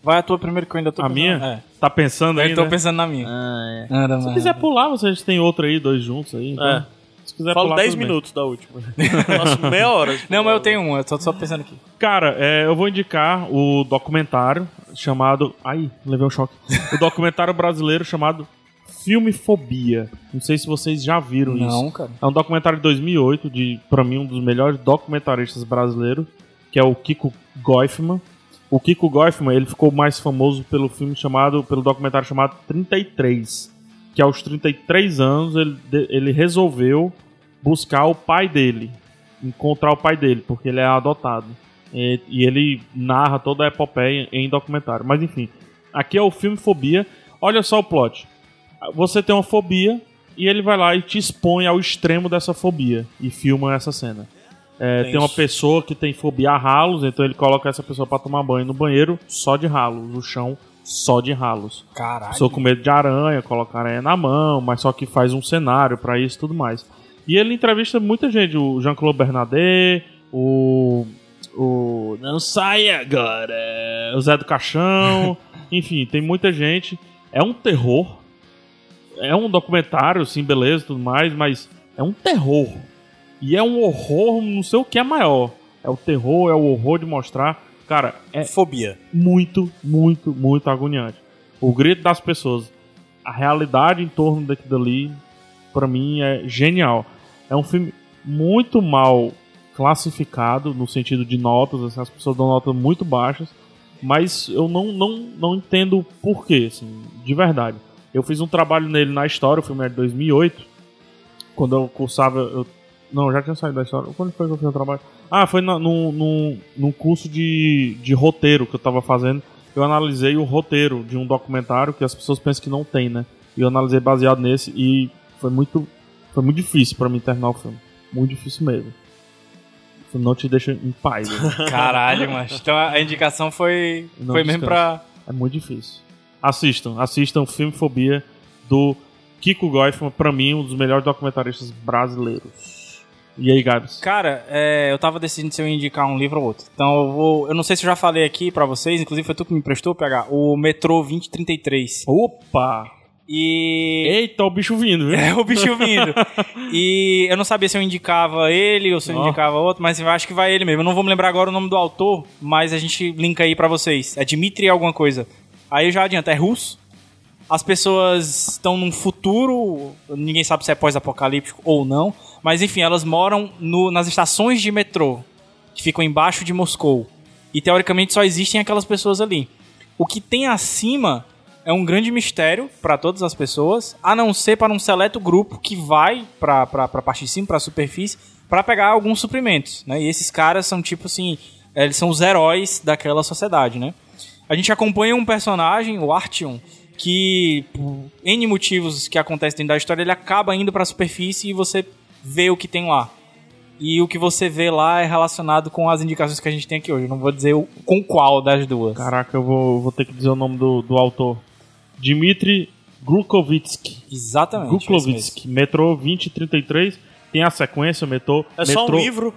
[SPEAKER 3] Vai a tua primeiro que eu ainda tô
[SPEAKER 1] A
[SPEAKER 3] pensando.
[SPEAKER 1] minha? Tá pensando
[SPEAKER 3] É.
[SPEAKER 1] aí,
[SPEAKER 3] Eu tô
[SPEAKER 1] né?
[SPEAKER 3] pensando na minha.
[SPEAKER 1] Ah, é.
[SPEAKER 3] Anda,
[SPEAKER 1] Se
[SPEAKER 3] mano.
[SPEAKER 1] quiser pular, vocês têm outra aí, dois juntos aí. então.
[SPEAKER 2] É.
[SPEAKER 1] Se quiser
[SPEAKER 2] Falo
[SPEAKER 1] pular,
[SPEAKER 2] 10
[SPEAKER 1] tudo bem.
[SPEAKER 2] minutos da última. Faço meia hora.
[SPEAKER 3] Não, mas eu tenho uma, eu tô só pensando aqui.
[SPEAKER 1] Cara, é, eu vou indicar o documentário chamado. Ai, levei um choque. O documentário brasileiro chamado Filmefobia. Não sei se vocês já viram isso.
[SPEAKER 3] Não, cara.
[SPEAKER 1] É um documentário de 2008, de, pra mim, um dos melhores documentaristas brasileiros, que é o Kiko Goifman. O Kiko Goifman, ele ficou mais famoso pelo filme chamado, pelo documentário chamado 33, que aos 33 anos ele, de- ele resolveu buscar o pai dele, encontrar o pai dele, porque ele é adotado. E, e ele narra toda a epopeia em documentário. Mas enfim, aqui é o filme Fobia. Olha só o plot. Você tem uma fobia e ele vai lá e te expõe ao extremo dessa fobia e filma essa cena. É, tem uma pessoa que tem fobia a ralos, então ele coloca essa pessoa pra tomar banho no banheiro só de ralos, no chão só de ralos.
[SPEAKER 3] Caralho.
[SPEAKER 1] Pessoa com medo de aranha, coloca aranha na mão, mas só que faz um cenário pra isso e tudo mais. E ele entrevista muita gente, o Jean-Claude Bernadette, o. O. Não sai agora! O Zé do Caixão. Enfim, tem muita gente. É um terror. É um documentário, sim, beleza e tudo mais, mas é um terror. E é um horror, não sei o que é maior. É o terror, é o horror de mostrar. Cara, é
[SPEAKER 2] Fobia.
[SPEAKER 1] muito, muito, muito agoniante. O grito das pessoas, a realidade em torno daquilo ali, pra mim é genial. É um filme muito mal classificado no sentido de notas, assim, as pessoas dão notas muito baixas, mas eu não, não, não entendo o porquê, assim, de verdade. Eu fiz um trabalho nele na história, o filme é de 2008, quando eu cursava, eu não, eu já tinha saído da história. Quando foi que eu fiz o trabalho? Ah, foi na- num, num, num curso de, de roteiro que eu tava fazendo. Eu analisei o roteiro de um documentário que as pessoas pensam que não tem, né? E eu analisei baseado nesse e foi muito, foi muito difícil pra mim terminar o filme. Muito difícil mesmo. O filme não te deixa em paz. né?
[SPEAKER 3] Caralho, mas então a indicação foi,
[SPEAKER 1] Não
[SPEAKER 3] foi mesmo
[SPEAKER 1] descansa.
[SPEAKER 3] pra.
[SPEAKER 1] é muito difícil. Assistam, assistam Filme Fobia do Kiko Goifman, pra mim, um dos melhores documentaristas brasileiros. E aí, Gabs?
[SPEAKER 3] Cara, é, eu tava decidindo se eu ia indicar um livro ou outro. Então eu vou. Eu não sei se eu já falei aqui pra vocês, inclusive foi tu que me emprestou, PH, o Metrô 2033.
[SPEAKER 1] Opa!
[SPEAKER 3] E.
[SPEAKER 1] Eita, o bicho vindo, viu?
[SPEAKER 3] É o bicho vindo. e eu não sabia se eu indicava ele ou se eu
[SPEAKER 1] Ó.
[SPEAKER 3] indicava outro, mas eu acho que vai ele mesmo. Eu não vou me lembrar agora o nome do autor, mas a gente linka aí pra vocês. É Dmitri alguma coisa. Aí eu já adianto, é russo. As pessoas estão num futuro, ninguém sabe se é pós-apocalíptico ou não, mas enfim, elas moram no- nas estações de metrô, que ficam embaixo de Moscou. E teoricamente só existem aquelas pessoas ali. O que tem acima é um grande mistério para todas as pessoas, a não ser para um seleto grupo que vai para a parte de cima, para a superfície, para pegar alguns suprimentos. Né? E esses caras são tipo assim, eles são os heróis daquela sociedade, né? A gente acompanha um personagem, o Artyom, que, por N motivos que acontecem dentro da história, ele acaba indo pra superfície e você vê o que tem lá. E o que você vê lá é relacionado com as indicações que a gente tem aqui hoje. Eu Não vou dizer o- com qual das duas.
[SPEAKER 1] Caraca, eu vou, vou ter que dizer o nome do, do autor. Dmitry Grukovitsky.
[SPEAKER 3] Exatamente. é isso mesmo.
[SPEAKER 1] Grukovitsky, Metrô 2033. Tem a sequência, o metrô.
[SPEAKER 2] É só
[SPEAKER 1] metrô-
[SPEAKER 2] um livro.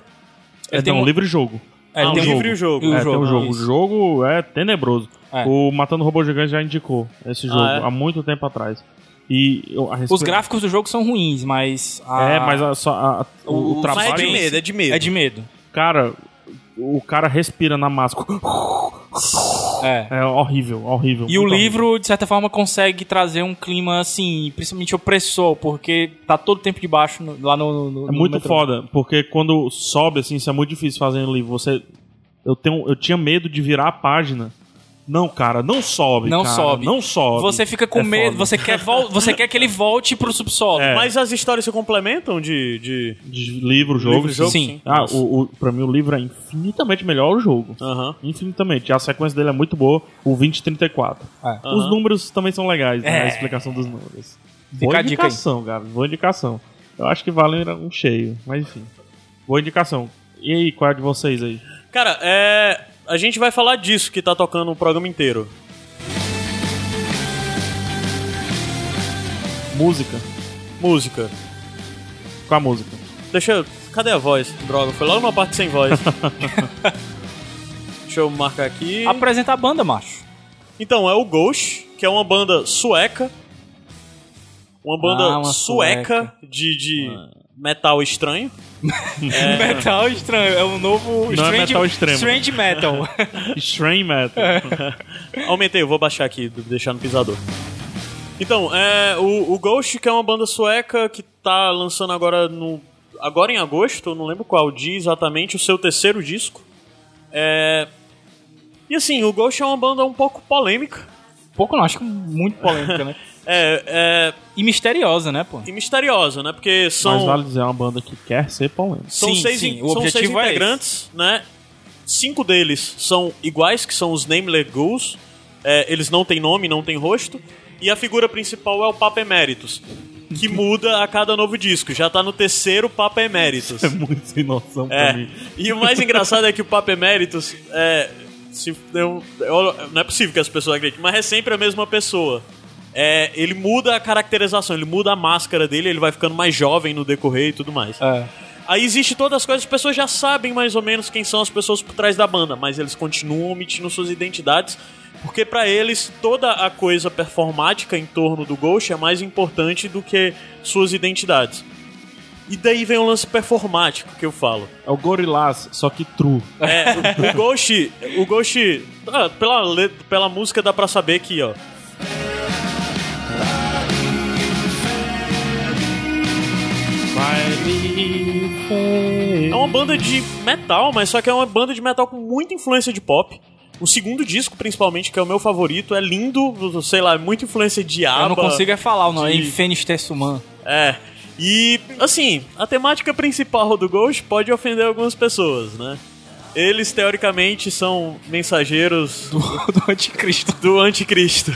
[SPEAKER 1] É,
[SPEAKER 3] Ele tem
[SPEAKER 1] não,
[SPEAKER 3] um-
[SPEAKER 1] livro e jogo.
[SPEAKER 3] É, ele
[SPEAKER 2] Ah,
[SPEAKER 3] tem
[SPEAKER 2] o
[SPEAKER 3] um-
[SPEAKER 2] livro e o jogo.
[SPEAKER 3] E o
[SPEAKER 1] é,
[SPEAKER 3] jogo,
[SPEAKER 1] tem um jogo.
[SPEAKER 3] isso.
[SPEAKER 1] O jogo é tenebroso.
[SPEAKER 3] É.
[SPEAKER 1] O Matando Robô Gigante já indicou esse jogo
[SPEAKER 2] Ah, é?
[SPEAKER 1] há muito tempo atrás. E eu- a
[SPEAKER 3] Os
[SPEAKER 1] respeito-
[SPEAKER 3] gráficos do jogo são ruins, mas. a-
[SPEAKER 1] É, mas a- só- a- a- o, o
[SPEAKER 2] Mas
[SPEAKER 1] trabalho.
[SPEAKER 2] é de medo, é de medo.
[SPEAKER 3] É de medo.
[SPEAKER 1] Cara, o cara respira na máscara.
[SPEAKER 3] É.
[SPEAKER 1] É horrível, horrível.
[SPEAKER 3] E o
[SPEAKER 1] muito horrível.
[SPEAKER 3] livro, de certa forma, consegue trazer um clima, assim, principalmente opressor, porque tá todo tempo debaixo no- lá no, no-
[SPEAKER 1] É
[SPEAKER 3] no
[SPEAKER 1] muito
[SPEAKER 3] metrô.
[SPEAKER 1] foda, porque quando sobe, assim, isso é muito difícil fazer no livro. Você. Eu, tenho, eu tinha medo de virar a página. Não, cara, não sobe.
[SPEAKER 3] Não
[SPEAKER 1] cara,
[SPEAKER 3] sobe.
[SPEAKER 1] Não sobe.
[SPEAKER 3] Você fica com
[SPEAKER 1] É
[SPEAKER 3] medo,
[SPEAKER 1] foda.
[SPEAKER 3] você quer, vol- você quer que ele volte pro subsolo.
[SPEAKER 1] É.
[SPEAKER 2] Mas as histórias se complementam de. de...
[SPEAKER 1] De livro, jogo.
[SPEAKER 2] Livro, jogo,
[SPEAKER 3] sim.
[SPEAKER 1] Ah,
[SPEAKER 2] Nossa.
[SPEAKER 1] o, o, pra mim o livro é infinitamente melhor o jogo.
[SPEAKER 2] Aham.
[SPEAKER 1] Infinitamente. A sequência dele é muito boa, o 2034.
[SPEAKER 3] É.
[SPEAKER 1] Os números também são legais, né?
[SPEAKER 3] É.
[SPEAKER 1] A explicação dos números.
[SPEAKER 3] Fica
[SPEAKER 1] boa
[SPEAKER 3] a dica aí.
[SPEAKER 1] indicação, cara. Boa indicação. Eu acho que vale um cheio, mas enfim. Boa indicação. E aí, qual é a de vocês aí?
[SPEAKER 2] Cara, é. A gente vai falar disso que tá tocando o programa inteiro.
[SPEAKER 1] Música.
[SPEAKER 2] Música.
[SPEAKER 1] Com a música.
[SPEAKER 2] Deixa eu. Cadê a voz? Droga, foi logo numa parte sem voz. Deixa eu marcar aqui.
[SPEAKER 3] Apresenta a banda, macho.
[SPEAKER 2] Então, é o Ghost, que é uma banda sueca. Uma banda
[SPEAKER 3] Ah, uma
[SPEAKER 2] sueca, de, de metal estranho.
[SPEAKER 3] Metal estranho, é um novo.
[SPEAKER 1] Não é metal extremo.
[SPEAKER 3] Strange metal.
[SPEAKER 1] Strain Metal.
[SPEAKER 2] Aumentei, eu vou baixar aqui, deixar no pisador. Então, é, o, o Ghost, que é uma banda sueca que tá lançando agora no. Agora em agosto, eu não lembro qual dia exatamente, o seu terceiro disco. É, E assim, o Ghost é uma banda um pouco polêmica.
[SPEAKER 3] Pouco não, acho que muito polêmica, né?
[SPEAKER 2] É, é,
[SPEAKER 3] E misteriosa, né, pô?
[SPEAKER 2] e misteriosa, né? Porque
[SPEAKER 1] Mas
[SPEAKER 2] são,
[SPEAKER 1] vale dizer, é uma banda que quer ser polêmica.
[SPEAKER 2] são
[SPEAKER 3] Sim,
[SPEAKER 2] seis,
[SPEAKER 3] sim,
[SPEAKER 2] in-
[SPEAKER 3] o
[SPEAKER 2] são seis
[SPEAKER 3] objetivo é esse.
[SPEAKER 2] integrantes, né? Cinco deles são iguais, que são os Nameless Ghouls. É, eles não têm nome, não têm rosto. E a figura principal é o Papa Emeritus, que muda a cada novo disco. Já tá no terceiro Papa Emeritus.
[SPEAKER 1] É muito sem noção pra
[SPEAKER 2] É.
[SPEAKER 1] mim.
[SPEAKER 2] E o mais engraçado é que o Papa Emeritus é. se- eu- eu- não é possível que as pessoas acreditem, mas é sempre a mesma pessoa. É, ele muda a caracterização, ele muda a máscara dele, ele vai ficando mais jovem no decorrer e tudo mais.
[SPEAKER 3] É.
[SPEAKER 2] Aí existe todas as coisas, as pessoas já sabem mais ou menos quem são as pessoas por trás da banda, mas eles continuam omitindo suas identidades, porque pra eles toda a coisa performática em torno do Ghost é mais importante do que suas identidades. E daí vem o lance performático que eu falo.
[SPEAKER 1] É o Gorillaz, só que true.
[SPEAKER 2] É, o, o Ghost. O Ghost. ah, pela, le- pela música dá pra saber que, ó. É uma banda de metal, mas só que é uma banda de metal com muita influência de pop. O segundo disco, principalmente, que é o meu favorito, é lindo, sei lá, é muita influência de ABBA.
[SPEAKER 3] Eu não consigo é falar o nome, é
[SPEAKER 2] de-
[SPEAKER 3] Infenis Tessuman.
[SPEAKER 2] É. E, assim, a temática principal do Ghost pode ofender algumas pessoas, né? Eles, teoricamente, são mensageiros
[SPEAKER 3] Do, do anticristo.
[SPEAKER 2] do anticristo.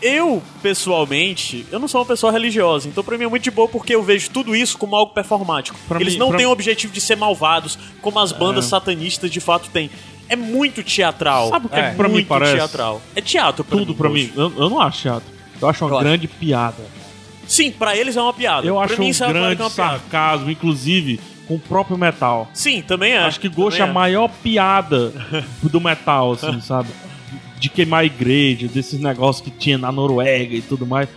[SPEAKER 2] Eu, pessoalmente, eu não sou uma pessoa religiosa, então pra mim é muito de boa porque eu vejo tudo isso como algo performático.
[SPEAKER 1] Pra
[SPEAKER 2] Eles
[SPEAKER 1] mim-
[SPEAKER 2] não
[SPEAKER 1] pra-
[SPEAKER 2] têm o objetivo de ser malvados, como as bandas satanistas de fato têm. É muito teatral.
[SPEAKER 1] Sabe o que
[SPEAKER 3] É,
[SPEAKER 1] é, que pra mim
[SPEAKER 2] muito
[SPEAKER 1] parece?
[SPEAKER 2] teatral. É teatro pra
[SPEAKER 1] Tudo
[SPEAKER 2] mim,
[SPEAKER 1] pra
[SPEAKER 2] hoje.
[SPEAKER 1] mim. Eu, eu não acho chato. Eu acho uma
[SPEAKER 3] Eu acho.
[SPEAKER 1] grande piada.
[SPEAKER 2] Sim, pra eles é uma piada.
[SPEAKER 1] Eu
[SPEAKER 2] pra
[SPEAKER 1] acho
[SPEAKER 2] mim
[SPEAKER 1] um
[SPEAKER 2] isso é claro que
[SPEAKER 1] grande
[SPEAKER 2] é uma piada.
[SPEAKER 1] sarcasmo, inclusive, com o próprio metal.
[SPEAKER 2] Sim, também é.
[SPEAKER 1] Acho que Ghost é a
[SPEAKER 2] Também
[SPEAKER 1] maior piada do metal, assim, sabe? De queimar igreja, desses negócios que tinha na Noruega e tudo mais.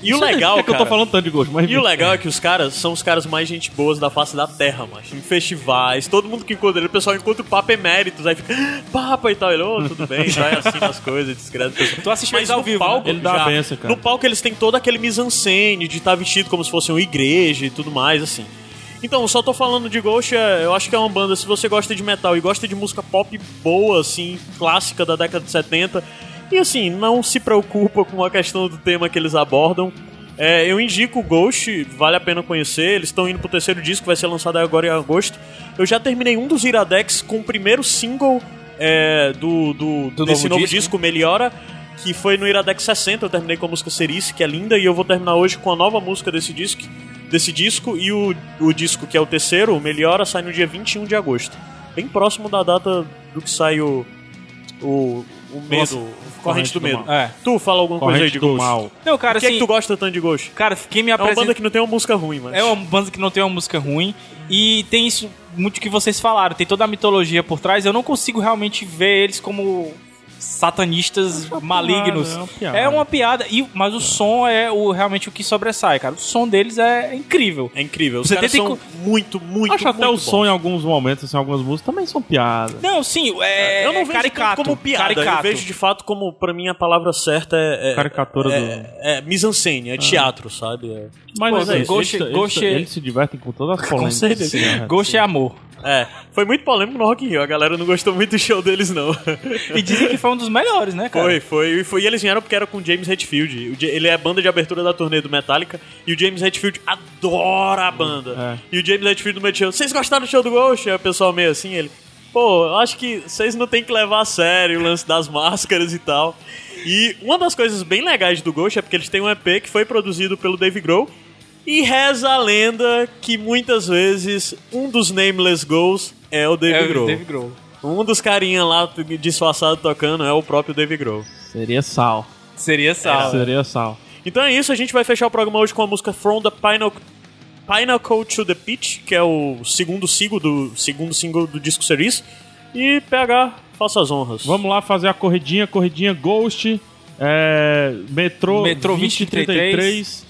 [SPEAKER 2] E o
[SPEAKER 1] Não sei
[SPEAKER 2] legal,
[SPEAKER 1] por é que
[SPEAKER 2] cara,
[SPEAKER 1] eu tô falando tanto de Ghost, mas...
[SPEAKER 2] E o legal é que os caras são os caras mais gente boas da face da terra, macho. Em festivais, todo mundo que encontra ele, o pessoal encontra o Papa Emeritus, aí fica, "Ah, Papa e tal. Ele, ô, tudo bem, vai assim nas coisas, descreto.
[SPEAKER 3] Tu assistiu
[SPEAKER 2] Mas
[SPEAKER 3] eles ao
[SPEAKER 2] no
[SPEAKER 3] vivo,
[SPEAKER 2] palco,
[SPEAKER 3] né?
[SPEAKER 1] Ele dá a
[SPEAKER 2] já,
[SPEAKER 1] benção, cara.
[SPEAKER 2] No palco eles têm todo aquele mise-en-scène de estar vestido como se fosse uma igreja e tudo mais, assim. Então, eu só tô falando de Ghost, é, eu acho que é uma banda, se você gosta de metal e gosta de música pop boa, assim, clássica da década de 70, e assim, não se preocupa com a questão do tema que eles abordam. É, eu indico o Ghost, vale a pena conhecer, eles estão indo pro terceiro disco, vai ser lançado agora em agosto. Eu já terminei um dos Iradex com o primeiro single é, do, do-
[SPEAKER 3] Do
[SPEAKER 2] desse
[SPEAKER 3] novo
[SPEAKER 2] novo
[SPEAKER 3] disco,
[SPEAKER 2] disco, Meliora, que foi no Iradex 60, eu terminei com a música Cerice, que é linda, e eu vou terminar hoje com a nova música desse disco, desse disco e o, o disco que é o terceiro, o Meliora, sai no dia 21 de agosto. Bem próximo da data do que sai o. O, o medo. corrente,
[SPEAKER 1] Corrente
[SPEAKER 2] do
[SPEAKER 1] do
[SPEAKER 2] medo.
[SPEAKER 1] Mal.
[SPEAKER 3] É.
[SPEAKER 2] Tu fala alguma coisa aí
[SPEAKER 1] Corrente
[SPEAKER 2] de
[SPEAKER 1] do
[SPEAKER 2] Ghost.
[SPEAKER 1] mal. tá
[SPEAKER 3] Não, cara,
[SPEAKER 2] Por que, é
[SPEAKER 3] assim,
[SPEAKER 2] que tu gosta tanto de Ghost?
[SPEAKER 3] cara, quem me
[SPEAKER 2] É uma
[SPEAKER 3] apresenta...
[SPEAKER 2] banda que não tem uma música ruim, mas.
[SPEAKER 3] É uma banda que não tem uma música ruim. E tem isso muito que vocês falaram. Tem toda a mitologia por trás. Eu não consigo realmente ver eles como satanistas malignos.
[SPEAKER 1] é uma piada.
[SPEAKER 3] É uma piada. E, mas o som é o, realmente o que sobressai, cara. O som deles é incrível.
[SPEAKER 2] É incrível. Os
[SPEAKER 3] Você
[SPEAKER 2] caras
[SPEAKER 3] tenta
[SPEAKER 2] são muito, muito,
[SPEAKER 1] Acho até
[SPEAKER 2] muito
[SPEAKER 1] o som
[SPEAKER 2] bons.
[SPEAKER 1] em alguns momentos, assim, algumas músicas também são piadas.
[SPEAKER 3] Não, sim, é,
[SPEAKER 2] Eu não vejo
[SPEAKER 3] caricato,
[SPEAKER 2] como piada,
[SPEAKER 3] caricato.
[SPEAKER 2] eu vejo de fato como, pra mim, a palavra certa é... é
[SPEAKER 1] Caricatura
[SPEAKER 2] é,
[SPEAKER 1] do- Ah.
[SPEAKER 2] É, mise-en-scène, é teatro, sabe? É,
[SPEAKER 1] Mas
[SPEAKER 3] Pô,
[SPEAKER 1] assim,
[SPEAKER 3] velho,
[SPEAKER 1] eles-
[SPEAKER 3] Ghost-
[SPEAKER 1] eles,
[SPEAKER 3] Ghost- é-
[SPEAKER 1] eles, se divertem com todas as polêmicas.
[SPEAKER 2] certeza.
[SPEAKER 1] assim, né?
[SPEAKER 3] Ghost é amor.
[SPEAKER 2] É, foi muito polêmico no Rock in Rio, a galera não gostou muito do show deles, não.
[SPEAKER 3] E dizem que foi um dos melhores, né, cara?
[SPEAKER 2] Foi, foi, e foi. E eles vieram porque era com o James Hetfield. O Ja- Ele é a banda de abertura da turnê do Metallica. E o James Hetfield adora a banda. E o James Hetfield me disse: Vocês gostaram do show do Ghost? Aí o pessoal meio assim, ele. Pô, eu acho que vocês não tem que levar a sério o lance das máscaras e tal. E uma das coisas bem legais do Ghost é porque eles têm um EP que foi produzido pelo Dave Grohl. E reza a lenda que muitas vezes um dos Nameless Goals é o Dave
[SPEAKER 3] É o
[SPEAKER 2] Grohl.
[SPEAKER 3] Dave Grohl.
[SPEAKER 2] Um dos carinha lá t- disfarçado tocando é o próprio Dave Grohl.
[SPEAKER 1] Seria sal.
[SPEAKER 3] Seria sal. né?
[SPEAKER 2] É.
[SPEAKER 1] Seria sal.
[SPEAKER 2] Então é isso, a gente vai fechar o programa hoje com a música From the Pinnacle, Pinnacle to the Pitch, que é o segundo single do, segundo single do disco Series. E PH, faça as honras.
[SPEAKER 1] Vamos lá fazer a corridinha, corridinha Ghost, é, Metrô,
[SPEAKER 3] Metrô
[SPEAKER 1] 2033,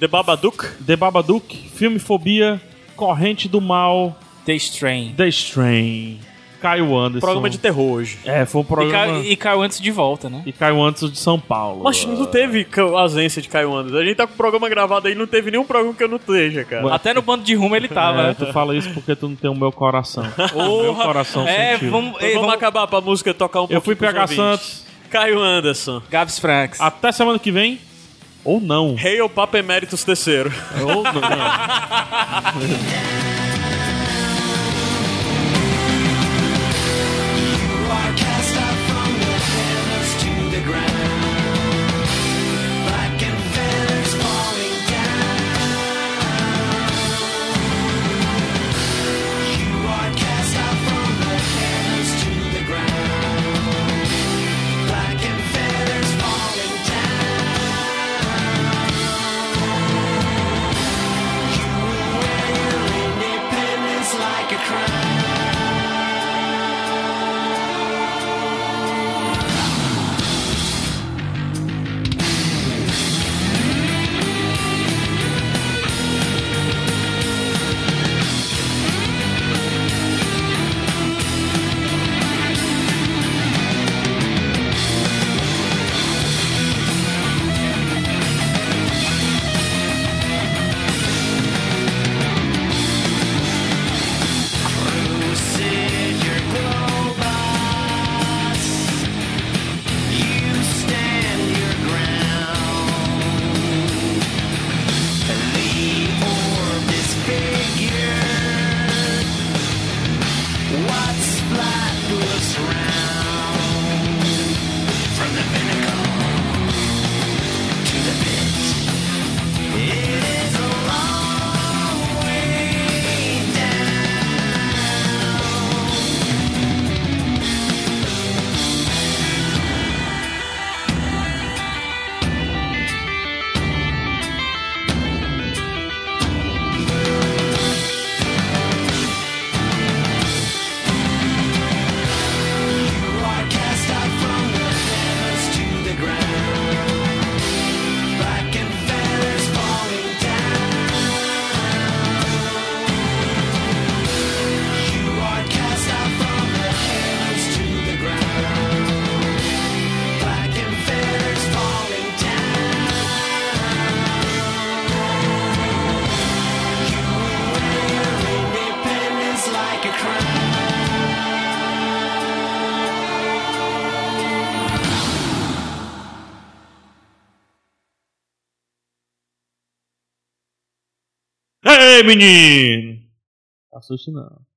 [SPEAKER 2] The Babadook.
[SPEAKER 1] The Babadook, Filme Fobia, Corrente do Mal,
[SPEAKER 3] The Strain.
[SPEAKER 1] The Strain, Caio Anderson.
[SPEAKER 2] Programa de terror hoje.
[SPEAKER 1] É, foi um
[SPEAKER 3] E,
[SPEAKER 1] programa...
[SPEAKER 3] cai- e caiu antes de volta, né?
[SPEAKER 1] E Caio Anderson de São Paulo. É,
[SPEAKER 2] Mas não teve ca- ausência de Caio Anderson. A gente tá com o programa gravado aí, não teve nenhum programa que eu não esteja, cara.
[SPEAKER 1] Ué.
[SPEAKER 3] Até no bando de rumo ele tava,
[SPEAKER 1] É,
[SPEAKER 3] né?
[SPEAKER 1] tu fala isso porque tu não tem o meu coração. o meu
[SPEAKER 3] Porra.
[SPEAKER 1] coração
[SPEAKER 3] É,
[SPEAKER 1] sentiu.
[SPEAKER 3] vamos,
[SPEAKER 2] Então
[SPEAKER 3] ei,
[SPEAKER 2] vamos
[SPEAKER 3] vamos...
[SPEAKER 2] acabar pra música tocar um pouco.
[SPEAKER 1] Eu fui PH Santos.
[SPEAKER 2] Caio Anderson.
[SPEAKER 3] Gabs Franks.
[SPEAKER 1] Até semana que vem. Ou não.
[SPEAKER 2] Rei ou Papa Emeritus terceiro.
[SPEAKER 1] Ou não.
[SPEAKER 4] are cast out from the heavens to the ground. Black and feathers falling down. You are cast out from the heavens to the ground. Black and feathers falling down. You will wear your independence like a crown. It is a long way down. are cast out from the heavens to the ground. Black and feathers falling down. You are cast out from the heavens to the ground. Black and feathers falling down. You will wear your independence like a crown.
[SPEAKER 1] Ei, menino! Assuste não.